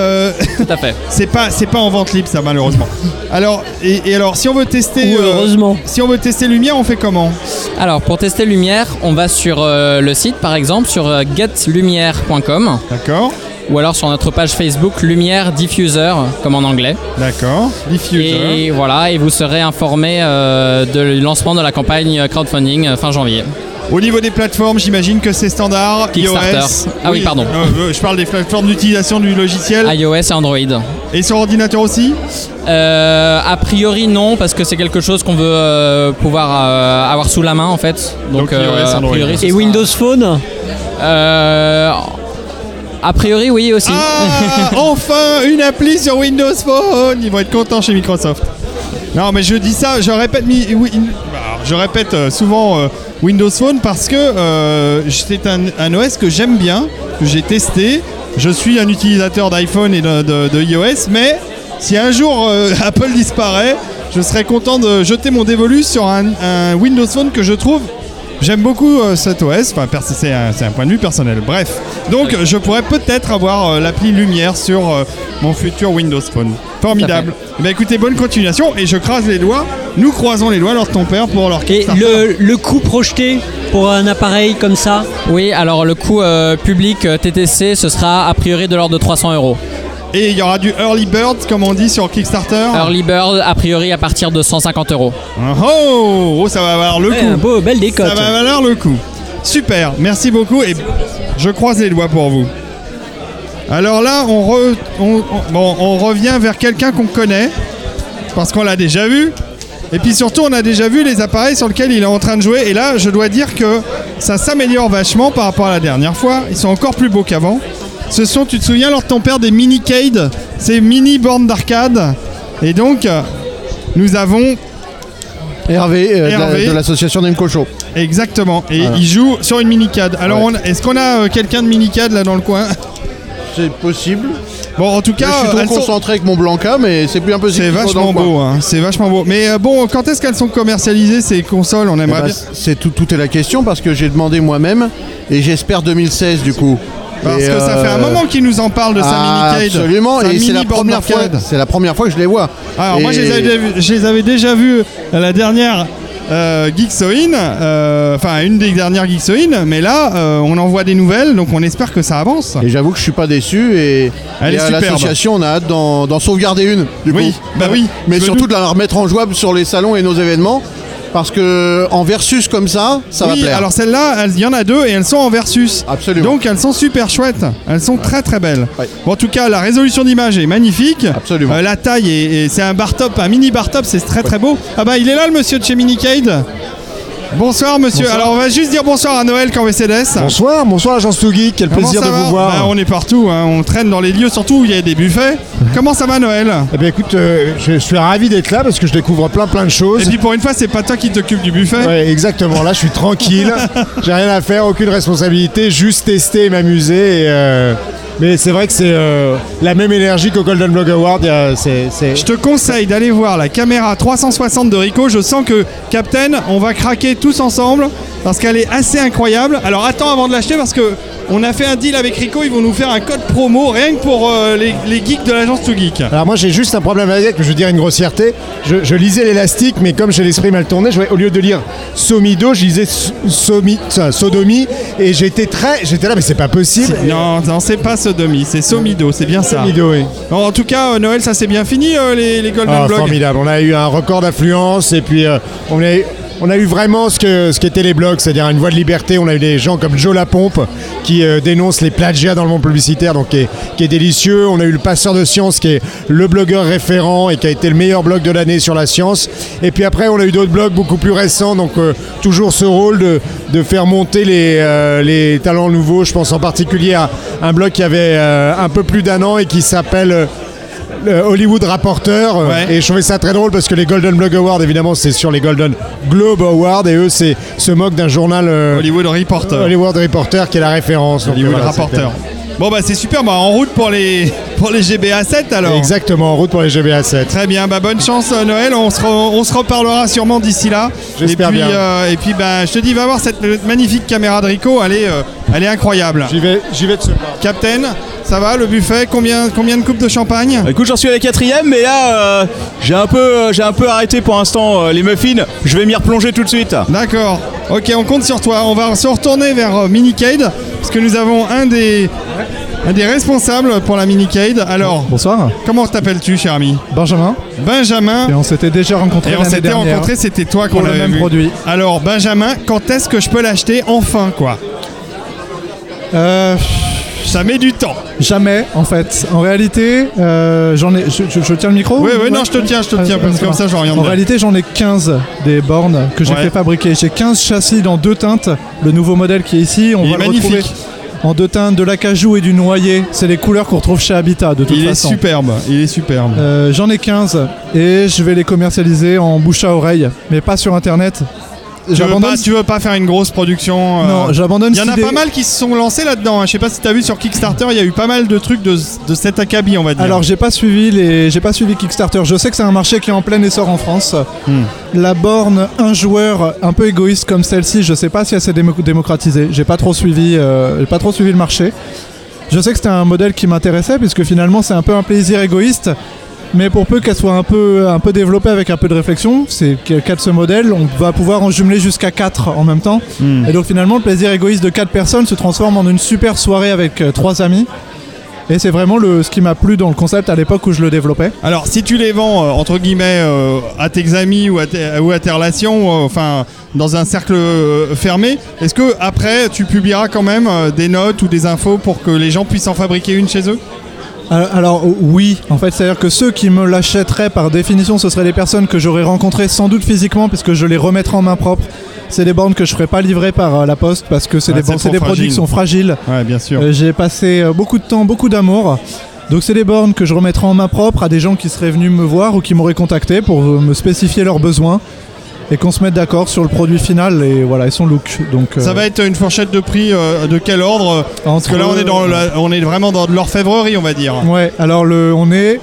à fait. c'est pas c'est pas en vente libre ça malheureusement. Alors et, et alors si on veut tester Ou euh, heureusement. si on veut tester lumière, on fait comment Alors pour tester lumière, on va sur euh, le site par exemple sur euh, getlumière.com. D'accord. Ou alors sur notre page Facebook Lumière Diffuser comme en anglais. D'accord. Diffuser. Et voilà, et vous serez informé euh, du lancement de la campagne crowdfunding euh, fin janvier. Au niveau des plateformes, j'imagine que c'est standard. Kickstarter. iOS. Ah oui, pardon. euh, euh, je parle des plateformes d'utilisation du logiciel. iOS et Android. Et sur ordinateur aussi Euh, A priori non, parce que c'est quelque chose qu'on veut euh, pouvoir euh, avoir sous la main en fait. Donc, euh, a priori, ce et sera- Windows Phone Euh, A priori oui aussi. Ah, enfin une appli sur Windows Phone. Ils vont être contents chez Microsoft. Non, mais je dis ça, je répète, mi- oui, in- alors, je répète euh, souvent euh, Windows Phone parce que euh, c'est un, un OS que j'aime bien, que j'ai testé. Je suis un utilisateur d'iPhone et de, de- de iOS, mais si un jour euh, Apple disparaît, je serais content de jeter mon dévolu sur un, un Windows Phone que je trouve. J'aime beaucoup euh, cet OS, enfin, pers- c'est un, c'est un point de vue personnel. Bref, donc je pourrais peut-être avoir euh, l'appli Lumière sur euh, mon futur Windows Phone. Formidable. Eh ben, écoutez, bonne continuation et je crase les doigts. Nous croisons les doigts lors de ton père pour leur Et le, le coût projeté pour un appareil comme ça Oui, alors le coût euh, public euh, TTC, ce sera a priori de l'ordre de 300 euros. Et il y aura du early bird, comme on dit sur Kickstarter. Ah. Early bird, a priori à partir de 150 euros. Oh, oh, ça va valoir le Eh, coup. un beau, belle décote. Ça va valoir le coup. Super, merci beaucoup et je croise les doigts pour vous. Alors là, on, re- on- on- bon, on revient vers quelqu'un qu'on connaît parce qu'on l'a déjà vu. Et puis surtout, on a déjà vu les appareils sur lesquels il est en train de jouer. Et là, je dois dire que ça s'améliore vachement par rapport à la dernière fois. Ils sont encore plus beaux qu'avant. Ce sont, tu te souviens, lors de ton père, des mini-cades, ces mini-bornes d'arcade. Et donc, euh, nous avons Hervé, euh, de la- Hervé. de l'association Nemcocho. Exactement. Et Voilà. il joue sur une minicade. Alors, Ouais. on- est-ce qu'on a euh, quelqu'un de minicade là dans le coin C'est possible. Bon, en tout cas, je suis trop elles sont- concentré avec mon Blanca, mais c'est plus impossible. C'est qu'il faut dans vachement le coin. beau. hein. C'est vachement beau. Mais euh, bon, quand est-ce qu'elles sont commercialisées ces consoles On Eh aimerait ben, bien. c'est tout, tout est la question parce que j'ai demandé moi-même et j'espère 2016 du coup. Parce Et, que ça fait euh, un moment qu'il nous en parle de sa ah, minicade. Absolument, Sa et c'est la mini-borne première fois. d'arcade. C'est la première fois que je les vois. Ah, Alors Et- moi je les, avais, déjà vus- je les avais déjà vus à la dernière euh, Geeksoin, euh, enfin une des dernières Geeksoin, mais là euh, on en voit des nouvelles, donc on espère que ça avance. Et j'avoue que je suis pas déçu et, Elle et est à superbe. l'association on a hâte d'en d'en sauvegarder une. Du Oui, coup. bah oui. Mais surtout de la remettre en jouable sur les salons et nos événements parce que en versus comme ça, ça oui, va plaire. alors celles-là, elles- il y en a deux et elles sont en versus. Absolument. Donc elles sont super chouettes. Elles sont très très belles. Bon, en tout cas, la résolution d'image est magnifique. Absolument. la taille est, est- c'est un bar top, un mini bar top, c'est très très beau. Ah bah il est là le monsieur de chez Minicade. Bonsoir monsieur. Bonsoir. Alors on va juste dire bonsoir à Noël Canvecedes. Bonsoir, bonsoir Agence Too Geek, quel Comment plaisir ça de va vous voir. Bah, on est partout, hein, on traîne dans les lieux, surtout où il y a des buffets. Comment ça va Noël Eh bien écoute, euh, je, je suis ravi d'être là parce que je découvre plein plein de choses. Et puis pour une fois, c'est pas toi qui t'occupes du buffet. Ouais, exactement, là je suis tranquille, j'ai rien à faire, aucune responsabilité, juste tester et m'amuser. Et, euh, Mais c'est vrai que c'est euh, la même énergie qu'au Golden Blog Award. il y a- c'est- c'est- Je te conseille d'aller voir la caméra 360 de Rico. Je sens que, Captain, on va craquer tous ensemble parce qu'elle est assez incroyable. Alors attends avant de l'acheter parce que on a fait un deal avec Rico. Ils vont nous faire un code promo rien que pour euh, les, les geeks de l'agence To Geek. Alors moi j'ai juste un problème avec, je veux dire une grossièreté. Je, je lisais l'élastique, mais comme j'ai l'esprit mal tourné, je voyais- au lieu de lire Somido, je lisais S- Somi- ça, Sodomie, et j'étais très, j'étais là, mais c'est pas possible. Non, non, c'est pas Sodomi, c'est Somido, c'est bien ça. Somido, oui. Bon, en tout cas, euh, Noël, ça c'est bien fini euh, les, les Golden Ah, Blogs. formidable, on a eu un record d'affluence et puis euh, on, a eu, on a eu vraiment ce que ce qu'étaient les blogs, c'est-à-dire une voie de liberté. On a eu des gens comme Joe Lapompe qui euh, dénonce les plagiats dans le monde publicitaire, donc qui est, qui est délicieux. On a eu le Passeur de Science qui est le blogueur référent et qui a été le meilleur blog de l'année sur la science. Et puis après, on a eu d'autres blogs beaucoup plus récents, donc euh, toujours ce rôle de, de faire monter les, euh, les talents nouveaux. Je pense en particulier à un blog qui avait euh, un peu plus d'un an et qui s'appelle... euh, le Hollywood Rapporteur euh, et je trouvais ça très drôle parce que les Golden Blog Awards évidemment c'est sur les Golden Globe Awards et eux c'est se moquent d'un journal euh, Hollywood Reporter Hollywood Reporter qui est la référence donc, Hollywood voilà, Rapporteur. c'était- Bon bah c'est super, bah, en route pour les, pour les GBA 7 alors. Exactement, en route pour les GBA 7. Très bien, bah bonne chance euh, Noël, on se, re- on se reparlera sûrement d'ici là. J'espère et puis, bien. euh, et puis bah, je te dis, va voir cette magnifique caméra de Rico, elle est, euh, elle est incroyable. J'y vais, j'y vais de ce pas. Captain, ça va, le buffet, combien, combien de coupes de champagne Écoute, j'en suis à la quatrième, mais là, euh, j'ai un, peu, euh, j'ai un peu arrêté pour l'instant euh, les muffins. Je vais m'y replonger tout de suite. D'accord. Ok, on compte sur toi. On va se retourner vers euh, Minicade, parce que nous avons un des, un des responsables pour la Minicade. Alors, bonsoir. Comment t'appelles-tu, cher ami Benjamin. Benjamin. Et on s'était déjà rencontré Et on s'était rencontrés, c'était toi qu'on Pour le avait même vu. produit. Alors, Benjamin, quand est-ce que je peux l'acheter enfin, quoi Euh, Ça met du temps. Jamais, en fait. En réalité, euh, j'en ai. Je, je- je tiens le micro Ah, Oui, oui, non, je te tiens, je te tiens, parce que comme ça, je reviendrai. En réalité, j'en ai 15 des bornes que j'ai Ouais. fait fabriquer. J'ai 15 châssis dans deux teintes. Le nouveau modèle qui est ici, on Il va est le magnifique. retrouver en deux teintes de l'acajou et du noyer. C'est les couleurs qu'on retrouve chez Habitat, de toute Il est façon. superbe, il est superbe. Euh, J'en ai 15 et je vais les commercialiser en bouche à oreille, mais pas sur internet. Tu veux, pas, tu veux pas faire une grosse production euh, Non, j'abandonne Il y en cette a idée. pas mal qui se sont lancés là-dedans. hein. Je sais pas si t'as vu sur Kickstarter, il y a eu pas mal de trucs de, de cet acabit, on va dire. Alors j'ai pas suivi les, j'ai pas suivi Kickstarter. Je sais que c'est un marché qui est en plein essor en France. Hmm. La borne un joueur un peu égoïste comme celle-ci, je sais pas si elle s'est démo- démocratisée. J'ai pas trop suivi, euh, j'ai pas trop suivi le marché. Je sais que c'était un modèle qui m'intéressait puisque finalement c'est un peu un plaisir égoïste. Mais pour peu qu'elle soit un peu, un peu développée avec un peu de réflexion, c'est que- qu'à de ce modèle, on va pouvoir en jumeler jusqu'à 4 en même temps. Hmm. Et donc finalement, le plaisir égoïste de 4 personnes se transforme en une super soirée avec 3 amis. Et c'est vraiment le, ce qui m'a plu dans le concept à l'époque où je le développais. Alors, si tu les vends, euh, entre guillemets, euh, à tes amis ou à, tes- ou à tes relations, euh, enfin, dans un cercle euh, fermé, est-ce que après, tu publieras quand même euh, des notes ou des infos pour que les gens puissent en fabriquer une chez eux Alors, Euh, alors, oh, oui, en fait, c'est-à-dire que ceux qui me l'achèteraient par définition, ce seraient les personnes que j'aurais rencontrées sans doute physiquement puisque je les remettrai en main propre. C'est des bornes que je ferai pas livrer par euh, la poste parce que c'est Ouais, des, bornes- c'est Ah, c'est trop fragile. des produits qui sont fragiles. Ouais, bien sûr. Euh, J'ai passé euh, beaucoup de temps, beaucoup d'amour. Donc c'est des bornes que je remettrai en main propre à des gens qui seraient venus me voir ou qui m'auraient contacté pour euh, me spécifier leurs besoins et qu'on se mette d'accord sur le produit final et voilà et son look. Donc euh, Ça va être une fourchette de prix euh, de quel ordre Parce que là, on est, dans la- on est vraiment dans de l'orfèvrerie, on va dire. Ouais, alors le, on est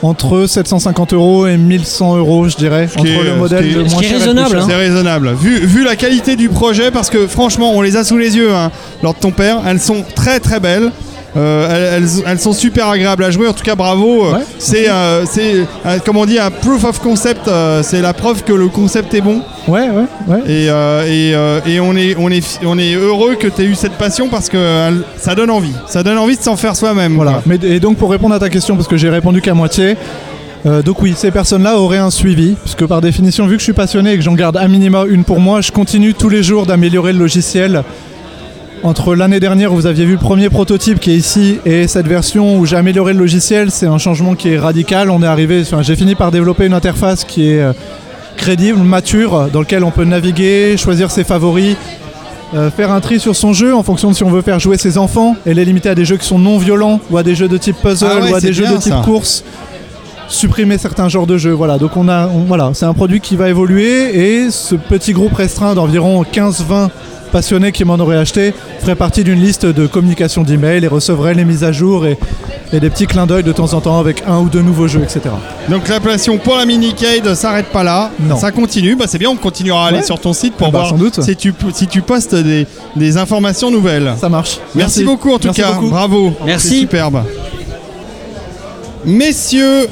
entre 750 euros et 1100 euros, je dirais, Ce entre qui est- le ce modèle qui est- le moins cher et le plus cher. C'est raisonnable. hein. Vu, vu la qualité du projet, parce que franchement, on les a sous les yeux, hein, lors de ton père. Elles sont très très belles. Euh, elles, elles- elles sont super agréables à jouer. En tout cas, bravo. c'est, euh, c'est euh, comment on dit, un proof of concept. euh, c'est la preuve que le concept est bon. Ouais, ouais, ouais. Et, euh, et, euh, et on, est, on, est, fi- on est heureux que tu aies eu cette passion parce que euh, ça donne envie. Ça donne envie de s'en faire soi-même. Voilà. Mais, et donc pour répondre à ta question, parce que j'ai répondu qu'à moitié, euh, donc oui, ces personnes-là auraient un suivi, puisque par définition, vu que je suis passionné et que j'en garde à minima une pour moi, je continue tous les jours d'améliorer le logiciel. Entre l'année dernière où vous aviez vu le premier prototype qui est ici et cette version où j'ai amélioré le logiciel, c'est un changement qui est radical. On est arrivé, enfin, j'ai fini par développer une interface qui est euh, crédible, mature, dans laquelle on peut naviguer, choisir ses favoris, euh, faire un tri sur son jeu en fonction de si on veut faire jouer ses enfants et les limiter à des jeux qui sont non violents ou à des jeux de type puzzle Ah ouais, ou à c'est des jeux bien, de type ça. course. supprimer certains genres de jeux. Voilà, donc on a, on- voilà, c'est un produit qui va évoluer et ce petit groupe restreint d'environ 15-20 passionnés qui m'en auraient acheté ferait partie d'une liste de communication d'email et recevrait les mises à jour et, et des petits clins d'œil de temps en temps avec un ou deux nouveaux jeux, etc. Donc la passion pour la mini-cade s'arrête pas là. Ça continue. Bah, c'est bien, on continuera à aller Ouais. sur ton site pour Ah bah, voir sans doute. Si, tu, si tu postes des, des informations nouvelles. Ça marche. Merci, Merci. beaucoup en tout Merci cas. beaucoup. Bravo. Merci. C'est superbe. Messieurs,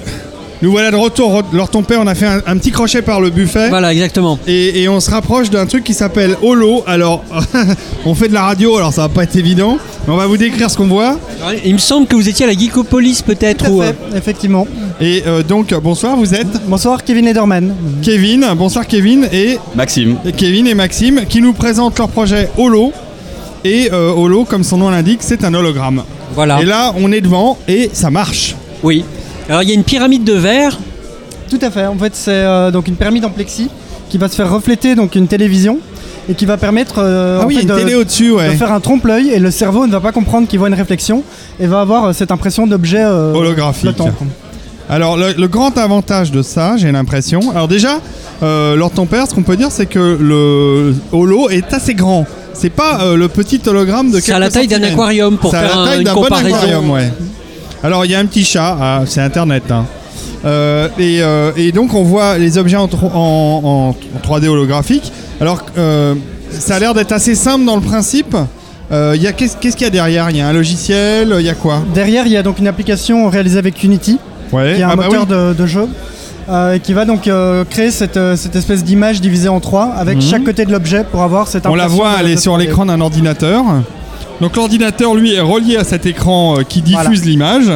nous voilà de retour. Ro- Lors ton père, on a fait un, un petit crochet par le buffet. Voilà, exactement. Et, et on se rapproche d'un truc qui s'appelle Holo. Alors, on fait de la radio, alors ça va pas être évident. Mais on va vous décrire ce qu'on voit. Il me semble que vous étiez à la Geekopolis peut-être. euh. Effectivement. Et euh, donc, bonsoir, vous êtes Bonsoir, Kevin Lederman. Kevin, bonsoir Kevin et Maxime. Kevin et Maxime qui nous présentent leur projet Holo. Et euh, Holo, comme son nom l'indique, c'est un hologramme. Voilà. Et là, on est devant et ça marche. Oui. Alors il y a une pyramide de verre. Tout à fait. En fait, c'est euh, donc une pyramide en plexi qui va se faire refléter donc une télévision et qui va permettre euh, Ah en oui, fait, il y a une de, télé au-dessus, ouais. de faire un trompe-l'œil et le cerveau ne va pas comprendre qu'il voit une réflexion et va avoir euh, cette impression d'objet euh, holographique. flottant. Alors le, le grand avantage de ça, j'ai l'impression. Alors déjà, euh, Lord ton père, ce qu'on peut dire, c'est que le holo est assez grand. C'est pas euh, le petit hologramme de. C'est à la quelques taille d'un centimètres. aquarium pour C'est à faire la un- taille une d'un bon comparaison. aquarium, ouais. Alors il y a un petit chat, Ah, c'est internet. hein. Euh, et, euh, et donc on voit les objets en, tro- en- en- en 3D holographique. Alors euh, ça a l'air d'être assez simple dans le principe. Euh, il y a- Qu'est-ce qu'est-ce qu'il y a derrière Il y a un logiciel, il y a quoi Derrière, il y a donc une application réalisée avec Unity, qui est un Ah bah moteur oui. de, de jeu, euh, et qui va donc euh, créer cette, euh, cette espèce d'image divisée en trois avec Mhm. chaque côté de l'objet pour avoir cette On impression. la voit, de- elle est de- sur l'écran d'un ordinateur. Donc l'ordinateur, lui, est relié à cet écran euh, qui diffuse Voilà. l'image.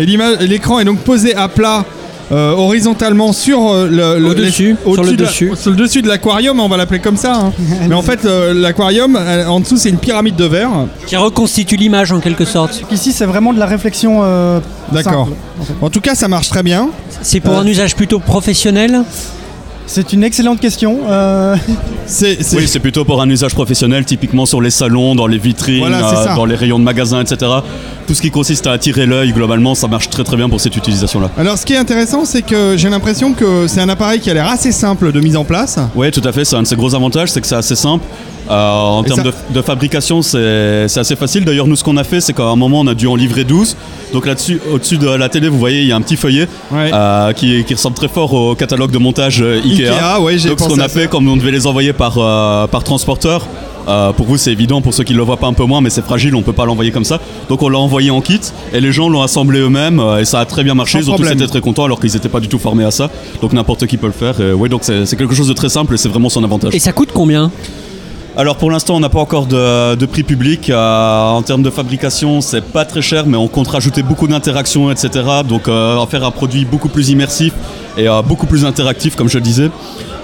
Et l'image- l'écran est donc posé à plat. euh, horizontalement sur euh, le, le- Au-dessus, les- sur le de la- dessus. sur le dessus de l'aquarium, on va l'appeler comme ça. hein. Mais en fait, euh, l'aquarium, euh, en dessous, c'est une pyramide de verre. Qui reconstitue l'image en quelque sorte. Ici, c'est vraiment de la réflexion. euh, D'accord. simple. En tout cas, ça marche très bien. Euh, C'est pour un usage plutôt professionnel C'est une excellente question. euh, Oui, c'est plutôt pour un usage professionnel, typiquement sur les salons, dans les vitrines, euh, Voilà, c'est ça. dans les rayons de magasins, etc. Tout ce qui consiste à attirer l'œil, globalement, ça marche très très bien pour cette utilisation-là. Alors, ce qui est intéressant, c'est que j'ai l'impression que c'est un appareil qui a l'air assez simple de mise en place. Oui, tout à fait. C'est un de ses gros avantages, c'est que c'est assez simple. Euh, en termes ça- de, de fabrication, c'est c'est assez facile. D'ailleurs, nous, ce qu'on a fait, c'est qu'à un moment, on a dû en livrer 12. Donc là-dessus, au-dessus de la télé, vous voyez, il y a un petit feuillet euh, qui, qui ressemble très fort au catalogue de montage euh, Ikea. Ikea, ouais, j'ai Donc ce pensé qu'on à a ça. fait, comme on devait les envoyer par, euh, par transporteur, euh, pour vous, c'est évident. Pour ceux qui ne le voient pas un peu moins, mais c'est fragile, on peut pas l'envoyer comme ça. Donc on l'a envoyé en kit et les gens l'ont assemblé eux-mêmes euh, et ça a très bien marché. Sans Ils ont tous problème. été très contents alors qu'ils n'étaient pas du tout formés à ça. Donc n'importe qui peut le faire. Et ouais, donc c'est c'est quelque chose de très simple et c'est vraiment son avantage. Et ça coûte combien Alors pour l'instant, on n'a pas encore de, de prix public. Euh, en termes de fabrication, c'est pas très cher, mais on compte rajouter beaucoup d'interactions, etc. Donc euh, en faire un produit beaucoup plus immersif et euh, beaucoup plus interactif, comme je le disais.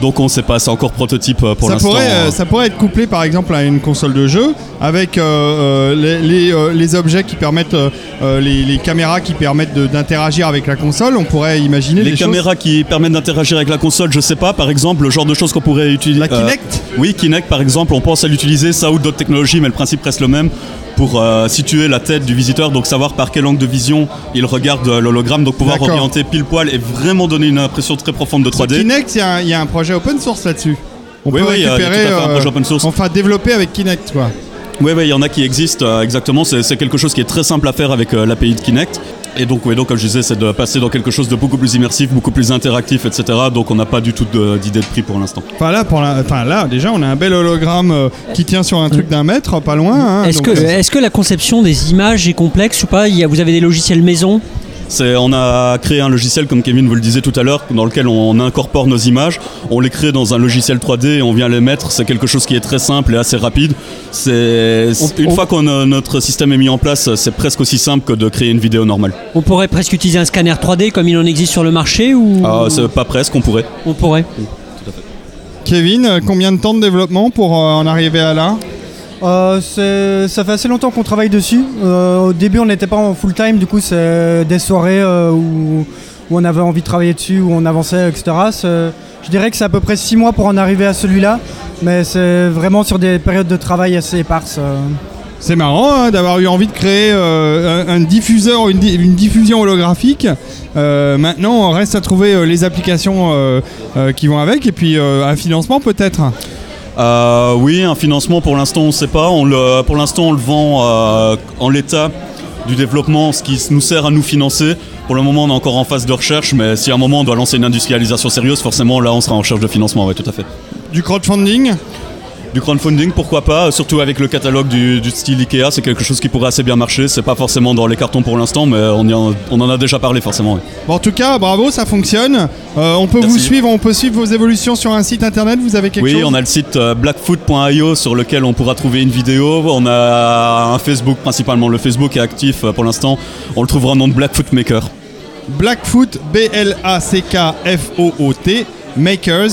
Donc on ne sait pas, c'est encore prototype euh, pour ça l'instant. pourrait, euh, ça pourrait être couplé par exemple à une console de jeu avec euh, euh, les, les, euh, les objets qui permettent, euh, euh, les, les caméras qui permettent de- d'interagir avec la console. On pourrait imaginer les des choses. caméras qui permettent d'interagir avec la console, je sais pas, par exemple, le genre de choses qu'on pourrait utiliser. La Kinect Oui, Kinect par exemple, on pense à l'utiliser, ça ou d'autres technologies, mais le principe reste le même pour euh, situer la tête du visiteur, donc savoir par quel angle de vision il regarde euh, l'hologramme, donc pouvoir D'accord. orienter pile poil et vraiment donner une impression très profonde de 3D. Kinect, il y a un- il y, a un projet open source là-dessus. On Oui, peut oui, il y a tout à fait récupérer, euh, un projet open source. enfin développer avec Kinect quoi. Oui, il y en a qui existent, euh, exactement. C'est c'est quelque chose qui est très simple à faire avec euh, l'API de Kinect. Et donc, ouais, donc, comme je disais, c'est de passer dans quelque chose de beaucoup plus immersif, beaucoup plus interactif, etc. Donc, on n'a pas du tout de- d'idée de prix pour l'instant. Enfin là, pour la- enfin, là, déjà, on a un bel hologramme euh, qui tient sur un truc d'un mètre, pas loin. hein, Est-ce donc, que, euh, est-ce que la conception des images est complexe ou pas Il y a- Vous avez des logiciels maison C'est- On a créé un logiciel, comme Kevin vous le disait tout à l'heure, dans lequel on incorpore nos images. On les crée dans un logiciel 3D et on vient les mettre. C'est quelque chose qui est très simple et assez rapide. C'est c'est- une fois que notre système est mis en place, c'est presque aussi simple que de créer une vidéo normale. On pourrait presque utiliser un scanner 3D comme il en existe sur le marché ou Ah, c'est pas presque, on pourrait. On pourrait. Kevin, euh, combien de temps de développement pour euh, en arriver à là Euh, c'est- ça fait assez longtemps qu'on travaille dessus. Euh, au début, on n'était pas en full time, du coup, c'est des soirées euh, où, où on avait envie de travailler dessus, où on avançait, etc. C'est- Je dirais que c'est à peu près 6 mois pour en arriver à celui-là, mais c'est vraiment sur des périodes de travail assez éparses. euh. C'est marrant hein, d'avoir eu envie de créer euh, un, un diffuseur, une, di- une diffusion holographique. Euh, maintenant, on reste à trouver euh, les applications euh, euh, qui vont avec et puis euh, un financement peut-être. Euh, oui, un financement pour l'instant on ne sait pas. On le, pour l'instant on le vend euh, en l'état du développement, ce qui nous sert à nous financer. Pour le moment on est encore en phase de recherche, mais si à un moment on doit lancer une industrialisation sérieuse, forcément là on sera en recherche de financement, oui tout à fait. Du crowdfunding Du crowdfunding, pourquoi pas, euh, surtout avec le catalogue du, du style Ikea, c'est quelque chose qui pourrait assez bien marcher. C'est pas forcément dans les cartons pour l'instant, mais on, y en, on en a déjà parlé forcément. oui. Bon, en tout cas, bravo, ça fonctionne. Euh, on peut vous suivre, on peut suivre vos évolutions sur un site internet. Vous avez quelque oui, chose on a le site euh, blackfoot.io sur lequel on pourra trouver une vidéo. On a un Facebook principalement. Le Facebook est actif euh, pour l'instant. On le trouvera au nom de Blackfoot Maker. Blackfoot, B-L-A-C-K-F-O-O-T, Makers.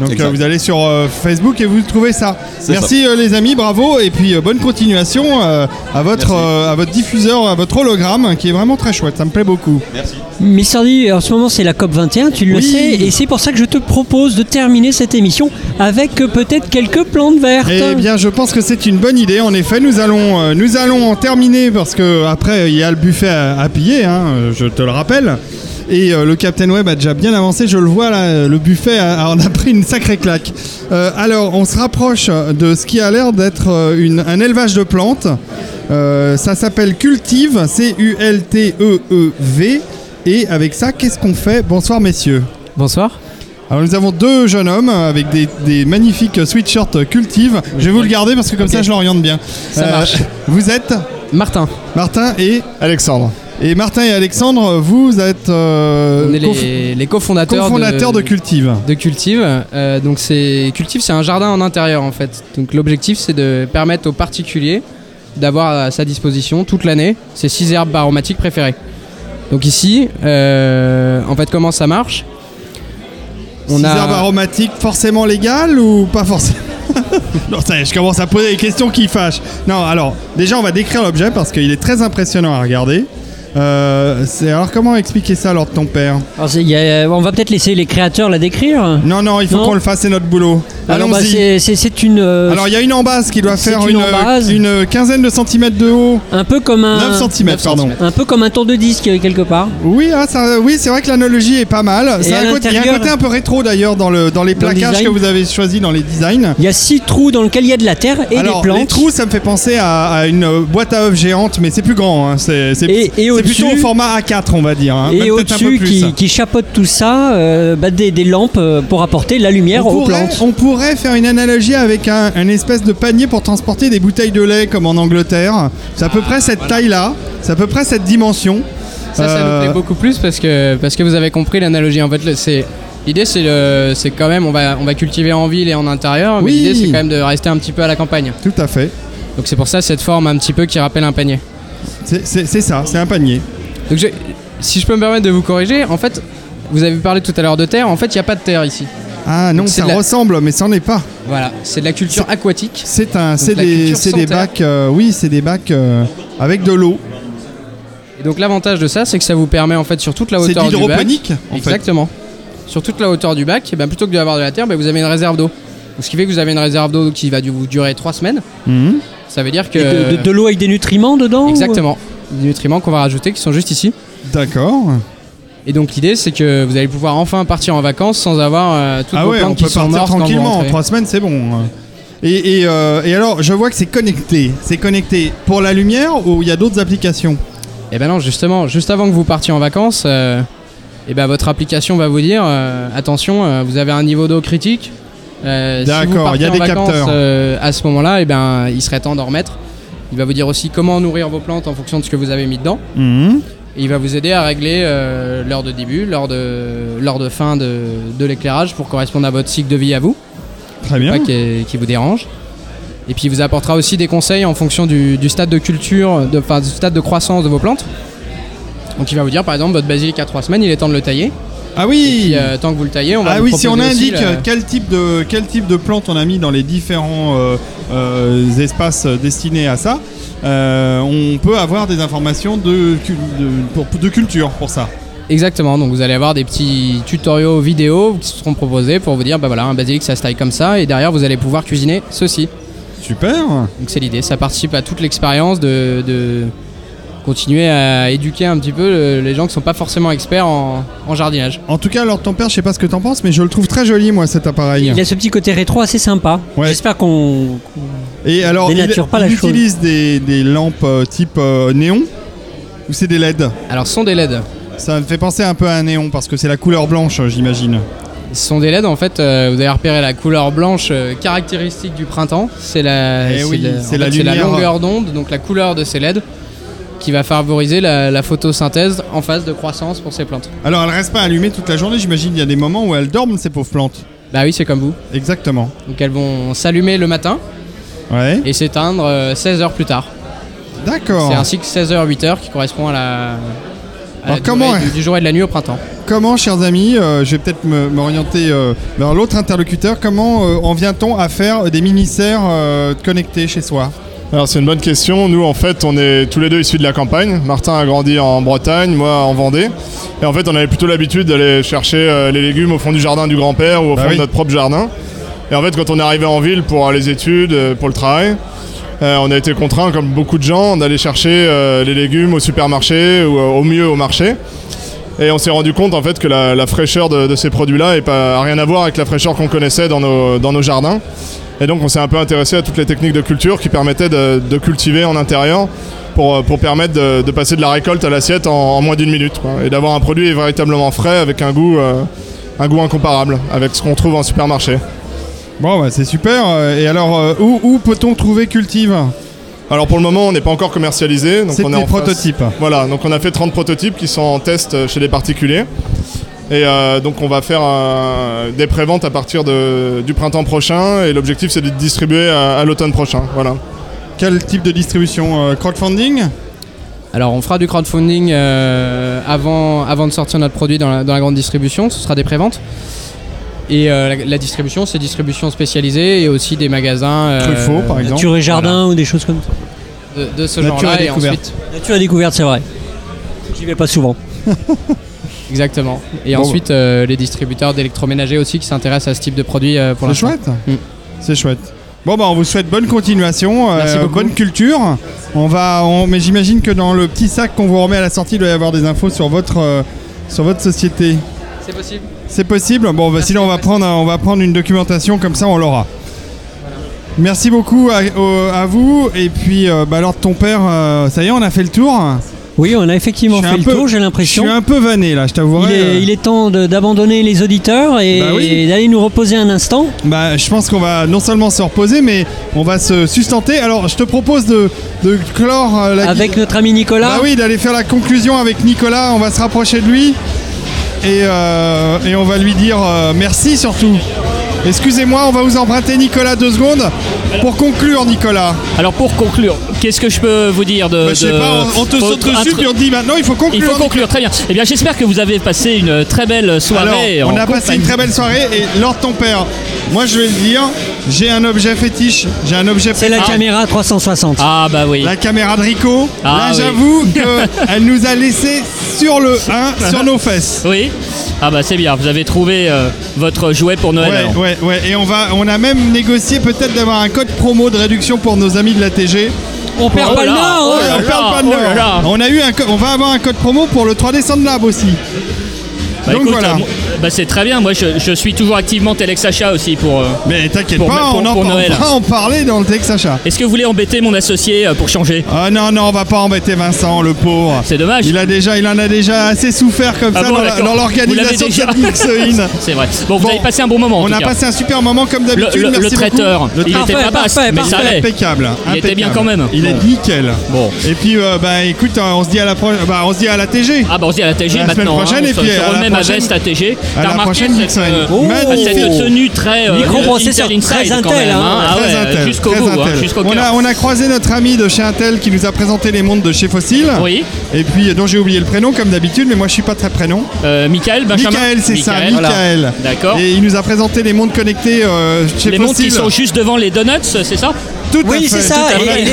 Donc Exact. euh, vous allez sur euh, Facebook et vous trouvez ça. C'est Merci euh, les amis, bravo et puis euh, bonne continuation euh, à, votre, euh, à votre diffuseur, à votre hologramme hein, qui est vraiment très chouette, ça me plaît beaucoup. Merci. Mister D, en ce moment c'est la COP21, tu le Oui. sais, et c'est pour ça que je te propose de terminer cette émission avec euh, peut-être quelques plantes vertes. Eh bien, je pense que c'est une bonne idée. En effet, nous allons, euh, nous allons en terminer parce que après, il y a le buffet à, à piller. hein, euh, je te le rappelle. Et euh, le Captain Web a déjà bien avancé. Je le vois là. Le buffet a, a- en a pris une sacrée claque. Euh, alors, on se rapproche de ce qui a l'air d'être euh, une- un élevage de plantes. Euh, ça s'appelle Cultive, C-U-L-T-E-E-V. E Et avec ça, qu'est-ce qu'on fait Bonsoir, messieurs. Bonsoir. Alors nous avons deux jeunes hommes avec des, des magnifiques sweatshirts cultive. Je vais vous le garder parce que comme ça je l'oriente bien. Euh, Ça marche. Vous êtes Martin. Martin et Alexandre. Et Martin et Alexandre, vous êtes euh, On est conf- les, les cofondateurs, cofondateurs de Cultive. De Cultive. Euh, donc c'est Cultive, c'est un jardin en intérieur en fait. Donc l'objectif, c'est de permettre aux particuliers d'avoir à sa disposition toute l'année ses six herbes aromatiques préférées. Donc ici, euh, en fait, comment ça marche Six herbes aromatiques forcément légales ou pas forcément Non, ça y est, je commence à poser des questions qui fâchent. Non, alors, déjà, on va décrire l'objet parce qu'il est très impressionnant à regarder. Euh, c'est- alors, comment expliquer ça lors de ton père Alors, c'est- il y a- euh, on va peut-être laisser les créateurs la décrire. Non, non, il faut qu'on le fasse, c'est notre boulot. Alors, bah, Allons-y. c'est- c'est c'est une. euh, Alors il y a une embase qui doit c'est faire une une, embase. une quinzaine de centimètres de haut. Un peu comme un. 9 centimètres, pardon. Un peu comme un tour de disque euh, quelque part. Oui, ah, ça- oui c'est vrai que l'analogie est pas mal. Et C'est à un côté- Il y a un l'intérieur- côté un peu rétro d'ailleurs dans, le, dans les Dans le plaquages design. que vous avez choisis dans les designs. Il y a six trous dans lesquels il y a de la terre et Alors, des plantes. les trous, ça me fait penser à, à une euh, boîte à œufs géante, mais c'est plus grand. hein. C'est c'est- Et- et c'est au-dessus- plutôt au format A4, on va dire. hein. Même Et peut-être un peu au-dessus, plus. qui, qui chapeaute tout ça, euh, bah, des, des lampes euh, pour apporter la lumière on aux pourrait, plantes. on pourrait faire une analogie avec un, un espèce de panier pour transporter des bouteilles de lait comme en Angleterre. C'est à peu près cette taille-là, c'est à peu près cette dimension. Ça, ça nous Euh, plaît beaucoup plus parce que, parce que vous avez compris l'analogie. En fait, le- c'est. L'idée, c'est le- c'est quand même, on va, on va cultiver en ville et en intérieur, mais Oui. l'idée, c'est quand même de rester un petit peu à la campagne. Tout à fait. Donc c'est pour ça cette forme un petit peu qui rappelle un panier. C'est c'est ça, c'est un panier. Donc je- si je peux me permettre de vous corriger, en fait, vous avez parlé tout à l'heure de terre, en fait, il n'y a pas de terre ici. Ah non, Donc, c'est ça de la- ressemble, mais ça n'en est pas. Voilà, c'est de la culture aquatique. C'est un, Donc, c'est la des, culture c'est sans des terre. bacs, euh, oui, c'est des bacs euh, avec de l'eau. Et donc l'avantage de ça, c'est que ça vous permet en fait sur toute la C'est hauteur du bac. l'hydroponique, en fait. Exactement. Sur toute la hauteur du bac, eh ben, plutôt que d'avoir de la terre, ben, vous avez une réserve d'eau. Donc, Ce qui fait que vous avez une réserve d'eau qui va du- vous durer 3 semaines. Mhm. Ça veut dire que. Et de- de- de l'eau avec des nutriments dedans Exactement. Des nutriments qu'on va rajouter qui sont juste ici. D'accord. Et donc l'idée c'est que vous allez pouvoir enfin partir en vacances sans avoir euh, toutes Ah vos ouais, plantes on qui peut sont partir mortes quand vous tranquillement. En rentrez. trois semaines, c'est bon. hein. Et, et, euh, et alors, je vois que c'est connecté. C'est connecté pour la lumière ou il y a d'autres applications Et ben non, justement, juste avant que vous partiez en vacances, euh, eh ben votre application va vous dire euh, attention, euh, vous avez un niveau d'eau critique. Euh, si vous D'accord, partez il y a en des vacances, capteurs. euh, à ce moment-là, eh ben il serait temps d'en remettre. Il va vous dire aussi comment nourrir vos plantes en fonction de ce que vous avez mis dedans. Mmh. Et il va vous aider à régler euh, l'heure de début, l'heure de, l'heure de fin de, de l'éclairage pour correspondre à votre cycle de vie à vous. Très bien. Qui, qui vous dérange. Et puis il vous apportera aussi des conseils en fonction du, du stade de culture, de, enfin, du stade de croissance de vos plantes. Donc il va vous dire par exemple votre basilic à 3 semaines, il est temps de le tailler. euh, Ah oui Tant que vous le taillez, on va Ah vous oui, si on proposer aussi indique le- quel, type de, quel type de plante on a mis dans les différents euh, euh, espaces destinés à ça, euh, on peut avoir des informations de, cul- de- pour- de culture pour ça. Exactement, donc vous allez avoir des petits tutoriaux vidéo qui seront proposés pour vous dire bah voilà un basilic ça se taille comme ça et derrière vous allez pouvoir cuisiner ceci. Super Donc c'est l'idée, ça participe à toute l'expérience de, de continuer à éduquer un petit peu euh, les gens qui sont pas forcément experts en, en jardinage. En tout cas, alors ton père, je sais pas ce que t'en penses, mais je le trouve très joli, moi, cet appareil. Il a ce petit côté rétro assez sympa. J'espère qu'on Et alors, il, dénature pas la il chose. utilise des, des lampes euh, type euh, néon ou c'est des LED Alors, ce sont des LED. Ça me fait penser un peu à un néon parce que c'est la couleur blanche, euh, j'imagine. Ce sont des LED en fait, euh, vous avez repéré la couleur blanche euh, caractéristique du printemps, c'est la, Eh c'est oui, la- en c'est fait, la c'est la lumière. longueur d'onde, donc la couleur de ces LED qui va favoriser la, la photosynthèse en phase de croissance pour ces plantes. Alors, elle reste pas allumée toute la journée, j'imagine. Il y a des moments où elles dorment, ces pauvres plantes. Bah oui, c'est comme vous. Exactement. Donc elles vont s'allumer le matin et s'éteindre euh, 16 heures plus tard. D'accord. C'est ainsi que 16 heures, 8 heures qui correspond à la, à la Alors, comment durée elle- du, du jour et de la nuit au printemps. Comment, chers amis, euh, je vais peut-être me- m'orienter euh, vers l'autre interlocuteur, comment euh, en vient-on à faire des mini-serres euh, connectées chez soi Alors c'est une bonne question. Nous en fait on est tous les deux issus de la campagne. Martin a grandi en Bretagne, moi en Vendée. Et en fait on avait plutôt l'habitude d'aller chercher euh, les légumes au fond du jardin du grand-père ou au Bah fond oui. de notre propre jardin. Et en fait quand on est arrivé en ville pour euh, les études, euh, pour le travail, euh, on a été contraint comme beaucoup de gens d'aller chercher euh, les légumes au supermarché ou euh, au mieux au marché. Et on s'est rendu compte en fait que la, la fraîcheur de, de ces produits-là n'a pas rien à voir avec la fraîcheur qu'on connaissait dans nos, dans nos jardins. Et donc on s'est un peu intéressé à toutes les techniques de culture qui permettaient de, de cultiver en intérieur pour, euh, pour permettre de, de passer de la récolte à l'assiette en, en moins d'une minute. quoi. Et d'avoir un produit véritablement frais avec un goût, euh, un goût incomparable avec ce qu'on trouve en supermarché. Bon, bah, c'est super. Euh, Et alors, euh, où, où peut-on trouver Cultive Alors pour le moment, on n'est pas encore commercialisé. donc C'est on est des en phase- prototypes. Voilà, donc on a fait 30 prototypes qui sont en test euh, chez les particuliers. Et euh, donc on va faire euh, des préventes à partir de- du printemps prochain. Et l'objectif, c'est de les distribuer à, à l'automne prochain. Voilà. Quel type de distribution euh, Crowdfunding Alors on fera du crowdfunding euh, avant, avant de sortir notre produit dans la, dans la grande distribution, ce sera des préventes. Et euh, la, la distribution, c'est distribution spécialisée et aussi des magasins. euh, Nature et jardin ou des choses comme ça. De, de ce Nature genre-là et et découverte. ensuite. Nature et découverte, c'est vrai. J'y vais pas souvent. Exactement. Et Bon, bah. ensuite euh, les distributeurs d'électroménagers aussi qui s'intéressent à ce type de produit euh, pour C'est l'instant. chouette. Mm. C'est chouette. Bon, bah, on vous souhaite bonne continuation, euh, Merci beaucoup. bonne culture. On va, on- mais j'imagine que dans le petit sac qu'on vous remet à la sortie, il doit y avoir des infos sur votre, euh, sur votre société. C'est possible. C'est possible. Bon, bah, sinon on va prendre, on va prendre une documentation comme ça, on l'aura. Merci beaucoup à, au- à vous. Et puis, euh, bah, alors ton père, euh, ça y est, on a fait le tour. Oui, on a effectivement fait le tour, j'ai l'impression. Je suis un peu vanné là, je Il t'avouerai. est, euh. il est temps de- d'abandonner les auditeurs et, Bah oui. et d'aller nous reposer un instant. Bah, je pense qu'on va non seulement se reposer, mais on va se sustenter. Alors, je te propose de, de clore euh, la Avec notre ami Nicolas. Bah oui, d'aller faire la conclusion avec Nicolas. On va se rapprocher de lui et, euh, et on va lui dire euh, merci surtout. Excusez-moi, on va vous emprunter Nicolas deux secondes pour conclure, Nicolas. Alors pour conclure, qu'est-ce que je peux vous dire de... Bah, je sais de- pas, on- on te faut- saute dessus, un tr- puis on te dit, maintenant, il faut conclure. Il faut conclure, très bien. Eh bien j'espère que vous avez passé une très belle soirée. Alors, on en a passé compagnie. une très belle soirée et Lord ton père, moi je vais le dire, j'ai un objet fétiche, j'ai un objet Ah. C'est la caméra 360. Ah bah oui. La caméra de Rico, Ah là oui. j'avoue qu'elle nous a laissé sur le 1, sur nos fesses. Oui. Ah bah c'est bien, vous avez trouvé euh, votre jouet pour Noël. alors. Ouais, ouais, ouais. Et on, va, on a même négocié peut-être d'avoir un code promo de réduction pour nos amis de la TG. On perd Oh pas là, le nord, oh hein. là on là, perd pas le oh là nord. là. On a eu un, co- on va avoir un code promo pour le 3D Sound Lab aussi. Bah, Donc écoute, voilà. euh, moi- bah, c'est très bien, moi je, je suis toujours activement Telex Sacha aussi pour... Mais t'inquiète pas, on en, Noël. on va en parler dans le texte achat. Est-ce que vous voulez embêter mon associé euh, pour changer Ah non non, on va pas embêter Vincent, le pauvre. C'est dommage. Il a déjà, il en a déjà assez souffert comme Ah ça bon, dans la- d'accord. dans Vous l'organisation l'avez de déjà. cette Mixein. C'est vrai. Bon, vous avez passé un bon moment. en On tout a cas. passé un super moment comme d'habitude. Le- le- merci le traiteur, beaucoup. il était pas basse, mais ça allait. impeccable. Il était impeccable. bien quand même. Il est Bon. nickel. Bon. Et puis euh, bah écoute, euh, on se dit à la prochaine. Bah, on se dit à la TG. Ah bah on se dit à la TG la maintenant. Semaine prochaine hein, et on puis se, se à la remet ma prochaine. veste à TG. À T'as la remarqué prochaine cette, Mixon. Oh, euh, Magnifique. cette tenue très euh, Microprocesseur, Intel Inside très quand Intel, même, hein. hein. Ah Très ouais, Intel, jusqu'au très bout, hein, Intel. jusqu'au on, cœur. a, on a croisé notre ami de chez Intel qui nous a présenté les mondes de chez Fossil. Oui. Et puis euh, dont j'ai oublié le prénom comme d'habitude, mais moi je suis pas très prénom. Euh, Michael Benjamin Michael, c'est ça, Michael. Michael. Voilà. D'accord. Et il nous a présenté les mondes connectés euh, chez Les Fossil. montres qui sont juste devant les donuts, c'est ça Tout à fait, tout à fait. Et le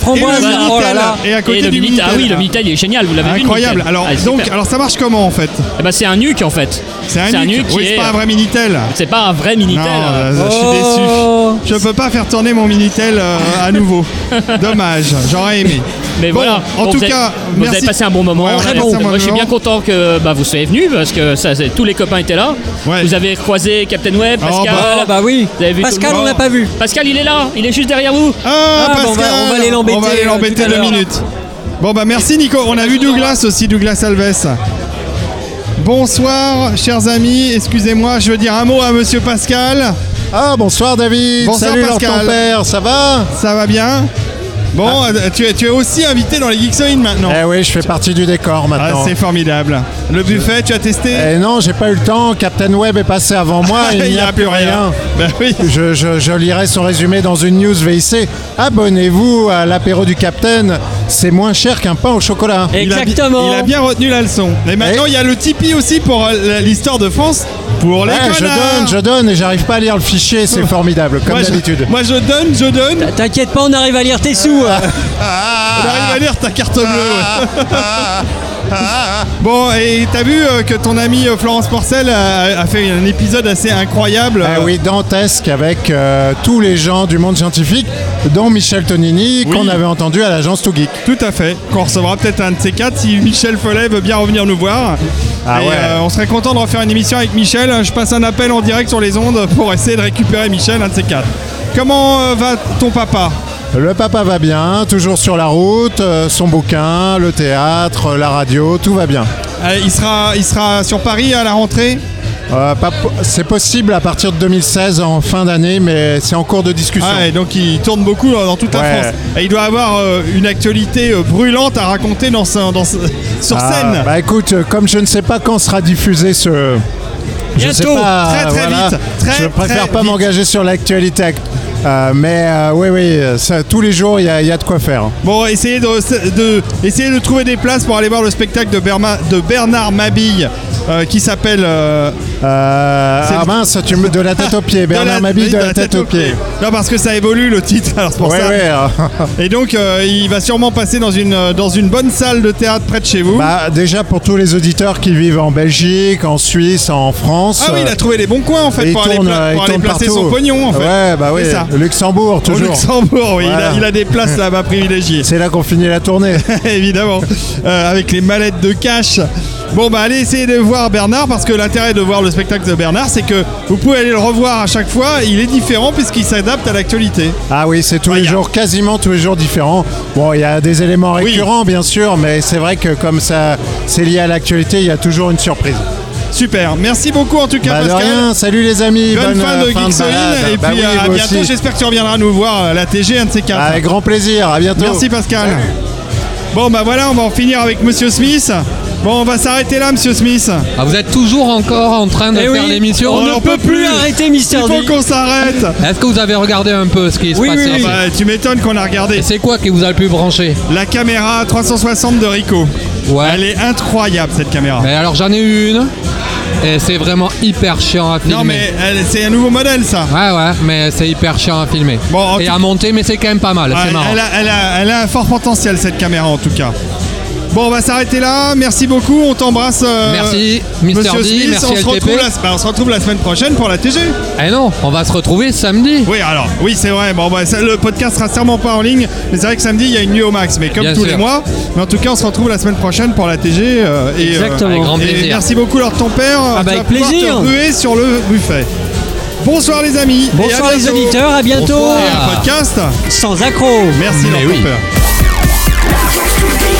Minitel. Et à côté le du Minitel. Minitel. Ah oui, le Ah, Minitel il est génial, vous l'avez vu. Incroyable. Alors, donc, alors ça marche comment en fait Eh ben, c'est un nuque en fait. C'est un nuque. qui Oui, c'est est- pas un vrai Minitel. C'est pas un vrai Minitel. Non, euh, je suis déçu. Oh. Je peux pas faire tourner mon Minitel euh, à nouveau. Dommage, j'aurais aimé. Mais Bon, voilà, En Bon, tout vous avez- cas, vous merci. avez passé un bon moment. Ouais, on a Voilà, passé un bon Moi, je suis moment. bien content que bah, vous soyez venus parce que ça, c'est- tous les copains étaient là. Vous avez croisé Captain Web, Ah, Oh, Pascal. bah- bah oui. Vous avez vu Pascal, tout le on monde. l'a pas vu. Pascal, il est là, il est juste derrière vous. Ah, bah, Pascal, on va- on va aller l'embêter, On va aller euh, tout l'embêter à deux l'heure. minutes. Bon, bah merci Nico. On a vu Douglas aussi, Douglas Alves. Bonsoir, chers amis. Excusez-moi, je veux dire un mot à monsieur Pascal. Ah, bonsoir David. Bonsoir Salut, leur Pascal. ton père. Ça va Ça va bien Bon, Ah. euh, tu, es, tu es aussi invité dans les Geeksoin maintenant. Eh oui, je fais partie du décor maintenant. Ah, c'est formidable. Le buffet, tu as testé Eh non, j'ai pas eu le temps. Captain Web est passé avant moi. et il n'y a, plus rien. Ben je, je- je lirai son résumé dans une news VIC. Abonnez-vous à l'apéro du Captain. C'est moins cher qu'un pain au chocolat. Il a bi- Il a, bien retenu la leçon. Et maintenant, il y a le Tipeee aussi pour euh, l'histoire de France. Pour les Ouais, Eh, je connards. donne, je donne et j'arrive pas à lire le fichier. C'est formidable, comme Moi, je- d'habitude. Moi je donne, je donne. T'inquiète pas, on arrive à lire tes sous. Ah, On arrive à lire ta carte bleue. ouais. ah, bon, et t'as vu euh, que ton ami euh, Florence Porcel a, a fait un épisode assez incroyable. Ah oui, dantesque avec euh, tous les gens du monde scientifique, dont Michel Tonini, qu'on avait entendu à l'agence Too Geek. Tout à fait. Qu'on recevra peut-être un de ces quatre si Michel Follet veut bien revenir nous voir. Ah Et, ouais. euh, on serait content de refaire une émission avec Michel. Je passe un appel en direct sur les ondes pour essayer de récupérer Michel, un de ces quatre. Comment euh, va ton papa Le papa va bien, toujours sur la route, euh, son bouquin, le théâtre, euh, la radio, tout va bien. Euh, il, sera, il sera sur Paris à la rentrée Euh, pas po- c'est possible à partir de 2016 en fin d'année, mais c'est en cours de discussion. Ah, et donc il tourne beaucoup hein, dans dans toute la Ouais. France. Et il doit avoir euh, une actualité euh, brûlante à raconter dans sa- dans sa- sur Ah, scène. Bah écoute, euh, comme je ne sais pas quand sera diffusé ce. je sais Bientôt. pas, Très, très voilà. vite. Très, je préfère très pas vite. m'engager sur l'actualité. act- euh, mais euh, oui, oui, ça, tous les jours, il y, a- il y a de quoi faire. hein. Bon, essayez de, de- essayez de trouver des places pour aller voir le spectacle de, Berma- de Bernard Mabille euh, qui s'appelle. euh, ah mince, tu me de la tête aux pieds. De la- Bernard Mabille oui, de la tête aux pieds. Non, parce que ça évolue le titre, alors c'est pour Ouais, ça. ouais, hein. Et donc, euh, il va sûrement passer dans une, euh, dans une bonne salle de théâtre près de chez vous. Bah, déjà pour tous les auditeurs qui vivent en Belgique, en Suisse, en France. euh, ah oui, il a trouvé les bons coins en fait il pour aller, tourne, pla- euh, pour il aller tourne placer son partout. pognon en fait. Ouais, bah oui. C'est ça. Luxembourg, Au toujours. Luxembourg, oui, il a- Voilà. il, a, des places là-bas privilégiées. C'est là qu'on finit la tournée. Évidemment, Euh, avec les mallettes de cash. Bon, bah allez essayer de voir Bernard parce que l'intérêt de voir le spectacle de Bernard, c'est que vous pouvez aller le revoir à chaque fois. Il est différent puisqu'il s'adapte à l'actualité. Ah oui, c'est tous les jours, quasiment tous les jours différents. Bon, il y a des éléments récurrents, bien sûr, mais c'est vrai que comme ça, c'est lié à l'actualité, il y a toujours une surprise. Super, merci beaucoup en tout cas Bah, de Pascal. rien. Salut les amis, bonne, bonne, fin euh, de fin de Geeksoin balade. et Bah puis oui, à vous bientôt. aussi. J'espère que tu reviendras nous voir à la TG, un de ces quatre. Avec grand plaisir, à bientôt. Merci Pascal. Bon bah voilà, on va en finir avec Monsieur Smith. Bon, on va s'arrêter là, Monsieur Smith. Ah, vous êtes toujours encore en train de Eh faire oui, l'émission. on ne peut plus arrêter Mister Il faut D. qu'on s'arrête. Est-ce que vous avez regardé un peu ce qui se Oui, passait oui, oui. Bah, Tu m'étonnes qu'on a regardé. C'est quoi que vous avez pu brancher La caméra 360 de Rico. Elle est incroyable cette caméra. Mais alors j'en ai eu une. Et c'est vraiment hyper chiant à filmer. Non, mais elle- c'est un nouveau modèle ça. Ouais ouais, mais c'est hyper chiant à filmer. Bon, et à monter, mais c'est quand même pas mal. Ah, c'est marrant. Elle a, elle a- elle a un fort potentiel cette caméra en tout cas. Bon, on va s'arrêter là. Merci beaucoup. On t'embrasse. euh, Merci, Mr. Monsieur D, Smith. merci on, se LTP. retrouve la, bah, on se retrouve la semaine prochaine pour la TG. Eh non, on va se retrouver samedi. Oui, alors, oui, c'est vrai. Bon, bah, ça, le podcast sera sûrement pas en ligne, mais c'est vrai que samedi, il y a une nuit au max, mais comme Bien tous sûr. les mois. Mais en tout cas, on se retrouve la semaine prochaine pour la TG. euh, et, euh, Exactement. Avec grand et plaisir. merci beaucoup, leur ton père. Ah, bah, Tu vas avec plaisir. pouvoir te ruer sur le buffet. Bonsoir, les amis. et à Bonsoir les bientôt. auditeurs, à bientôt. Et un podcast Sans accro. Merci, leur ton père. Just to be